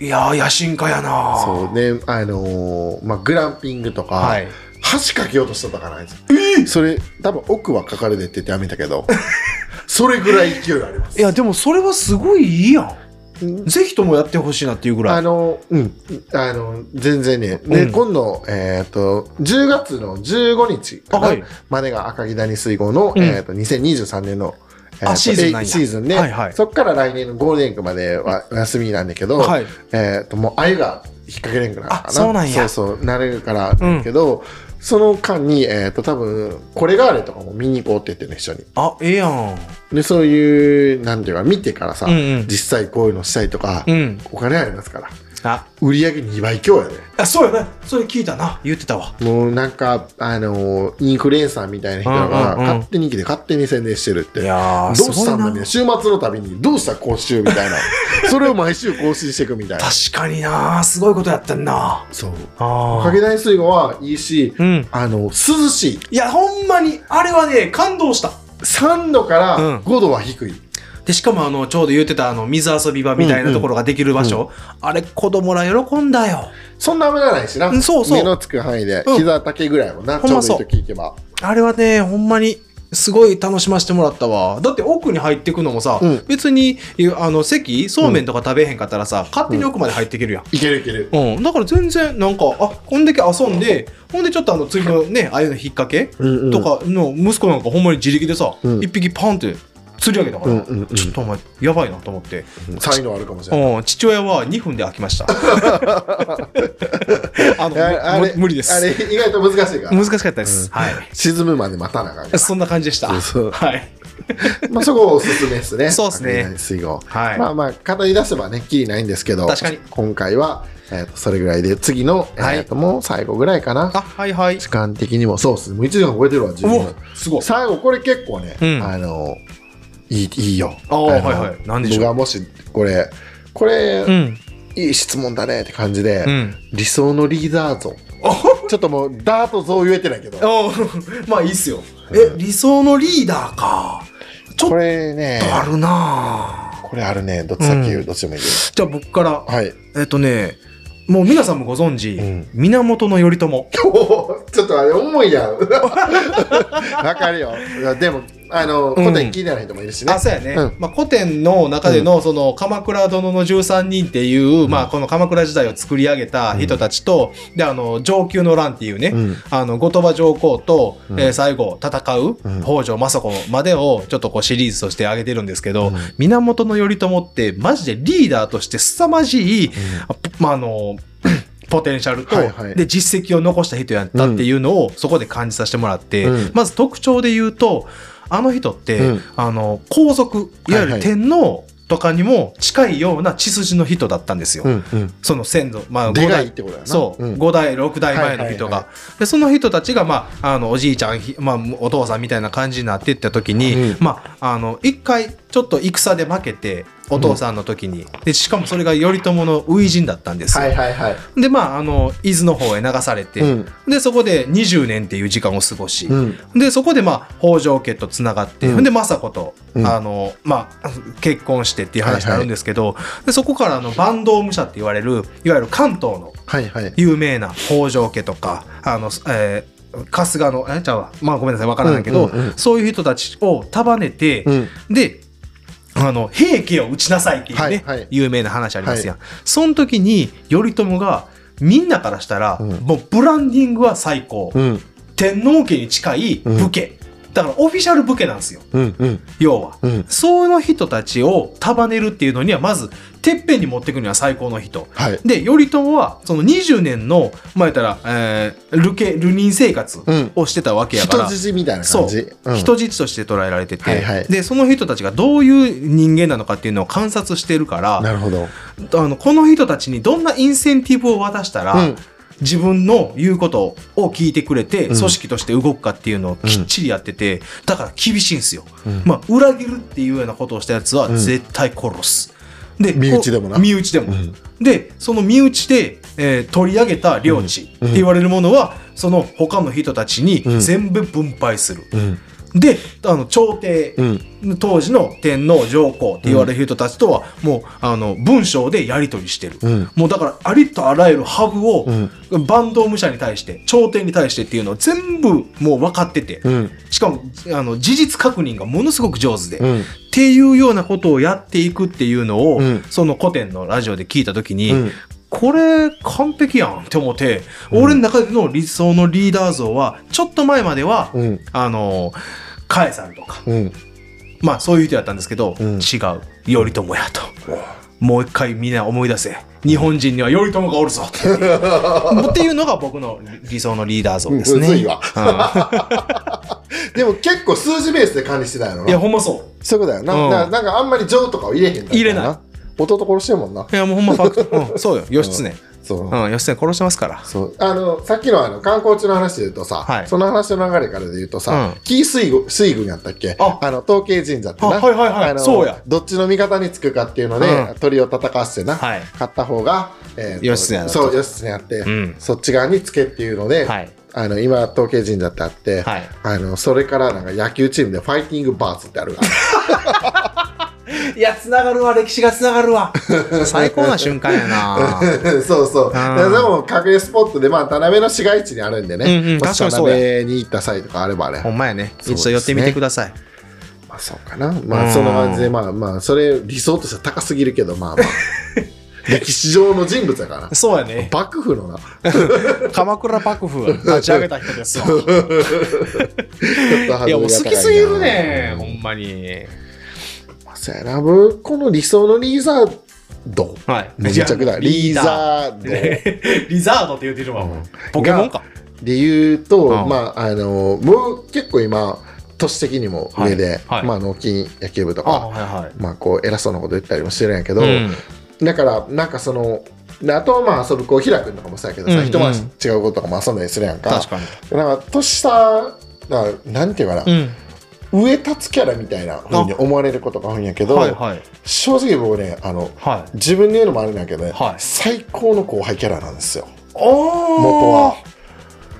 Speaker 1: いやー野心家やな
Speaker 2: そうねあのーまあ、グランピングとか、
Speaker 1: はい
Speaker 2: 箸かけようとしとったからあいつそれ多分奥はかかるでって言ってやめた けどそれぐらい勢いあります
Speaker 1: いやでもそれはすごいいいやん
Speaker 2: うん
Speaker 1: ぜひともやってほしいなっていうぐら
Speaker 2: あ
Speaker 1: い
Speaker 2: のうんあの全然ねで、
Speaker 1: うん
Speaker 2: 今度、えー、と10月の15日かな、
Speaker 1: あはい
Speaker 2: までが赤木谷水郷の、
Speaker 1: うん
Speaker 2: えー、と2023年の、え
Speaker 1: あ
Speaker 2: と
Speaker 1: シーズンなんや
Speaker 2: えシーズンで、
Speaker 1: はいはい
Speaker 2: そっから来年のゴールデンウィークまではお休みなんだけど、
Speaker 1: はい
Speaker 2: えー、ともう鮎が引っ掛けれんくなるかな
Speaker 1: あそうなんや
Speaker 2: そうそうなれるからだけど、その間に、えー、と多分これがあれとかも見に行こうって言ってね一緒に
Speaker 1: あええやん
Speaker 2: でそういうなんていうか見てからさ、
Speaker 1: うんうん
Speaker 2: 実際こういうのしたいとか、
Speaker 1: うん
Speaker 2: お金ありますから
Speaker 1: あ
Speaker 2: 売り上げ2倍強やね
Speaker 1: あそうやねそれ聞いたな言ってたわ
Speaker 2: もうなんかあのーインフルエンサーみたいな人らが
Speaker 1: うんうんうん
Speaker 2: 勝手に来て勝手に宣伝してるって、
Speaker 1: や
Speaker 2: どうしたんだみたいな週末のたびにどうしたこうしよう みたいなそれを毎週更新していくみたいな
Speaker 1: 確かになすごいことやってんな
Speaker 2: そう
Speaker 1: あ
Speaker 2: かけ台水郷はいいし、
Speaker 1: うん
Speaker 2: あの涼しい
Speaker 1: いやほんまにあれはね感動した
Speaker 2: 3度か
Speaker 1: うん
Speaker 2: ら5度は低い、
Speaker 1: でしかもあのちょうど言ってたあの水遊び場みたいなところができる場所、あれ子供ら喜んだよ
Speaker 2: そんな危ないしな、
Speaker 1: うんそうそう
Speaker 2: 目のつく範囲で
Speaker 1: うん
Speaker 2: 膝丈ぐらいもな、
Speaker 1: ほん
Speaker 2: ちょ
Speaker 1: ま
Speaker 2: うど
Speaker 1: そう
Speaker 2: いい時行けば
Speaker 1: あれはねほんまにすごい楽しませてもらったわだって奥に入ってくのもさ、
Speaker 2: うん
Speaker 1: 別にいうあの席そうめんとか食べへんかったらさ、勝手に奥まで入っていけるやん、
Speaker 2: いけるいける
Speaker 1: うん、だから全然なんかあこんだけ遊んでほんでちょっとあの次のねああいうの引っ掛け
Speaker 2: うんうん
Speaker 1: とかの息子なんかほんまに自力でさ、一
Speaker 2: うん
Speaker 1: 匹パンって釣り上げたから、
Speaker 2: うんうんうん
Speaker 1: ちょっとお前やばいなと思って、
Speaker 2: 才能あるかもしれない
Speaker 1: うん、父親は2分で飽きま したあの
Speaker 2: ああ
Speaker 1: む
Speaker 2: れ
Speaker 1: 無理です
Speaker 2: あれ意外と難しいから
Speaker 1: 難しかったです、はい
Speaker 2: 沈むまで待たなあかんから
Speaker 1: そんな感じでした
Speaker 2: そうそう
Speaker 1: はい
Speaker 2: まあそこをおすすめですね。
Speaker 1: そうっすね
Speaker 2: 赤い内水郷。
Speaker 1: はい
Speaker 2: まあまあ語り出せばねきりないんですけど、
Speaker 1: 確かに
Speaker 2: 今回はえーとそれぐらいで次の
Speaker 1: はい
Speaker 2: えーともう最後ぐらいかな。
Speaker 1: あはいはい
Speaker 2: 時間的にもそうっすね。もう1時間超えてるわ十分。
Speaker 1: おすごい
Speaker 2: 最後これ結構ね
Speaker 1: うん
Speaker 2: あのいいいいよ。
Speaker 1: あー
Speaker 2: あの
Speaker 1: はいはい何でしょう
Speaker 2: 僕はもしこれこれ
Speaker 1: ん
Speaker 2: いい質問だねって感じで
Speaker 1: うん
Speaker 2: 理想のリーダー像。ちょっともうダート像言えてないけど。
Speaker 1: お まあいいっすよえ理想のリーダーかちょっ
Speaker 2: ことれね
Speaker 1: あるなぁ
Speaker 2: これあるねどっち先言う、
Speaker 1: うん
Speaker 2: どっちでもいいよ
Speaker 1: じゃあ僕から
Speaker 2: はい。
Speaker 1: えっとねもう皆さんもご存知、
Speaker 2: うん
Speaker 1: 源頼朝
Speaker 2: おーちょっとあれ重いや ん。わかるよ。いやでも、あの、
Speaker 1: うん
Speaker 2: 古典聞いてない人もいるしね
Speaker 1: あ。そうやね、
Speaker 2: うん
Speaker 1: まあ、古典の中での,、その鎌倉殿の13人っていう、まあ、この鎌倉時代を作り上げた人たちと、であの上級の乱っていうね、
Speaker 2: うん
Speaker 1: あの後鳥羽上皇と、
Speaker 2: うん
Speaker 1: えー最後戦う、
Speaker 2: うん
Speaker 1: 北条政子までをちょっとこうシリーズとして挙げてるんですけど、
Speaker 2: うん
Speaker 1: 源頼朝ってマジでリーダーとして凄まじい、あぽまあ、あの ポテンシャルと、
Speaker 2: はいはい
Speaker 1: で実績を残した人やったっていうのをそこで感じさせてもらって、
Speaker 2: うん
Speaker 1: まず特徴で言うとあの人って、
Speaker 2: うん
Speaker 1: あの皇族いわゆ
Speaker 2: はいは
Speaker 1: る
Speaker 2: い
Speaker 1: 天皇とかにも近いような血筋の人だったんですよ。
Speaker 2: うんうん
Speaker 1: その先祖、まあ、
Speaker 2: で
Speaker 1: 五
Speaker 2: か
Speaker 1: 代
Speaker 2: いってことやな。
Speaker 1: そう、
Speaker 2: ん
Speaker 1: 5代6代前の人が、
Speaker 2: はいはい
Speaker 1: でその人たちが、まあ、あのおじいちゃん、ひまあ、お父さんみたいな感じになっていった時に、
Speaker 2: うん
Speaker 1: まあ、あの一回ちょっと戦で負けてお父さんの時に、でしかもそれが頼朝の初陣だったんですよ、
Speaker 2: はいはいはい。
Speaker 1: でまああの伊豆の方へ流されて、
Speaker 2: うん
Speaker 1: でそこで20年っていう時間を過ごし、
Speaker 2: うん
Speaker 1: でそこでまあ北条家とつながって、
Speaker 2: うん
Speaker 1: で政子と、
Speaker 2: うん
Speaker 1: あのまあ、結婚してっていう話になるんですけど、でそこからあの坂東武者って言われるいわゆる関東の
Speaker 2: はいはい。
Speaker 1: 有名な北条家とかあの、えー春日のえちゃうわまあごめんなさいわからないけど、
Speaker 2: うんうんうん
Speaker 1: そういう人たちを束ねて、
Speaker 2: うん。
Speaker 1: であの平家を討ちなさいっていうね、
Speaker 2: はいはい
Speaker 1: 有名な話ありますやん、その時に頼朝がみんなからしたら、
Speaker 2: うん
Speaker 1: もうブランディングは最高、
Speaker 2: うん
Speaker 1: 天皇家に近い武家、だからオフィシャル武家なんですよ
Speaker 2: うんうん
Speaker 1: 要は。
Speaker 2: うん。
Speaker 1: その人たちを束ねるっていうのにはまずてっぺんに持っていくには最高の人
Speaker 2: はい
Speaker 1: で頼朝はその20年の前たら、えー、流刑流人生活
Speaker 2: うん
Speaker 1: をしてたわけやから、
Speaker 2: 人質みたいな
Speaker 1: そ
Speaker 2: 感
Speaker 1: う
Speaker 2: じ、うん
Speaker 1: 人質として捉えられてて、
Speaker 2: はいはい
Speaker 1: でその人たちがどういう人間なのかっていうのを観察してるから
Speaker 2: なるほど、
Speaker 1: あのこの人たちにどんなインセンティブを渡したら、
Speaker 2: うん
Speaker 1: 自分の言うことを聞いてくれて、
Speaker 2: うん
Speaker 1: 組織として動くかっていうのをきっちりやってて、だから厳しいんですよ、
Speaker 2: うん
Speaker 1: まあ、裏切るっていうようなことをしたやつは絶対殺す、で
Speaker 2: 身内でもな
Speaker 1: 身内でも、
Speaker 2: うん
Speaker 1: でその身内で、えー取り上げた領地って言われるものは、その他の人たちに
Speaker 2: うん
Speaker 1: 全部分配する、
Speaker 2: うん
Speaker 1: であの朝廷、
Speaker 2: うん、
Speaker 1: 当時の天皇上皇って言われる人たちとはもうあの文章でやり取りしてる、
Speaker 2: うん
Speaker 1: もうだからありとあらゆるハブを、
Speaker 2: うん
Speaker 1: バンド武者に対して朝廷に対してっていうのを全部もう分かってて、
Speaker 2: うん
Speaker 1: しかもあの事実確認がものすごく上手で、
Speaker 2: う
Speaker 1: っ
Speaker 2: ん
Speaker 1: ていうようなことをやっていくっていうのを、
Speaker 2: うん
Speaker 1: その古典のラジオで聞いた時に、
Speaker 2: うん
Speaker 1: これ完璧やんって思って、俺の中での理想のリーダー像はちょっと前までは、
Speaker 2: うん
Speaker 1: あのカエさんとか
Speaker 2: うん
Speaker 1: まあそういう人やったんですけど、
Speaker 2: うん
Speaker 1: 違う頼朝やともう一回みんな思い出せ日本人には頼朝がおる ぞっていうっていうのが僕の理想のリーダー像ですね。
Speaker 2: うんむずいわ
Speaker 1: う
Speaker 2: でも結構数字ベースで管理してたんやろ
Speaker 1: んい
Speaker 2: な
Speaker 1: やほんまそ
Speaker 2: そういうことやな、
Speaker 1: うん
Speaker 2: ななんかあんまり情とかを入れへんかったんや
Speaker 1: 入れない
Speaker 2: 弟殺してるもんな
Speaker 1: ういやもうほんまファクト、うん、そうよ義経、
Speaker 2: そう、
Speaker 1: うん、義経殺してますから
Speaker 2: そうあのさっきのあの観光地の話で言うとさ、
Speaker 1: はい
Speaker 2: その話の流れからで言うとさ、
Speaker 1: うん
Speaker 2: 紀伊水軍水軍やったっけ
Speaker 1: あ
Speaker 2: あの東慶神社ってな
Speaker 1: あはいはいはい
Speaker 2: あの
Speaker 1: そうや
Speaker 2: どっちの味方につくかっていうので、
Speaker 1: うん
Speaker 2: 鳥を叩かせてな、
Speaker 1: はい
Speaker 2: 勝った方が、えと
Speaker 1: 義経だと
Speaker 2: そう義経やって、
Speaker 1: ん
Speaker 2: そっち側につけっていうので、
Speaker 1: はい
Speaker 2: あの今東慶神社ってあって、
Speaker 1: はい
Speaker 2: あのそれからなんか野球チームでファイティングバーツってあるから
Speaker 1: いやつながるわ歴史がつながるわ 最高な瞬間やな
Speaker 2: そうそう。
Speaker 1: あ
Speaker 2: で
Speaker 1: ー
Speaker 2: でも隠れスポットで、まあ、田辺の市街地にあるんでね、
Speaker 1: うんうん
Speaker 2: もし
Speaker 1: 確かにそうや
Speaker 2: 田辺に行った際とかあればね、
Speaker 1: ほんまやね
Speaker 2: そうですね
Speaker 1: 一度寄ってみてください、
Speaker 2: まあそうかな。ま
Speaker 1: うん
Speaker 2: あそんな感じで、まあまあ、それ理想としては高すぎるけど、 まあまあ、歴史上の人物だから。
Speaker 1: そうやね
Speaker 2: 幕府のな。
Speaker 1: 鎌倉幕府立ち上げた人ですわ い
Speaker 2: い
Speaker 1: やもう好きすぎるねほんまに
Speaker 2: まあ、そうやな、僕、この理想のリーザード。
Speaker 1: はい
Speaker 2: めちゃくちゃリーザード。
Speaker 1: リザードって言うてるわ、
Speaker 2: うん
Speaker 1: ポケモンか
Speaker 2: で言うと、
Speaker 1: うん
Speaker 2: まああの僕結構今年的にも上で、
Speaker 1: はいはい
Speaker 2: まあ納金野球部と
Speaker 1: あ
Speaker 2: か
Speaker 1: はいはい
Speaker 2: まあこう偉そうなこと言ったりもしてるんやけど、
Speaker 1: うん
Speaker 2: だからなんかそのであとまあ遊ぶ子平君とかもそうやけどさ、
Speaker 1: うんうん
Speaker 2: 一回り違うこととかも遊んだりするやんか
Speaker 1: 確かに
Speaker 2: なんか年下ななんていうかな、
Speaker 1: うん
Speaker 2: 上立つキャラみたいなふうに思われることが多いんやけど、
Speaker 1: はいはい
Speaker 2: 正直僕ねあの
Speaker 1: はい
Speaker 2: 自分で言うのもあれなんやけどね、
Speaker 1: はい
Speaker 2: 最高の後輩キャラなんですよ元
Speaker 1: お
Speaker 2: は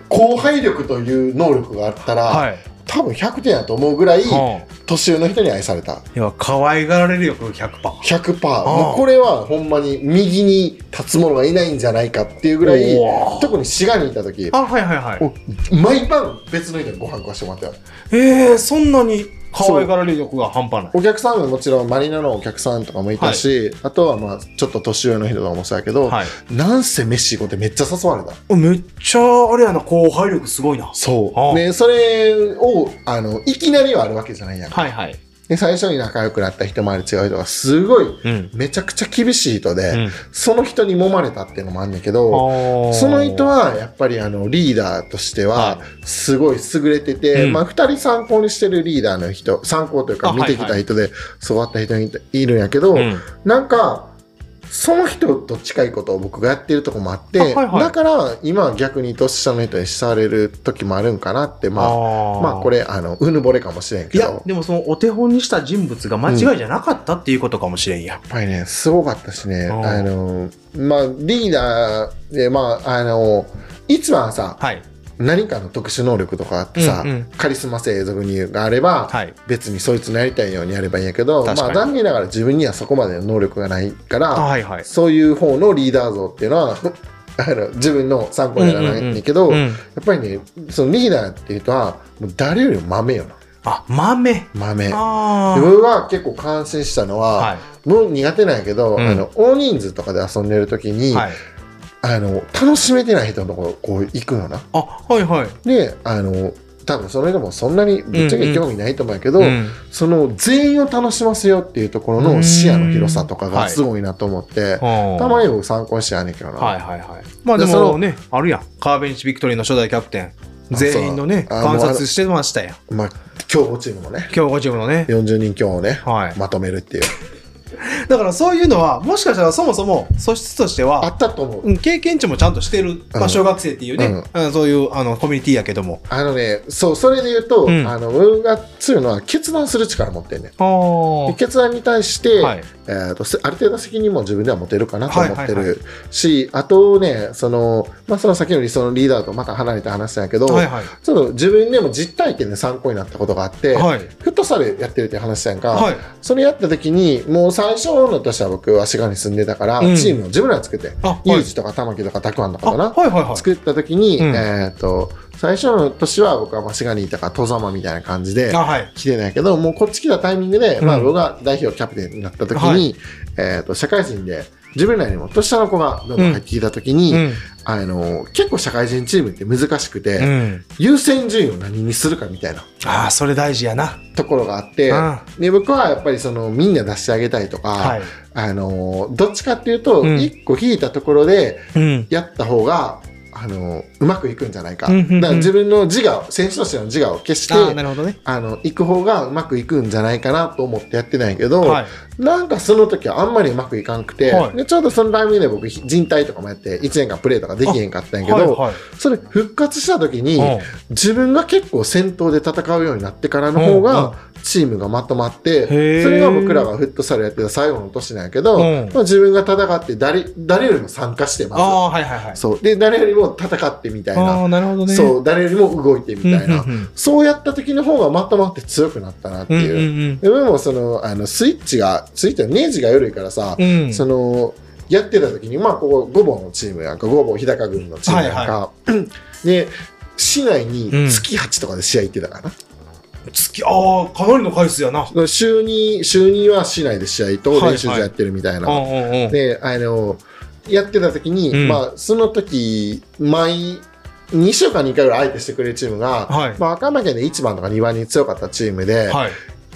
Speaker 2: 後輩力という能力があったら、
Speaker 1: はい
Speaker 2: 多分100点やと思うぐらい
Speaker 1: うん
Speaker 2: 年上の人に愛された
Speaker 1: いや可愛がられるよ100%パ
Speaker 2: 100%
Speaker 1: あ
Speaker 2: もうこれはほんまに右に立つ者がいないんじゃないかっていうぐらい
Speaker 1: おー
Speaker 2: 特に滋賀にいた時
Speaker 1: あはいはいはい
Speaker 2: もう毎晩別の人にご飯食わしてもらったよ
Speaker 1: えー、そんなに可愛がられる力が半端ない
Speaker 2: お客さんももちろんマリナのお客さんとかもいたし、あとはまあちょっと年上の人とかもそうやけど、
Speaker 1: はい
Speaker 2: なんせ飯行こうってめっちゃ誘われた
Speaker 1: めっちゃあれやな後輩力すごいな
Speaker 2: そ
Speaker 1: あ
Speaker 2: うねそれをあのいきなりはあるわけじゃないやんか
Speaker 1: はいはい
Speaker 2: で最初に仲良くなった人もある違う人がすごい
Speaker 1: うん
Speaker 2: めちゃくちゃ厳しい人で、
Speaker 1: うん
Speaker 2: その人に揉まれたっていうのもあるんだけど、そ
Speaker 1: そ
Speaker 2: の人はやっぱりあのリーダーとしては
Speaker 1: は
Speaker 2: すごい優れて
Speaker 1: う
Speaker 2: て、
Speaker 1: ん
Speaker 2: まあ、2人参考にしてるリーダーの人参考という
Speaker 1: あ
Speaker 2: か見てきた人で育った人にいるんやけど、
Speaker 1: うん
Speaker 2: なんかその人と近いことを僕がやってるとこもあって
Speaker 1: あはいはい
Speaker 2: だから今は逆に年下の人に慕われる時もあるんかなってまあ
Speaker 1: あ
Speaker 2: まあこ
Speaker 1: れ
Speaker 2: れあのうぬぼれかもしれんけ
Speaker 1: い
Speaker 2: ど
Speaker 1: やでもそのお手本にした人物が間違いじゃなかったっていうことかもしれんや、
Speaker 2: やっぱりねすごかったしね
Speaker 1: うん
Speaker 2: あのまあリーダーでまああの一番さ
Speaker 1: はい
Speaker 2: 何かの特殊能力とかあってさ、
Speaker 1: うんうん
Speaker 2: カリスマ性俗にがあれば、
Speaker 1: はい
Speaker 2: 別にそいつのやりたいようにやればいいんやけどま
Speaker 1: 確かに
Speaker 2: あ残念ながら自分にはそこまでの能力がないから、
Speaker 1: あはいはい
Speaker 2: そういう方のリーダー像っていうのはあの自分の参考にならないんだけど、
Speaker 1: うん
Speaker 2: やっぱりねそのリーダーっていう人はもう誰よりも豆よな
Speaker 1: あ豆
Speaker 2: 豆。で
Speaker 1: あー
Speaker 2: 僕は結構感心したのは、
Speaker 1: は
Speaker 2: もう苦手なんやけど、
Speaker 1: うん
Speaker 2: あの大人数とかで遊んでる時に、
Speaker 1: いはい
Speaker 2: あの楽しめてない人のところこう行くよな。
Speaker 1: あはいはい
Speaker 2: であの多分その人もそんなにぶっちゃけ興味ないと思うけど、
Speaker 1: うん
Speaker 2: その全員を楽しませようっていうところの視野の広さと
Speaker 1: う
Speaker 2: か
Speaker 1: んは
Speaker 2: が
Speaker 1: い
Speaker 2: すごいなと思って、
Speaker 1: はあ
Speaker 2: たまに僕参考にしてやねんけどな、
Speaker 1: はいはいはい。まあで
Speaker 2: でそ
Speaker 1: も
Speaker 2: の
Speaker 1: ね、あるやん。カーベンチビクトリーの初代キャプテン。全員のね、
Speaker 2: そうあもうあ
Speaker 1: 観
Speaker 2: れ
Speaker 1: 察してましたやん。
Speaker 2: まあ競歩チームもね
Speaker 1: 強化チームのね。
Speaker 2: 40人強をね、
Speaker 1: はい。
Speaker 2: まとめるっていう
Speaker 1: だからそういうのは、もしかしたらそもそも素質として
Speaker 2: あ
Speaker 1: は、
Speaker 2: ったと思う、
Speaker 1: うん経験値もちゃんとしてる、まあ、小学生っていうね、うんそういうあのコミュニティやけども。
Speaker 2: あのねそうそれで言うと、
Speaker 1: うん
Speaker 2: あの僕が強いのは決断する力持ってんねんで
Speaker 1: は
Speaker 2: 決断に対して、
Speaker 1: はい
Speaker 2: えー、とせある程度責任も自分では持てるかなと思って
Speaker 1: はいはいは
Speaker 2: るし、あとねその、まあ、その先の理想のリーダーとまた離れた話だけど、
Speaker 1: はいはい。
Speaker 2: ちょっと自分でも実体験で参考になったことがあって、
Speaker 1: はい。
Speaker 2: フットサルやってるって話やんか、
Speaker 1: はい。
Speaker 2: それやった時にもう最初の年は僕は滋賀に住んでたから、
Speaker 1: うん
Speaker 2: チームを自分ら作って
Speaker 1: あ、はい。
Speaker 2: ユージとか玉木とかたくあんと
Speaker 1: あ
Speaker 2: かかな、
Speaker 1: はいはいはい。
Speaker 2: 作った時に、
Speaker 1: うん
Speaker 2: えっ、と最初の年は僕はまあ滋賀にいたから戸ざまみたいな感じで
Speaker 1: あ、はい。
Speaker 2: 来てないけどもうこっち来たタイミングで、まあ、
Speaker 1: うん
Speaker 2: 僕が代表キャプテンになった時に、
Speaker 1: はい
Speaker 2: えー、と社会人で自分らよりも年下の子がどんどん入ってきた時に、
Speaker 1: うん。
Speaker 2: あの結構社会人チームって難しくて、
Speaker 1: うん。
Speaker 2: 優先順位を何にするかみたいな
Speaker 1: ああ、それ大事やな。
Speaker 2: ところがあって、
Speaker 1: うん
Speaker 2: で僕はやっぱりそのみんな出してあげたいとか、
Speaker 1: はい。
Speaker 2: あのどっちかっていうと
Speaker 1: うん
Speaker 2: 一個引いたところで
Speaker 1: うん。
Speaker 2: やった方が、あのうまくいくんじゃないか,、
Speaker 1: うんうんうん
Speaker 2: だから自分の自我を選手としての自我を消して
Speaker 1: ああ、なるほどね。
Speaker 2: あの行く方がうまくいくんじゃないかなと思ってやってないけど、
Speaker 1: はい。
Speaker 2: なんかその時はあんまりうまくいかんくて、
Speaker 1: はい
Speaker 2: でちょうどそのタイミングで僕人体とかもやって1年間プレーとかできへんかったんやけど、
Speaker 1: はい
Speaker 2: それ復活した時に、
Speaker 1: はい。
Speaker 2: 自分が結構先頭で戦うようになってからの方
Speaker 1: うんうん
Speaker 2: がチームがまとまって、
Speaker 1: へー
Speaker 2: それが僕らがフットサルやってた最後の年なんやけど、
Speaker 1: うん
Speaker 2: まあ、自分が戦って誰誰よりも参加して
Speaker 1: ああ
Speaker 2: ま、
Speaker 1: はいはいはい
Speaker 2: す。そうで誰よりも戦ってみたい
Speaker 1: あ
Speaker 2: な、
Speaker 1: あ、なるほどね。
Speaker 2: そう誰よりも動いてみたいな、
Speaker 1: うんうんうん
Speaker 2: そうやった時の方がまとまって強くなったなっていう。
Speaker 1: うん
Speaker 2: で僕もそのあのスイッチがスイッチのネジが緩いからさ、
Speaker 1: うんうん
Speaker 2: そのやってた時にまあここゴボのチームやんかゴボ日高軍のチームやんか、 で市内
Speaker 1: うん
Speaker 2: に月8とかで試合行ってたからな、
Speaker 1: 月ああかなりの回数やな。
Speaker 2: その週2週2は市内で試合と
Speaker 1: はいはい
Speaker 2: 練習でやってるみたいな、
Speaker 1: うんうんうん
Speaker 2: であのやってた時に、
Speaker 1: うん
Speaker 2: まあその時毎2週間に1回ぐらい相手してくれるチームが、
Speaker 1: はい
Speaker 2: まあ、赤間県で1番とか2番に強かったチームで、
Speaker 1: はい。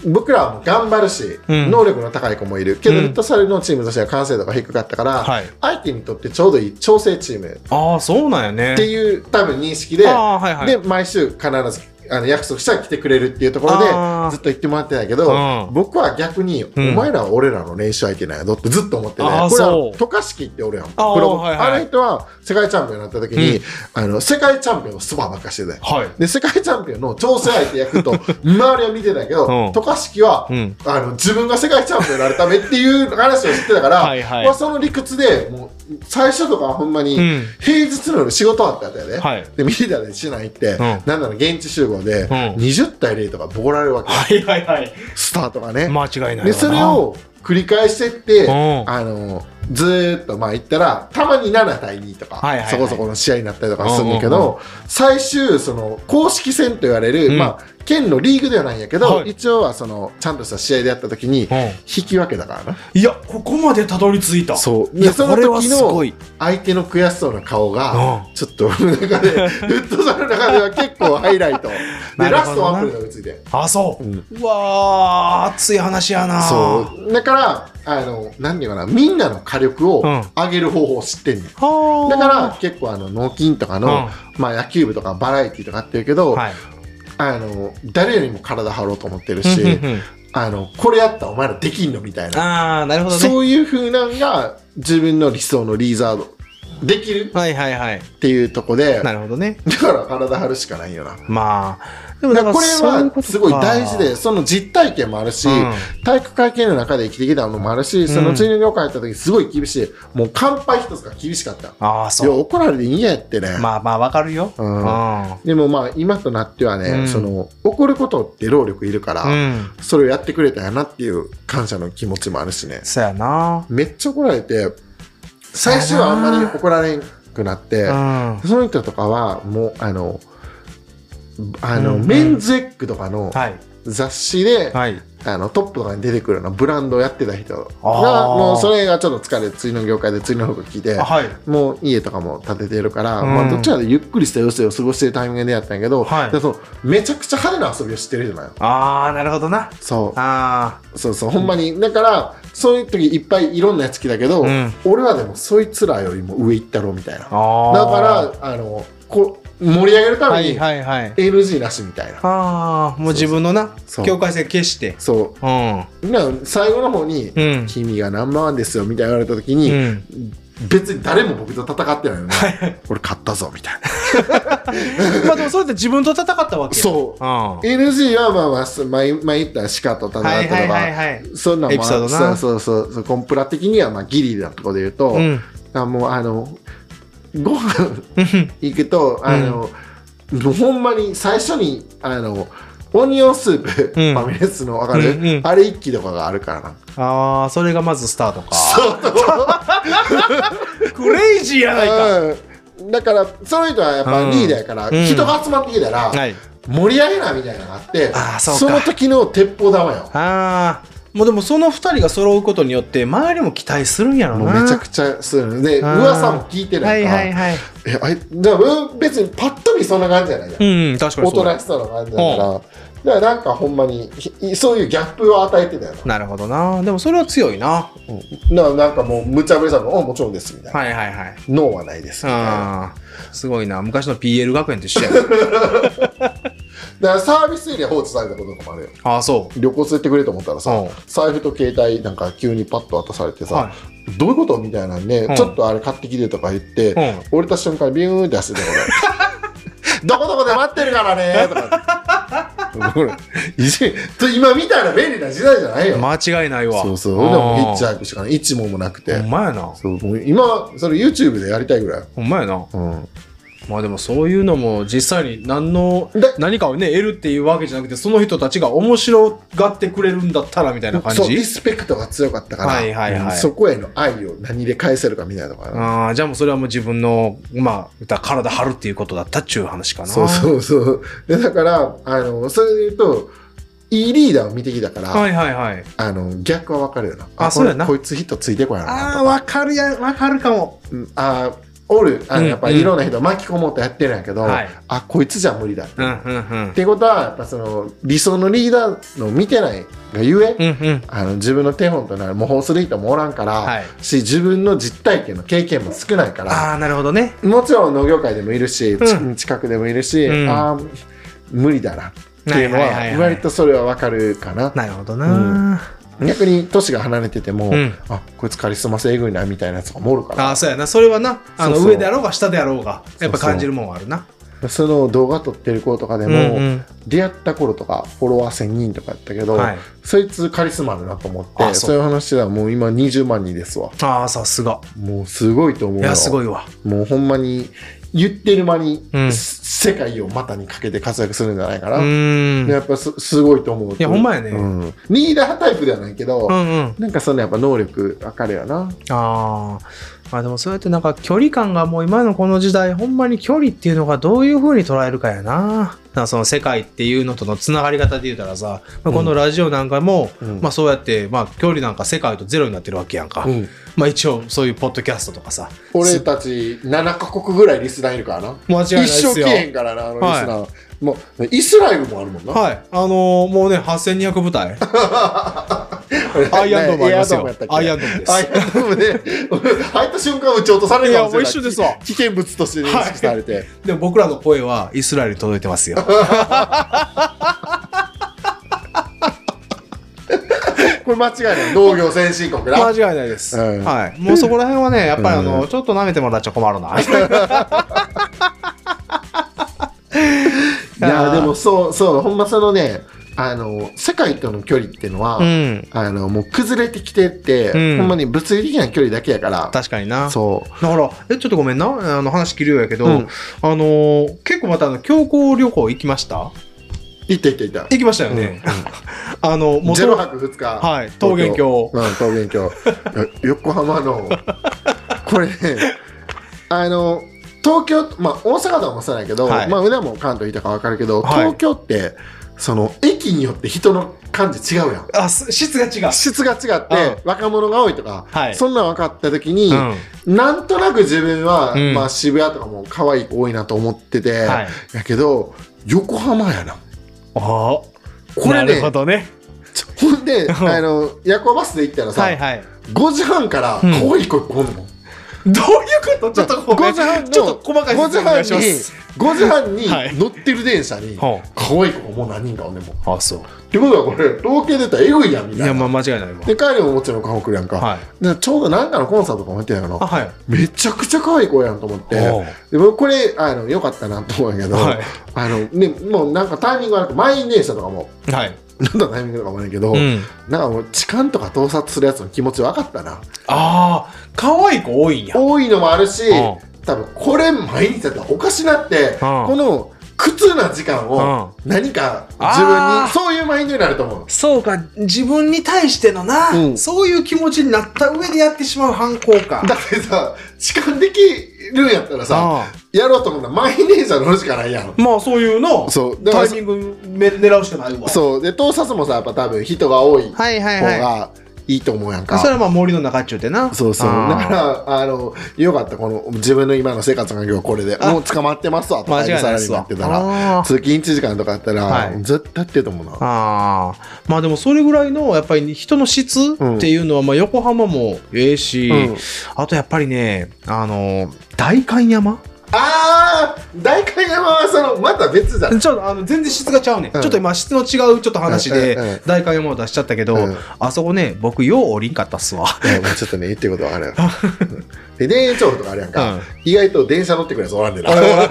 Speaker 2: 僕らはもう頑張るし、
Speaker 1: うん
Speaker 2: 能力の高い子もいるけど、
Speaker 1: うん
Speaker 2: フットサルのチームとしては完成度が低かったから、
Speaker 1: はい。
Speaker 2: 相手にとってちょうどいい調整チーム
Speaker 1: ああそうなんやね。
Speaker 2: っていう多分認識で、
Speaker 1: ああーはいはい。
Speaker 2: で毎週必ずあの約束したら来てくれるっていうところで
Speaker 1: あー
Speaker 2: ずっと言ってもらってたけど、
Speaker 1: うん
Speaker 2: 僕は逆に、
Speaker 1: ん
Speaker 2: お前らは俺らの練習相手なんやぞってずっと思ってて、
Speaker 1: あー
Speaker 2: これ
Speaker 1: そう
Speaker 2: は渡嘉敷っておるやんプ
Speaker 1: あー
Speaker 2: ロ、
Speaker 1: はいはい
Speaker 2: あの人は世界チャンピオンになった時に、あの世界チャンピオンのスパばっかしてたよ
Speaker 1: はい。
Speaker 2: で世界チャンピオンの調整相手 役と周りは見てたけ
Speaker 1: うん
Speaker 2: ど渡嘉敷は、
Speaker 1: うん
Speaker 2: あの自分が世界チャンピオンになるためっていう話を知ってたから
Speaker 1: はいはい
Speaker 2: まあ、その理屈でもう最初とかはほんまに、
Speaker 1: うん
Speaker 2: 平日の夜仕事あったんだよね、
Speaker 1: はい
Speaker 2: でミーダーで市内行って、
Speaker 1: ん
Speaker 2: なんなら現地集合で
Speaker 1: ん
Speaker 2: 20対0とかボコられるわけ、
Speaker 1: はいはいはい。
Speaker 2: スタートがね。
Speaker 1: 間違いないわな。
Speaker 2: でそれを繰り返してって、
Speaker 1: うん
Speaker 2: あのずーっとまあ言ったらたまに7対2とか、
Speaker 1: はいはいはい
Speaker 2: そこそこの試合になったりとかするんだけど、
Speaker 1: うんうん
Speaker 2: 最終その公式戦と言われる、
Speaker 1: うん
Speaker 2: まあ、県のリーグではないんやけど、
Speaker 1: はい
Speaker 2: 一応はそのちゃんとした試合でやった時に、
Speaker 1: ん
Speaker 2: 引き分けだからな。
Speaker 1: いやここまでたどり着いた。
Speaker 2: そう
Speaker 1: いや
Speaker 2: でその
Speaker 1: これは
Speaker 2: 時
Speaker 1: すごい
Speaker 2: の相手の悔しそうな顔が
Speaker 1: う
Speaker 2: ちょっと俺の中 でフットサルの中では結構ハイライトで
Speaker 1: なる
Speaker 2: ラ
Speaker 1: ほ
Speaker 2: ス
Speaker 1: ど
Speaker 2: ト
Speaker 1: な
Speaker 2: ワンプレーが追いついて
Speaker 1: あそう。
Speaker 2: うん
Speaker 1: うわあ熱い話やな。
Speaker 2: そうだからあの何て言うかなみんなの火力を
Speaker 1: うん
Speaker 2: 上げる方法を知ってんねん
Speaker 1: はあ。
Speaker 2: だから結構あの脳筋とかの、まあ、野球部とかバラエティーとかあってるけど、
Speaker 1: はい。
Speaker 2: あの誰よりも体張ろうと思ってるし、
Speaker 1: うんうんうん
Speaker 2: あのこれやったらお前らできんのみたいな
Speaker 1: ああなるほどね。
Speaker 2: そういう風なんが自分の理想のリーザードできる
Speaker 1: はいはいはい。
Speaker 2: っていうとこで
Speaker 1: なるほどね。
Speaker 2: だから体張るしかないよな。
Speaker 1: まあでも
Speaker 2: だ
Speaker 1: だ
Speaker 2: か
Speaker 1: からら
Speaker 2: こ
Speaker 1: そう
Speaker 2: れ
Speaker 1: う
Speaker 2: は
Speaker 1: ことか
Speaker 2: すごい大事で、その実体験もあるし、
Speaker 1: うん
Speaker 2: 体育会系の中で生きてきたのもあるし、そのチーム業界入った時すごい厳しい。もう乾杯一つが厳しかった。い
Speaker 1: ああそ
Speaker 2: や、
Speaker 1: う。
Speaker 2: 怒られていいんやってね。
Speaker 1: まあまあわかるよ。
Speaker 2: うん
Speaker 1: うん。
Speaker 2: でもまあ今となってはね、
Speaker 1: うん
Speaker 2: その怒ることって労力いるから、
Speaker 1: うん。
Speaker 2: それをやってくれたやなっていう感謝の気持ちもあるしね。
Speaker 1: そうやな。
Speaker 2: めっちゃ怒られて、最初はあんまり怒られなくなって、
Speaker 1: うん。
Speaker 2: その人とかはもうあのあの、
Speaker 1: うんうん
Speaker 2: メンズエッグとかの
Speaker 1: はい。
Speaker 2: 雑誌で、
Speaker 1: はい。
Speaker 2: あのトップとかに出てくるようなブランドをやってた人が
Speaker 1: あー
Speaker 2: もうそれがちょっと疲れて次の業界で次の服着て
Speaker 1: あはい
Speaker 2: もう家とかも建ててるから、
Speaker 1: うん
Speaker 2: まあ、どっちかでゆっくりした余生を過ごしてるタイミングでやったんやけど、
Speaker 1: はい
Speaker 2: でそのめちゃくちゃ派手な遊びを知ってるじゃない
Speaker 1: ああなるほどな
Speaker 2: そう
Speaker 1: あ
Speaker 2: そうそうほんまにだからそういう時いっぱいいろんなやつ来たけど、
Speaker 1: うん
Speaker 2: 俺はでもそいつらよりも上行ったろみたいな
Speaker 1: ーあー
Speaker 2: だからあのこう盛り上げるた
Speaker 1: は
Speaker 2: め
Speaker 1: い
Speaker 2: に
Speaker 1: はいはい
Speaker 2: NG なしみたいな、
Speaker 1: ああもう自分のな
Speaker 2: そう
Speaker 1: 境界線消して
Speaker 2: そ
Speaker 1: うん
Speaker 2: うな最後の方に、
Speaker 1: うん
Speaker 2: 君がナンバーワンですよ」みたいな言われた時
Speaker 1: う
Speaker 2: に、
Speaker 1: ん
Speaker 2: 別に誰も僕と戦ってないのね俺勝ったぞみたいな
Speaker 1: まあでもそれって自分と戦ったわけう
Speaker 2: そう
Speaker 1: あ
Speaker 2: NG はまあまあす前前言った鹿と戦
Speaker 1: は
Speaker 2: っ
Speaker 1: いは
Speaker 2: たと
Speaker 1: いはい
Speaker 2: か
Speaker 1: はい
Speaker 2: そんなんもあ
Speaker 1: エピソードな
Speaker 2: そうそうそうそうコンプラ的にはまあギリなとこで言うと、
Speaker 1: うん
Speaker 2: あもうあのご飯
Speaker 1: うん
Speaker 2: 行くとあの、もうほんまに最初にあのオニオンスープ、
Speaker 1: うん
Speaker 2: ファミレスのわかる、
Speaker 1: うんうん
Speaker 2: あれ一気とかがあるからな
Speaker 1: ああそれがまずスタートか
Speaker 2: そう
Speaker 1: クレイジーやないか
Speaker 2: うんだからその人はやっぱリーダーやから、
Speaker 1: うん
Speaker 2: 人が集まってきたら、
Speaker 1: はい
Speaker 2: 盛り上げなみたいなのがあって
Speaker 1: あーそうか
Speaker 2: の時の鉄砲玉よ
Speaker 1: ああもうでもその二人が揃うことによって周りも期待するんやろ
Speaker 2: も
Speaker 1: な
Speaker 2: うめちゃくちゃするので
Speaker 1: あー
Speaker 2: 噂も聞いて
Speaker 1: は
Speaker 2: ない
Speaker 1: い
Speaker 2: から、
Speaker 1: はいはい
Speaker 2: えあいじゃあうん別にパッと見そんな感じじゃないじゃん、
Speaker 1: うんうん確かに
Speaker 2: お
Speaker 1: そ
Speaker 2: と
Speaker 1: うだ
Speaker 2: なしさの感じだから、だからなんかほんまにひいそういうギャップを与えてたよな
Speaker 1: なるほどなでもそれは強いな
Speaker 2: だからなんかもう無茶ぶりさの「おもちろんです」みたいな
Speaker 1: はいはいはい
Speaker 2: 「ノーはないです」みたいな
Speaker 1: ああすごいな昔の PL 学園と一緒やな
Speaker 2: だからサービスエリア放置されたこととかもあるよ
Speaker 1: ああそ
Speaker 2: 旅行連れてくれと思ったらさ、
Speaker 1: うん
Speaker 2: 財布と携帯なんか急にパッと渡されて
Speaker 1: う
Speaker 2: さ、
Speaker 1: は
Speaker 2: どういうことみたいなんで、
Speaker 1: うん
Speaker 2: ちょっとあれ買ってきてとか言って、
Speaker 1: いうん
Speaker 2: 折れた瞬間にビューンって走ってたから どこどこで待ってるから ねとか言ってほらいじ今みたいな便利な時代じゃないよ、
Speaker 1: 間違いないわ
Speaker 2: そうそうでもヒッチ
Speaker 1: ゃ
Speaker 2: ハイクしかない一問もなくて、
Speaker 1: ほんまやな
Speaker 2: そうもう今それ YouTube でやりたいぐらい、
Speaker 1: ほんまやな
Speaker 2: うん、
Speaker 1: まあでもそういうのも実際に何の
Speaker 2: で
Speaker 1: 何かをね得るっていうわけじゃなくてその人たちが面白がってくれるんだったらみたいな感
Speaker 2: そうリ
Speaker 1: じ
Speaker 2: スペクトが強かったから、
Speaker 1: はいはいはい
Speaker 2: うんそこへの愛を何で返せるかみたいなとかな、
Speaker 1: ああじゃあもうそれはもう自分のまあ言ったら体張るっていうことだったっちゅう話かな
Speaker 2: そうそうそうでだからあのそれで言うといいリーダーを見てきたから、
Speaker 1: はいはいはい
Speaker 2: あの逆は分かるよな
Speaker 1: あそうやな
Speaker 2: これこいつ人ついてこやろなと
Speaker 1: あ
Speaker 2: か
Speaker 1: あわかるやわかるかも
Speaker 2: うんあーおるあ
Speaker 1: う
Speaker 2: の
Speaker 1: ん
Speaker 2: やっぱりいろんな人巻き込もうとやってるんやけど、
Speaker 1: はい
Speaker 2: あこいつじゃ無理だって、
Speaker 1: うんう
Speaker 2: っ
Speaker 1: んうん
Speaker 2: ていうことはやっぱその理想のリーダーの見てないがゆえ、
Speaker 1: うんうん
Speaker 2: あの自分の手本となる模倣する人もおらんから、
Speaker 1: はい
Speaker 2: し自分の実体験の経験も少ないから
Speaker 1: ああなるほどね
Speaker 2: もちろん農業界でもいるし、ち
Speaker 1: う
Speaker 2: 近くでもいるし、
Speaker 1: うん
Speaker 2: あー無理だなっていうの
Speaker 1: はいはいはいは
Speaker 2: はい割とそれは分かるかな、
Speaker 1: なるほどな
Speaker 2: 逆に年が離れてても、
Speaker 1: うん
Speaker 2: あこいつカリスマ性えぐいなみたいなやつがもおるから
Speaker 1: ああそうやなそれはなあの
Speaker 2: そうそう
Speaker 1: 上であろうが下であろうがやっぱ感じるもんはあるな
Speaker 2: その動画撮ってる子とかで
Speaker 1: で
Speaker 2: も、出会った頃とかフォロワー1000人とかやったけど、
Speaker 1: はい
Speaker 2: そいつカリスマだなと思って
Speaker 1: あそう
Speaker 2: そういう話ではもう今20万人ですわ
Speaker 1: ああさすが
Speaker 2: もうすごいと思う
Speaker 1: い
Speaker 2: よ
Speaker 1: やすごいわ
Speaker 2: もうほんまに言ってる間に、
Speaker 1: うん
Speaker 2: 世界を股にかけて活躍するんじゃないか
Speaker 1: う
Speaker 2: な、
Speaker 1: ーん
Speaker 2: やっぱすすごいと思うい
Speaker 1: やほんまやね
Speaker 2: うん、リーダータイプではないけど、
Speaker 1: うんうん
Speaker 2: なんかそのやっぱ能力わかるよな
Speaker 1: あーまあでもそうやってなんか距離感がもう今のこの時代ほんまに距離っていうのがどういう風に捉えるかやななんかその世界っていうのとのつながり方で言うたらさ、まあこのラジオなんかも、
Speaker 2: うん
Speaker 1: まあ、そうやって、まあ、距離なんか世界とゼロになってるわけやんか、
Speaker 2: うん
Speaker 1: まあ一応そういうポッドキャストとかさ
Speaker 2: 俺たち7カ国ぐらいリスナーいるからな
Speaker 1: 間違いないっ
Speaker 2: 一生
Speaker 1: すよ
Speaker 2: 来えへんからなあのリスナー、
Speaker 1: は
Speaker 2: もうイスラエルもあるもんな、
Speaker 1: はいあのーもうね8200部隊 アイアンドームあり ますよ
Speaker 2: エアドームやったっけ
Speaker 1: アイアンドームです
Speaker 2: アイアンドームで入った瞬間撃ち落とされるかもしれない
Speaker 1: いやもう一緒ですわ
Speaker 2: 危険物として認識されて、
Speaker 1: でも僕らの声はイスラエルに届いてますよ
Speaker 2: これ間違いない農業先進国な、
Speaker 1: 間違いないです、
Speaker 2: うん
Speaker 1: はい、もうそこら辺はねやっぱりあの、
Speaker 2: う
Speaker 1: ちょっと舐めてもらっちゃ困るな
Speaker 2: いやでもそうそうほんまそのねあの世界との距離っていうの は、
Speaker 1: うん
Speaker 2: あのもう崩れてきてって、
Speaker 1: うん
Speaker 2: ほんまに物理的な距離だけやから
Speaker 1: 確かにな
Speaker 2: そう
Speaker 1: だからえちょっとごめんなあの話切るようやけど、
Speaker 2: うん
Speaker 1: あのー結構またあの強行旅行行きました
Speaker 2: 行った行った行った
Speaker 1: 行きましたよね、 あのもう
Speaker 2: ゼロ泊2日、
Speaker 1: はい桃源郷
Speaker 2: うん、桃源郷 いや横浜のこれねあの東京まあ大阪とはもそうなんやけど、
Speaker 1: はい
Speaker 2: まあ、腕も関東いたか分かるけど
Speaker 1: はい
Speaker 2: 東京って、その駅によって人の感じ違うやん
Speaker 1: あす質が違う
Speaker 2: 質が違って若者が多いとか、
Speaker 1: はい
Speaker 2: そんなん分かった時に、
Speaker 1: うん
Speaker 2: なんとなく自分は、
Speaker 1: うん
Speaker 2: まあ、渋谷とかも可愛い子多いなと思ってて、
Speaker 1: はい
Speaker 2: やけど横浜やな
Speaker 1: あ
Speaker 2: これ
Speaker 1: なる
Speaker 2: ね
Speaker 1: ほどね
Speaker 2: ほん で
Speaker 1: うん
Speaker 2: あの夜行バスで行ったらさ、
Speaker 1: はいはい
Speaker 2: 5時半から
Speaker 1: うん
Speaker 2: 可愛い子来んの、ん
Speaker 1: どういうことちょっとごめん
Speaker 2: 5時半の
Speaker 1: ちょっと細かい
Speaker 2: 5
Speaker 1: 説
Speaker 2: 時
Speaker 1: 明お願
Speaker 2: 半
Speaker 1: いします
Speaker 2: に5時半に
Speaker 1: はい
Speaker 2: 乗ってる電車に、
Speaker 1: は
Speaker 2: 可愛い子もう何人かおんねんもんっ
Speaker 1: ああそう
Speaker 2: てことはこれ統計出たらエグいやんみ
Speaker 1: い
Speaker 2: たいな
Speaker 1: やまあ間違いないわ
Speaker 2: で帰りももちろん顔来るやんか、
Speaker 1: はい
Speaker 2: でちょうどなんかのコンサートとかもやってたやろ
Speaker 1: あはい
Speaker 2: めちゃくちゃ可愛い子やんと思って
Speaker 1: おう
Speaker 2: で僕これあのよかったなと思うんやけど、
Speaker 1: はい
Speaker 2: あのね、もうなんかタイミング悪く満員電車とかも
Speaker 1: はい
Speaker 2: なんだタイミングとかもないけど、
Speaker 1: うん
Speaker 2: なんかもう痴漢とか盗撮するやつの気持ち分かったな
Speaker 1: ああ可愛い子多いんや
Speaker 2: 多いのもあるし
Speaker 1: うん
Speaker 2: 多分これ毎日だったらおかしなってこの苦痛な時間を何か自分
Speaker 1: あ
Speaker 2: に
Speaker 1: ー
Speaker 2: そういうマインドになると思う
Speaker 1: そうか自分に対してのな、
Speaker 2: うん
Speaker 1: そういう気持ちになった上でやってしまう反抗か
Speaker 2: だってさ痴漢できるんやったらさ
Speaker 1: あ
Speaker 2: やろうと思ったら満員電車乗るしかないやん
Speaker 1: あまあそういうの
Speaker 2: そうだか
Speaker 1: タ
Speaker 2: ら
Speaker 1: イミングめ狙うしかないわ
Speaker 2: そうで盗撮もさやっぱ多分人が多い方
Speaker 1: はいはいは
Speaker 2: がいいと思うやん
Speaker 1: い
Speaker 2: か
Speaker 1: それはまあ森の中っちゅうてな
Speaker 2: そうそうだ
Speaker 1: ああ
Speaker 2: からあのよかったこの自分の今の生活環境はこれで
Speaker 1: あ
Speaker 2: もう捕まってますわとか
Speaker 1: 間違いないっす
Speaker 2: にな
Speaker 1: わ
Speaker 2: ってたら
Speaker 1: ああ
Speaker 2: 通勤1時間とかやったら、
Speaker 1: はい
Speaker 2: 絶対やってると思うな
Speaker 1: ああまあでもそれぐらいのやっぱり人の質っていうのはまあ横浜もええし、
Speaker 2: うん
Speaker 1: あとやっぱりねあの代官山
Speaker 2: あー代官山はそのまた別じゃん
Speaker 1: ちょっとあの全然質がちゃうね、
Speaker 2: うん
Speaker 1: ちょっと今質の違うちょっと話で
Speaker 2: うんうんうん
Speaker 1: 代官山を出しちゃったけど、
Speaker 2: うん
Speaker 1: あそこね僕よう降りんかったっす わ
Speaker 2: いやもうちょっとね言ってることわかるようんで田園調布とかあるやんか、
Speaker 1: うん
Speaker 2: 意外と電車乗ってくるやつおらんでな
Speaker 1: 俺は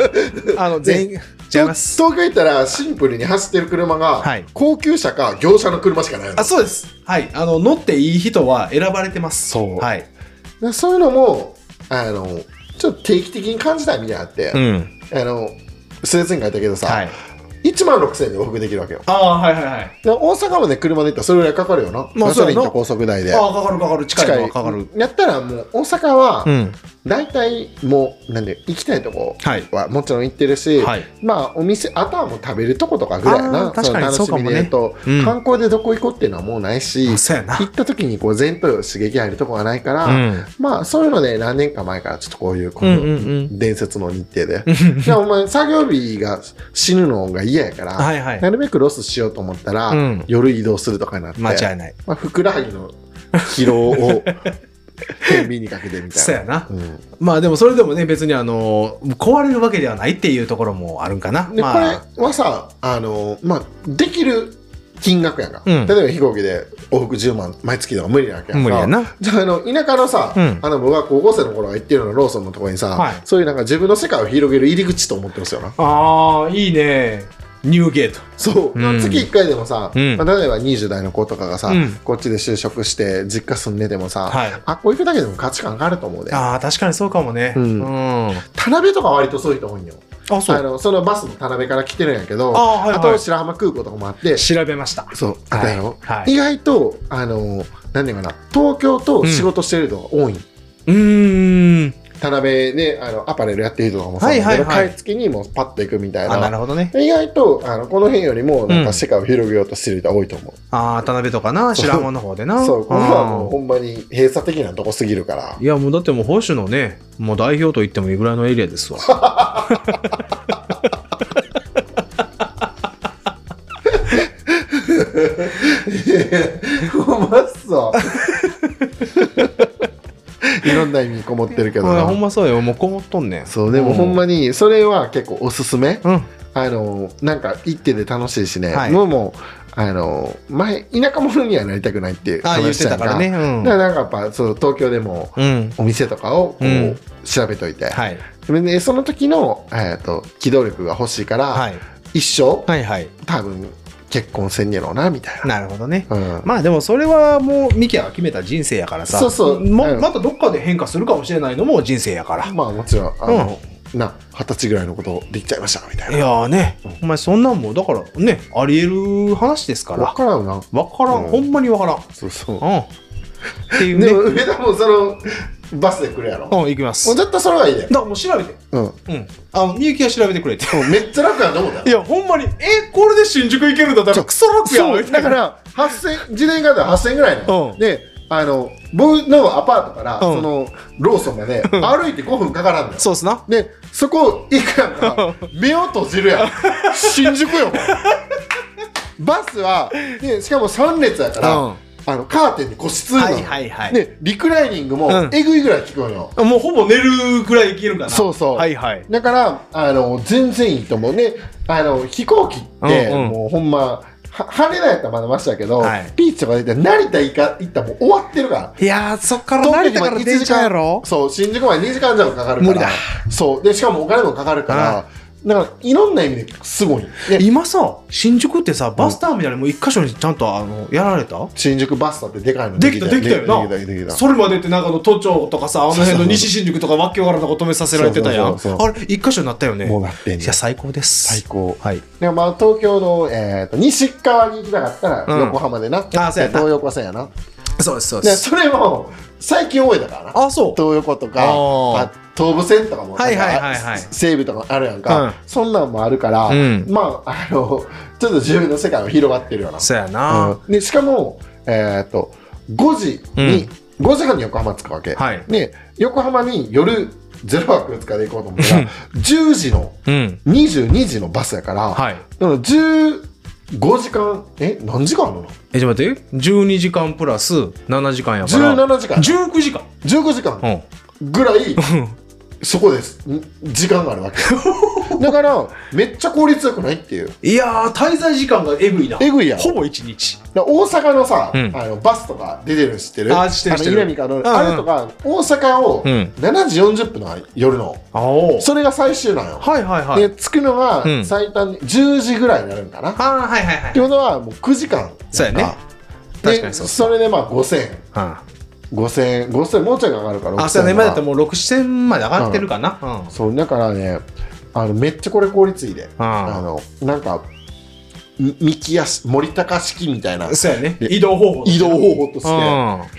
Speaker 1: あの全員違いま
Speaker 2: 東
Speaker 1: す
Speaker 2: 京行ったらシンプルに走ってる車が、
Speaker 1: はい
Speaker 2: 高級車か業者の車しかないの
Speaker 1: あそうですはいあの乗っていい人は選ばれてます
Speaker 2: そう
Speaker 1: はい
Speaker 2: でそういうのもあのちょっと定期的に感じたいみたいなのあって、
Speaker 1: ん
Speaker 2: あのスレッズに書いたけどさ、
Speaker 1: はい
Speaker 2: 1万6000円で往復できるわけよ
Speaker 1: ああはいはいはい
Speaker 2: で大阪まで車で行ったらそれぐらいかかるよな、
Speaker 1: まあ
Speaker 2: ガソリ
Speaker 1: そうや
Speaker 2: ンと
Speaker 1: な
Speaker 2: 高速代で
Speaker 1: ああかかるかかる近いのはかかる
Speaker 2: やったらもう大阪は
Speaker 1: うん
Speaker 2: 大体もうなんで行きたいとこ
Speaker 1: はい
Speaker 2: はもちろん行ってるし、
Speaker 1: はい
Speaker 2: まあお店あとはもう食べるとことかぐらいや
Speaker 1: あー
Speaker 2: な
Speaker 1: 確かに
Speaker 2: の楽しみで言うと
Speaker 1: そうかもねうん
Speaker 2: 観光でどこ行こうっていうのはもうないし、
Speaker 1: あそうやな
Speaker 2: 行った時にこう全部刺激入るとこがないから、
Speaker 1: うん
Speaker 2: まあそういうので何年か前からちょっとこういうこ
Speaker 1: うんうんうん
Speaker 2: の伝説の日程で、いやお前作業日が死ぬのが嫌やから、
Speaker 1: はいはい
Speaker 2: なるべくロスしようと思ったら、
Speaker 1: うん
Speaker 2: 夜移動するとかになって
Speaker 1: 間違いない
Speaker 2: まあ、ふくらはぎの疲労を 天秤にかけてみた
Speaker 1: そう
Speaker 2: い
Speaker 1: やな
Speaker 2: な、うん
Speaker 1: まあでもそれでもね別にあの壊れるわけではないっていうところもあるんかな
Speaker 2: で
Speaker 1: まあ
Speaker 2: これはさあの、まあ、できる金額やんか、
Speaker 1: うん
Speaker 2: 例えば飛行機で往復10万毎月とか無理なわけやんか
Speaker 1: 無理やな
Speaker 2: じゃああの田舎のさ、
Speaker 1: うん
Speaker 2: あの僕は高校生の頃が行ってるようなローソンのところにさ、
Speaker 1: はい
Speaker 2: そういうなんか自分の世界を広げる入り口と思ってますよな
Speaker 1: ああいいねニューゲート
Speaker 2: そう、
Speaker 1: うん
Speaker 2: 月1回でもさ、
Speaker 1: うん
Speaker 2: まあ、例えば20代の子とかがさ、
Speaker 1: うん
Speaker 2: こっちで就職して実家住んでてもさ、
Speaker 1: はい
Speaker 2: あっこ行くだけでも価値観があると思うで
Speaker 1: ああ確かにそうかもね
Speaker 2: う
Speaker 1: うんんあ
Speaker 2: 田辺とか割とそういう人多いんよ
Speaker 1: そ
Speaker 2: あ
Speaker 1: う
Speaker 2: のそのバスも田辺から来てるんやけど
Speaker 1: あはいはい
Speaker 2: と白浜空港とかもあって
Speaker 1: 調べました
Speaker 2: そうあったやろ、
Speaker 1: はいはい
Speaker 2: 意外とあの何ていうかな東京と仕事してる人が多い、
Speaker 1: うーん
Speaker 2: 田辺であのアパレルやってる人とかもそうなんだけど
Speaker 1: はいはいはい
Speaker 2: 買い付けにもパッと行くみたい
Speaker 1: あな
Speaker 2: な
Speaker 1: るほどね
Speaker 2: 意外とあのこの辺よりもなん
Speaker 1: う
Speaker 2: か
Speaker 1: ん
Speaker 2: 世界を広げようとしてる人が多いと思う、
Speaker 1: ああ田辺とかな
Speaker 2: そう
Speaker 1: 白浜の方でな
Speaker 2: そうこれはもうほ
Speaker 1: うん
Speaker 2: まに閉鎖的なとこすぎるから
Speaker 1: んいやもうだってもう保守のねもう代表と言ってもいいぐらいのエリアですわ
Speaker 2: ほんまっすわ いろんな意味こもってるけど
Speaker 1: うん
Speaker 2: な
Speaker 1: ほんまそうよもうこもっとんねん
Speaker 2: そうでもほんまにそれは結構おすすめ、
Speaker 1: うん
Speaker 2: あのなんか行ってて楽しいしね、
Speaker 1: はい
Speaker 2: もうもうあの前田舎者にはなりたくないっていう
Speaker 1: ああ言っ
Speaker 2: 話
Speaker 1: て
Speaker 2: や
Speaker 1: た
Speaker 2: ん
Speaker 1: からねう
Speaker 2: だ
Speaker 1: ん
Speaker 2: からなんかやっぱそう東京でも
Speaker 1: うん
Speaker 2: お店とかをこう、
Speaker 1: うん
Speaker 2: 調べといて、
Speaker 1: はい
Speaker 2: でその時の、えー、と機動力が欲しいから、
Speaker 1: はい
Speaker 2: 一生、
Speaker 1: はいはい
Speaker 2: 多分結婚せんやろうなみたい
Speaker 1: なるほどね
Speaker 2: な、うん
Speaker 1: まあでもそれはもうミキアが決めた人生やからさ
Speaker 2: そうそう
Speaker 1: ま
Speaker 2: うん
Speaker 1: またどっかで変化するかもしれないのも人生やから
Speaker 2: まあもちろんあの、な二十歳ぐらいのことできちゃいましたみたい
Speaker 1: い
Speaker 2: な
Speaker 1: やーねお前そんなんもうだからねありえる話ですか
Speaker 2: 分
Speaker 1: ら
Speaker 2: からんな
Speaker 1: わからん、
Speaker 2: うん
Speaker 1: ほんまにわからん
Speaker 2: そうそう
Speaker 1: うんっていう
Speaker 2: でも
Speaker 1: ね
Speaker 2: 上田もそのバスで来るやろ。
Speaker 1: う
Speaker 2: も
Speaker 1: ん、行きます。
Speaker 2: う
Speaker 1: だか
Speaker 2: 絶対それがいいね。
Speaker 1: らもう調べて。
Speaker 2: うん。も
Speaker 1: うん。あの、みゆきが調べてくれて。
Speaker 2: うめっちゃ楽やと思うだ
Speaker 1: いや、ほんまに、え、これで新宿行けるんだったら、クソ楽やんみ
Speaker 2: そう
Speaker 1: た
Speaker 2: だ
Speaker 1: い
Speaker 2: か
Speaker 1: な。
Speaker 2: ら8000自転車で8000円ぐらいの、
Speaker 1: うん
Speaker 2: であの僕のアパートから、
Speaker 1: うん
Speaker 2: そのローソンまで歩いて5分かからんのよ
Speaker 1: そうっすな。
Speaker 2: でそこ行くやん か目を閉じるやん新宿よもうバスはでしかも3列やから、
Speaker 1: うん
Speaker 2: あのカーテンに個室なの、
Speaker 1: はいはいはい
Speaker 2: でリクライニングも
Speaker 1: うん
Speaker 2: えぐいぐらい効くのよ、
Speaker 1: もうほぼ寝るくらい行けるかな。
Speaker 2: そうそう
Speaker 1: はいはい。
Speaker 2: だからあの全然いいと思うねあの飛行機って、
Speaker 1: うんうん
Speaker 2: もうほんまは羽田やったらまだましだけど、
Speaker 1: はい
Speaker 2: ピーチとか出て成田行か行ったらもう終わってるから。
Speaker 1: いやー、そっから
Speaker 2: 東
Speaker 1: 成
Speaker 2: 京
Speaker 1: 田
Speaker 2: ま
Speaker 1: から
Speaker 2: で1
Speaker 1: 電
Speaker 2: 時
Speaker 1: 車
Speaker 2: 間
Speaker 1: やろ
Speaker 2: そう新宿まで2時間弱かかるから
Speaker 1: 無理だ
Speaker 2: そうでしかもお金もかかるからだからいろんな意味ですごいで
Speaker 1: 今さ、新宿ってさ、バスターミナルも一箇所にちゃんと、あの、やられた
Speaker 2: 新宿バスだってでかいの
Speaker 1: できたできたよな
Speaker 2: できたできた
Speaker 1: それまでってなんかあの都庁とかさあの辺
Speaker 2: そうそ
Speaker 1: の
Speaker 2: う
Speaker 1: 西新宿とかわけわからんとこ止めさせられてたやん
Speaker 2: そうそうそう
Speaker 1: あれ一箇所になったよね
Speaker 2: もうなってん
Speaker 1: い
Speaker 2: ねん
Speaker 1: や最高です
Speaker 2: 最高
Speaker 1: はい
Speaker 2: でまあ東京の、えー、と西側に行きたかったら
Speaker 1: うん
Speaker 2: 横浜でな、
Speaker 1: ーそうやな
Speaker 2: 東横線やな
Speaker 1: そうですそう
Speaker 2: で
Speaker 1: です
Speaker 2: それも最近多いだからな
Speaker 1: あそう
Speaker 2: 東横と
Speaker 1: あ
Speaker 2: か
Speaker 1: ー
Speaker 2: あ東武線とかも
Speaker 1: はいはいはいはい
Speaker 2: なんか西武とかあるやんか、
Speaker 1: うん
Speaker 2: そんなんもあるから、
Speaker 1: うん
Speaker 2: まああのちょっと自分の世界は広がってるよな、
Speaker 1: そうやな
Speaker 2: うんでしかもえーっと5時に、5時半に横浜着くわけ、
Speaker 1: はい
Speaker 2: で横浜に夜0泊2日で行こうと思ったら10時の
Speaker 1: うん
Speaker 2: 22時のバスやから、
Speaker 1: はい
Speaker 2: だから15時間え何時間あるの
Speaker 1: えちょっと待って12時間プラス7時間やから
Speaker 2: 17時間
Speaker 1: 19時間
Speaker 2: 15時間
Speaker 1: うん
Speaker 2: ぐらいそこですん時間があるわけ だからめっちゃ効率よくないっていう
Speaker 1: いやー滞在時間がえぐいな
Speaker 2: えぐいやん
Speaker 1: ほぼ1日
Speaker 2: だから大阪のさ、
Speaker 1: うん
Speaker 2: あのバスとか出てるの知ってる
Speaker 1: あ知ってる知って
Speaker 2: の
Speaker 1: る
Speaker 2: 稲見かの、
Speaker 1: んうん
Speaker 2: あれとか大阪を
Speaker 1: うん
Speaker 2: 7時40分の夜の
Speaker 1: あお
Speaker 2: それが最終なんよ、
Speaker 1: はいはいはい
Speaker 2: で着くのが
Speaker 1: うん
Speaker 2: 最短に10時ぐらいになるんかな、っ
Speaker 1: あーはいはいはい
Speaker 2: てことはもう9時間
Speaker 1: そうやね確か
Speaker 2: で
Speaker 1: にそう
Speaker 2: それでまあ5000円
Speaker 1: あ
Speaker 2: 5000円5000円もうちょいかかるから
Speaker 1: あそうやね
Speaker 2: 6000
Speaker 1: 今だったらもう6000まで上がってるかなうん
Speaker 2: そうだからねあのめっちゃこれ効率いいで、
Speaker 1: あ
Speaker 2: あのなんかみ三木屋し森高式みたいな
Speaker 1: そうやね
Speaker 2: で
Speaker 1: 移動方法
Speaker 2: 移動方法として、
Speaker 1: う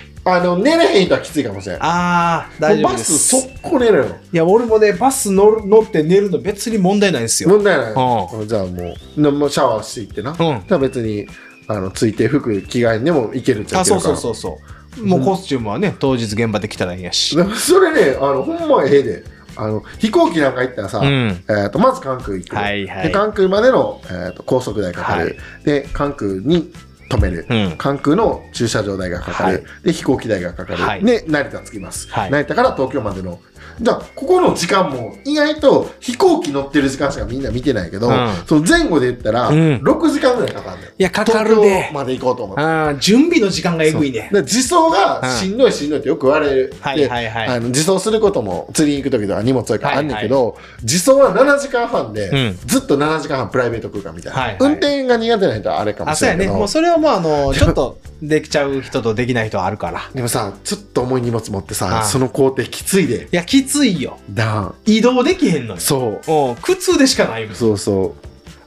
Speaker 1: ん
Speaker 2: あの寝れへん人はきついかもしれない
Speaker 1: あー大丈夫
Speaker 2: バ
Speaker 1: で
Speaker 2: ス
Speaker 1: す
Speaker 2: 速攻寝るの
Speaker 1: いや俺もねバス乗る乗って寝るの別に問題ないんですよ
Speaker 2: 問題ない
Speaker 1: うん
Speaker 2: うんじゃあもうなもうシャワーしていってな、
Speaker 1: ん
Speaker 2: ただ別にあのついて服着替えんでもいけるっち
Speaker 1: あ
Speaker 2: ゃいけ
Speaker 1: そ
Speaker 2: る
Speaker 1: う
Speaker 2: から
Speaker 1: そうそうそうもうコスチュームはね当日現場で着たらいいやし
Speaker 2: でもそれねあのほんまええであの飛行機なんか行ったらさ、
Speaker 1: うん
Speaker 2: えー、とまず関空行く、
Speaker 1: はいはい
Speaker 2: で関空までの、えー、と高速代かかる、で関空に止める、
Speaker 1: うん
Speaker 2: 関空の駐車場代がかかる、
Speaker 1: はい
Speaker 2: で飛行機代がかかる、
Speaker 1: はい
Speaker 2: で成田着きます、
Speaker 1: はい
Speaker 2: 成田から東京までのじゃあここの時間も意外と飛行機乗ってる時間しかみんな見てないけど、
Speaker 1: うん
Speaker 2: その前後で言ったら
Speaker 1: うん
Speaker 2: 6時間ぐらいかかるのよ、
Speaker 1: いやかかる
Speaker 2: 東
Speaker 1: で
Speaker 2: 京まで行こうと思って。
Speaker 1: あー準備の時間がえぐいね
Speaker 2: で自走がしんどいしんどいってよく言われる、
Speaker 1: はい
Speaker 2: で
Speaker 1: はいはい
Speaker 2: あの自走することも釣りに行く時とか荷物とかあんねんけど、自走は7時間半で、
Speaker 1: うん
Speaker 2: ずっと7時間半プライベート空間みたいな、
Speaker 1: はいはい
Speaker 2: 運転が苦手な人はあれかも
Speaker 1: あ
Speaker 2: し
Speaker 1: そう
Speaker 2: れ
Speaker 1: や
Speaker 2: ないけ
Speaker 1: ね
Speaker 2: ど、
Speaker 1: もうそれはもうあのちょっとできちゃう人とできない人はあるから
Speaker 2: でもさちょっと重い荷物持ってさ、
Speaker 1: はい
Speaker 2: その工程きついで
Speaker 1: いやきついよ
Speaker 2: だん
Speaker 1: 移動できへんのよ
Speaker 2: そ
Speaker 1: うん苦痛でしかないもん
Speaker 2: うそうそう
Speaker 1: も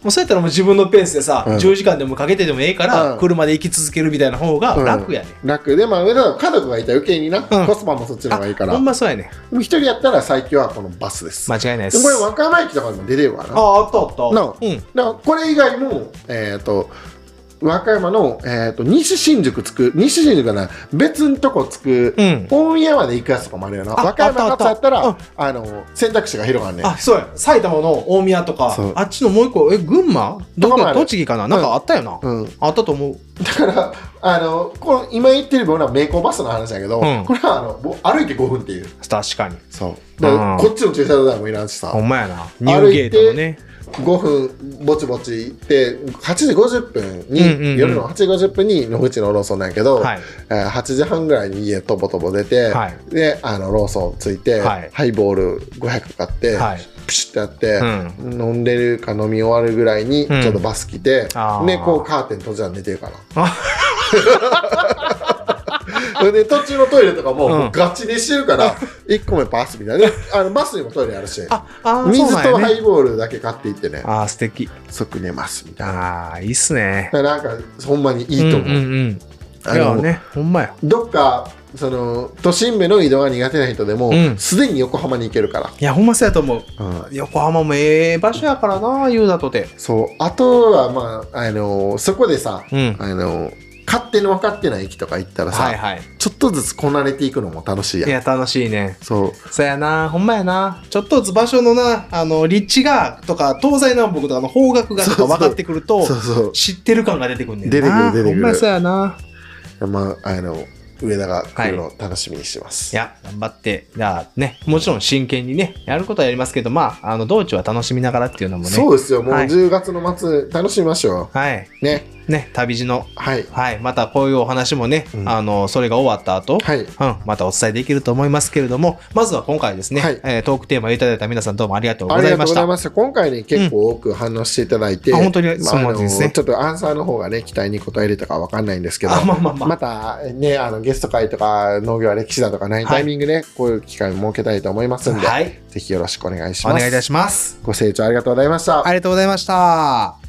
Speaker 1: うそうやったらもう自分のペースでさ、
Speaker 2: うん
Speaker 1: 10時間でもかけてでもええから、
Speaker 2: うん
Speaker 1: 車で行き続けるみたいな方が楽やね、
Speaker 2: 楽でまあ上田は家族がいたら余計にな、
Speaker 1: うん
Speaker 2: コスパもそっちの方がいいか
Speaker 1: ほ
Speaker 2: らで
Speaker 1: ん
Speaker 2: も
Speaker 1: まそうやね
Speaker 2: 一人やったら最強はこのバスです、
Speaker 1: 間違いないで
Speaker 2: ですこれ和歌山駅とかでも出れるわな
Speaker 1: あああったあった
Speaker 2: なあ
Speaker 1: うん
Speaker 2: だからこれ以外も、えー、と和歌山の、えー、と西新宿つく西新宿かな別のとこつく、
Speaker 1: うん
Speaker 2: 大宮まで行くやつとかもあるよな
Speaker 1: あ
Speaker 2: 和歌山
Speaker 1: あ
Speaker 2: の
Speaker 1: った
Speaker 2: や
Speaker 1: あ
Speaker 2: っ
Speaker 1: ったた
Speaker 2: らあの選択肢が広がんねん
Speaker 1: あそうや埼玉の大宮とか
Speaker 2: そう
Speaker 1: あっちのもう一個え群馬ど
Speaker 2: とかも
Speaker 1: こ
Speaker 2: ある
Speaker 1: 栃木かななんかあったよな、
Speaker 2: うん、
Speaker 1: あったと思う
Speaker 2: だからあのこの今言ってる僕らは名工バスの話だけど、
Speaker 1: うん
Speaker 2: これはあのぼ歩いて5分っていう
Speaker 1: 確かに
Speaker 2: そうだから
Speaker 1: うん
Speaker 2: こっちの駐車場代もいらんしさ
Speaker 1: ほんまやなニューゲートのね
Speaker 2: 5分ぼちぼち行って8時50分に、
Speaker 1: うんうんうん
Speaker 2: 夜の8時50分に野口のローソンなんやけど、
Speaker 1: はい
Speaker 2: えー8時半ぐらいに家とぼとぼ出て、
Speaker 1: はい
Speaker 2: であのローソンついて、
Speaker 1: はい
Speaker 2: ハイボール500買って、
Speaker 1: はい
Speaker 2: プシュってやって、
Speaker 1: う
Speaker 2: 飲んでるか飲み終わるぐらいにち
Speaker 1: うん
Speaker 2: ょっとバス来て、
Speaker 1: あー
Speaker 2: でこうカーテン閉じたら寝てるから
Speaker 1: あ。
Speaker 2: で途中のトイレとかも
Speaker 1: うん
Speaker 2: もうガチ寝してるから、1個目バスみたいなであのバスにもトイレあるし
Speaker 1: ああー
Speaker 2: 水
Speaker 1: そうなん
Speaker 2: と
Speaker 1: や
Speaker 2: ハ
Speaker 1: ね
Speaker 2: イボールだけ買っていってね
Speaker 1: あー素敵
Speaker 2: 即寝ますみたいな
Speaker 1: あーいいっすね
Speaker 2: だからなんかほんまにいいと思
Speaker 1: うん
Speaker 2: う、
Speaker 1: うんうん
Speaker 2: あ
Speaker 1: いや
Speaker 2: の、
Speaker 1: ねほんまや
Speaker 2: どっかその都心部の移動が苦手な人でも
Speaker 1: うん
Speaker 2: すで、に横浜に行けるか
Speaker 1: いやほんまそうやと思う
Speaker 2: ら、
Speaker 1: 横浜もええ場所やからな言うだとて
Speaker 2: そうあとはまああのそこでさ、
Speaker 1: うん
Speaker 2: あの勝手に分かってない駅とか行ったらさ、
Speaker 1: はいはい
Speaker 2: ちょっとずつこなれていくのも楽しいや
Speaker 1: い
Speaker 2: ん
Speaker 1: や楽しいね
Speaker 2: そう
Speaker 1: そやなほんまやなちょっとずつ場所のなあの立地がとか東西南北とかの方角がと
Speaker 2: そ
Speaker 1: か
Speaker 2: うそ
Speaker 1: 分
Speaker 2: う
Speaker 1: かってくると
Speaker 2: そうそう
Speaker 1: 知ってる感が出てくるんねんな
Speaker 2: 出てくる出てくる
Speaker 1: ほんまそうやな
Speaker 2: まあ、あの、上田が来るのを楽しみにしてま
Speaker 1: い
Speaker 2: す。
Speaker 1: や頑張ってじゃあねもちろん真剣にねやることはやりますけどまああの道中は楽しみながらっていうのもね
Speaker 2: そうですよ、もう
Speaker 1: はい
Speaker 2: 10月の末、楽しみましょ
Speaker 1: はい
Speaker 2: よね、
Speaker 1: ね旅路の
Speaker 2: はい、
Speaker 1: はいまたこういうお話もね、
Speaker 2: うん
Speaker 1: あのそれが終わった後、
Speaker 2: はい、
Speaker 1: うん、またお伝えできると思いますけれども、まずは今回ですね、
Speaker 2: はい
Speaker 1: えートークテーマをいただいた皆さんどうもありがとう
Speaker 2: あ
Speaker 1: ご
Speaker 2: り
Speaker 1: ざ
Speaker 2: が
Speaker 1: いま
Speaker 2: とうご
Speaker 1: し
Speaker 2: ざい
Speaker 1: た。
Speaker 2: ました。今回ね、結構多く反応していただいて、
Speaker 1: あ本当に
Speaker 2: まあ
Speaker 1: そうなんですね
Speaker 2: あのちょっとアンサーの方がね、期待に応えれたかわかんないんですけど、
Speaker 1: あまあまあまあ
Speaker 2: またね、あのゲスト会とか、農業は歴史だとかない
Speaker 1: はい
Speaker 2: タイミングで、こういう機会を設けたいと思いますんで、
Speaker 1: はい、
Speaker 2: ぜひよろしくお願いし
Speaker 1: お
Speaker 2: ます。
Speaker 1: 願いいたします。
Speaker 2: ご清聴ありがとうございました。
Speaker 1: ありがとうございました。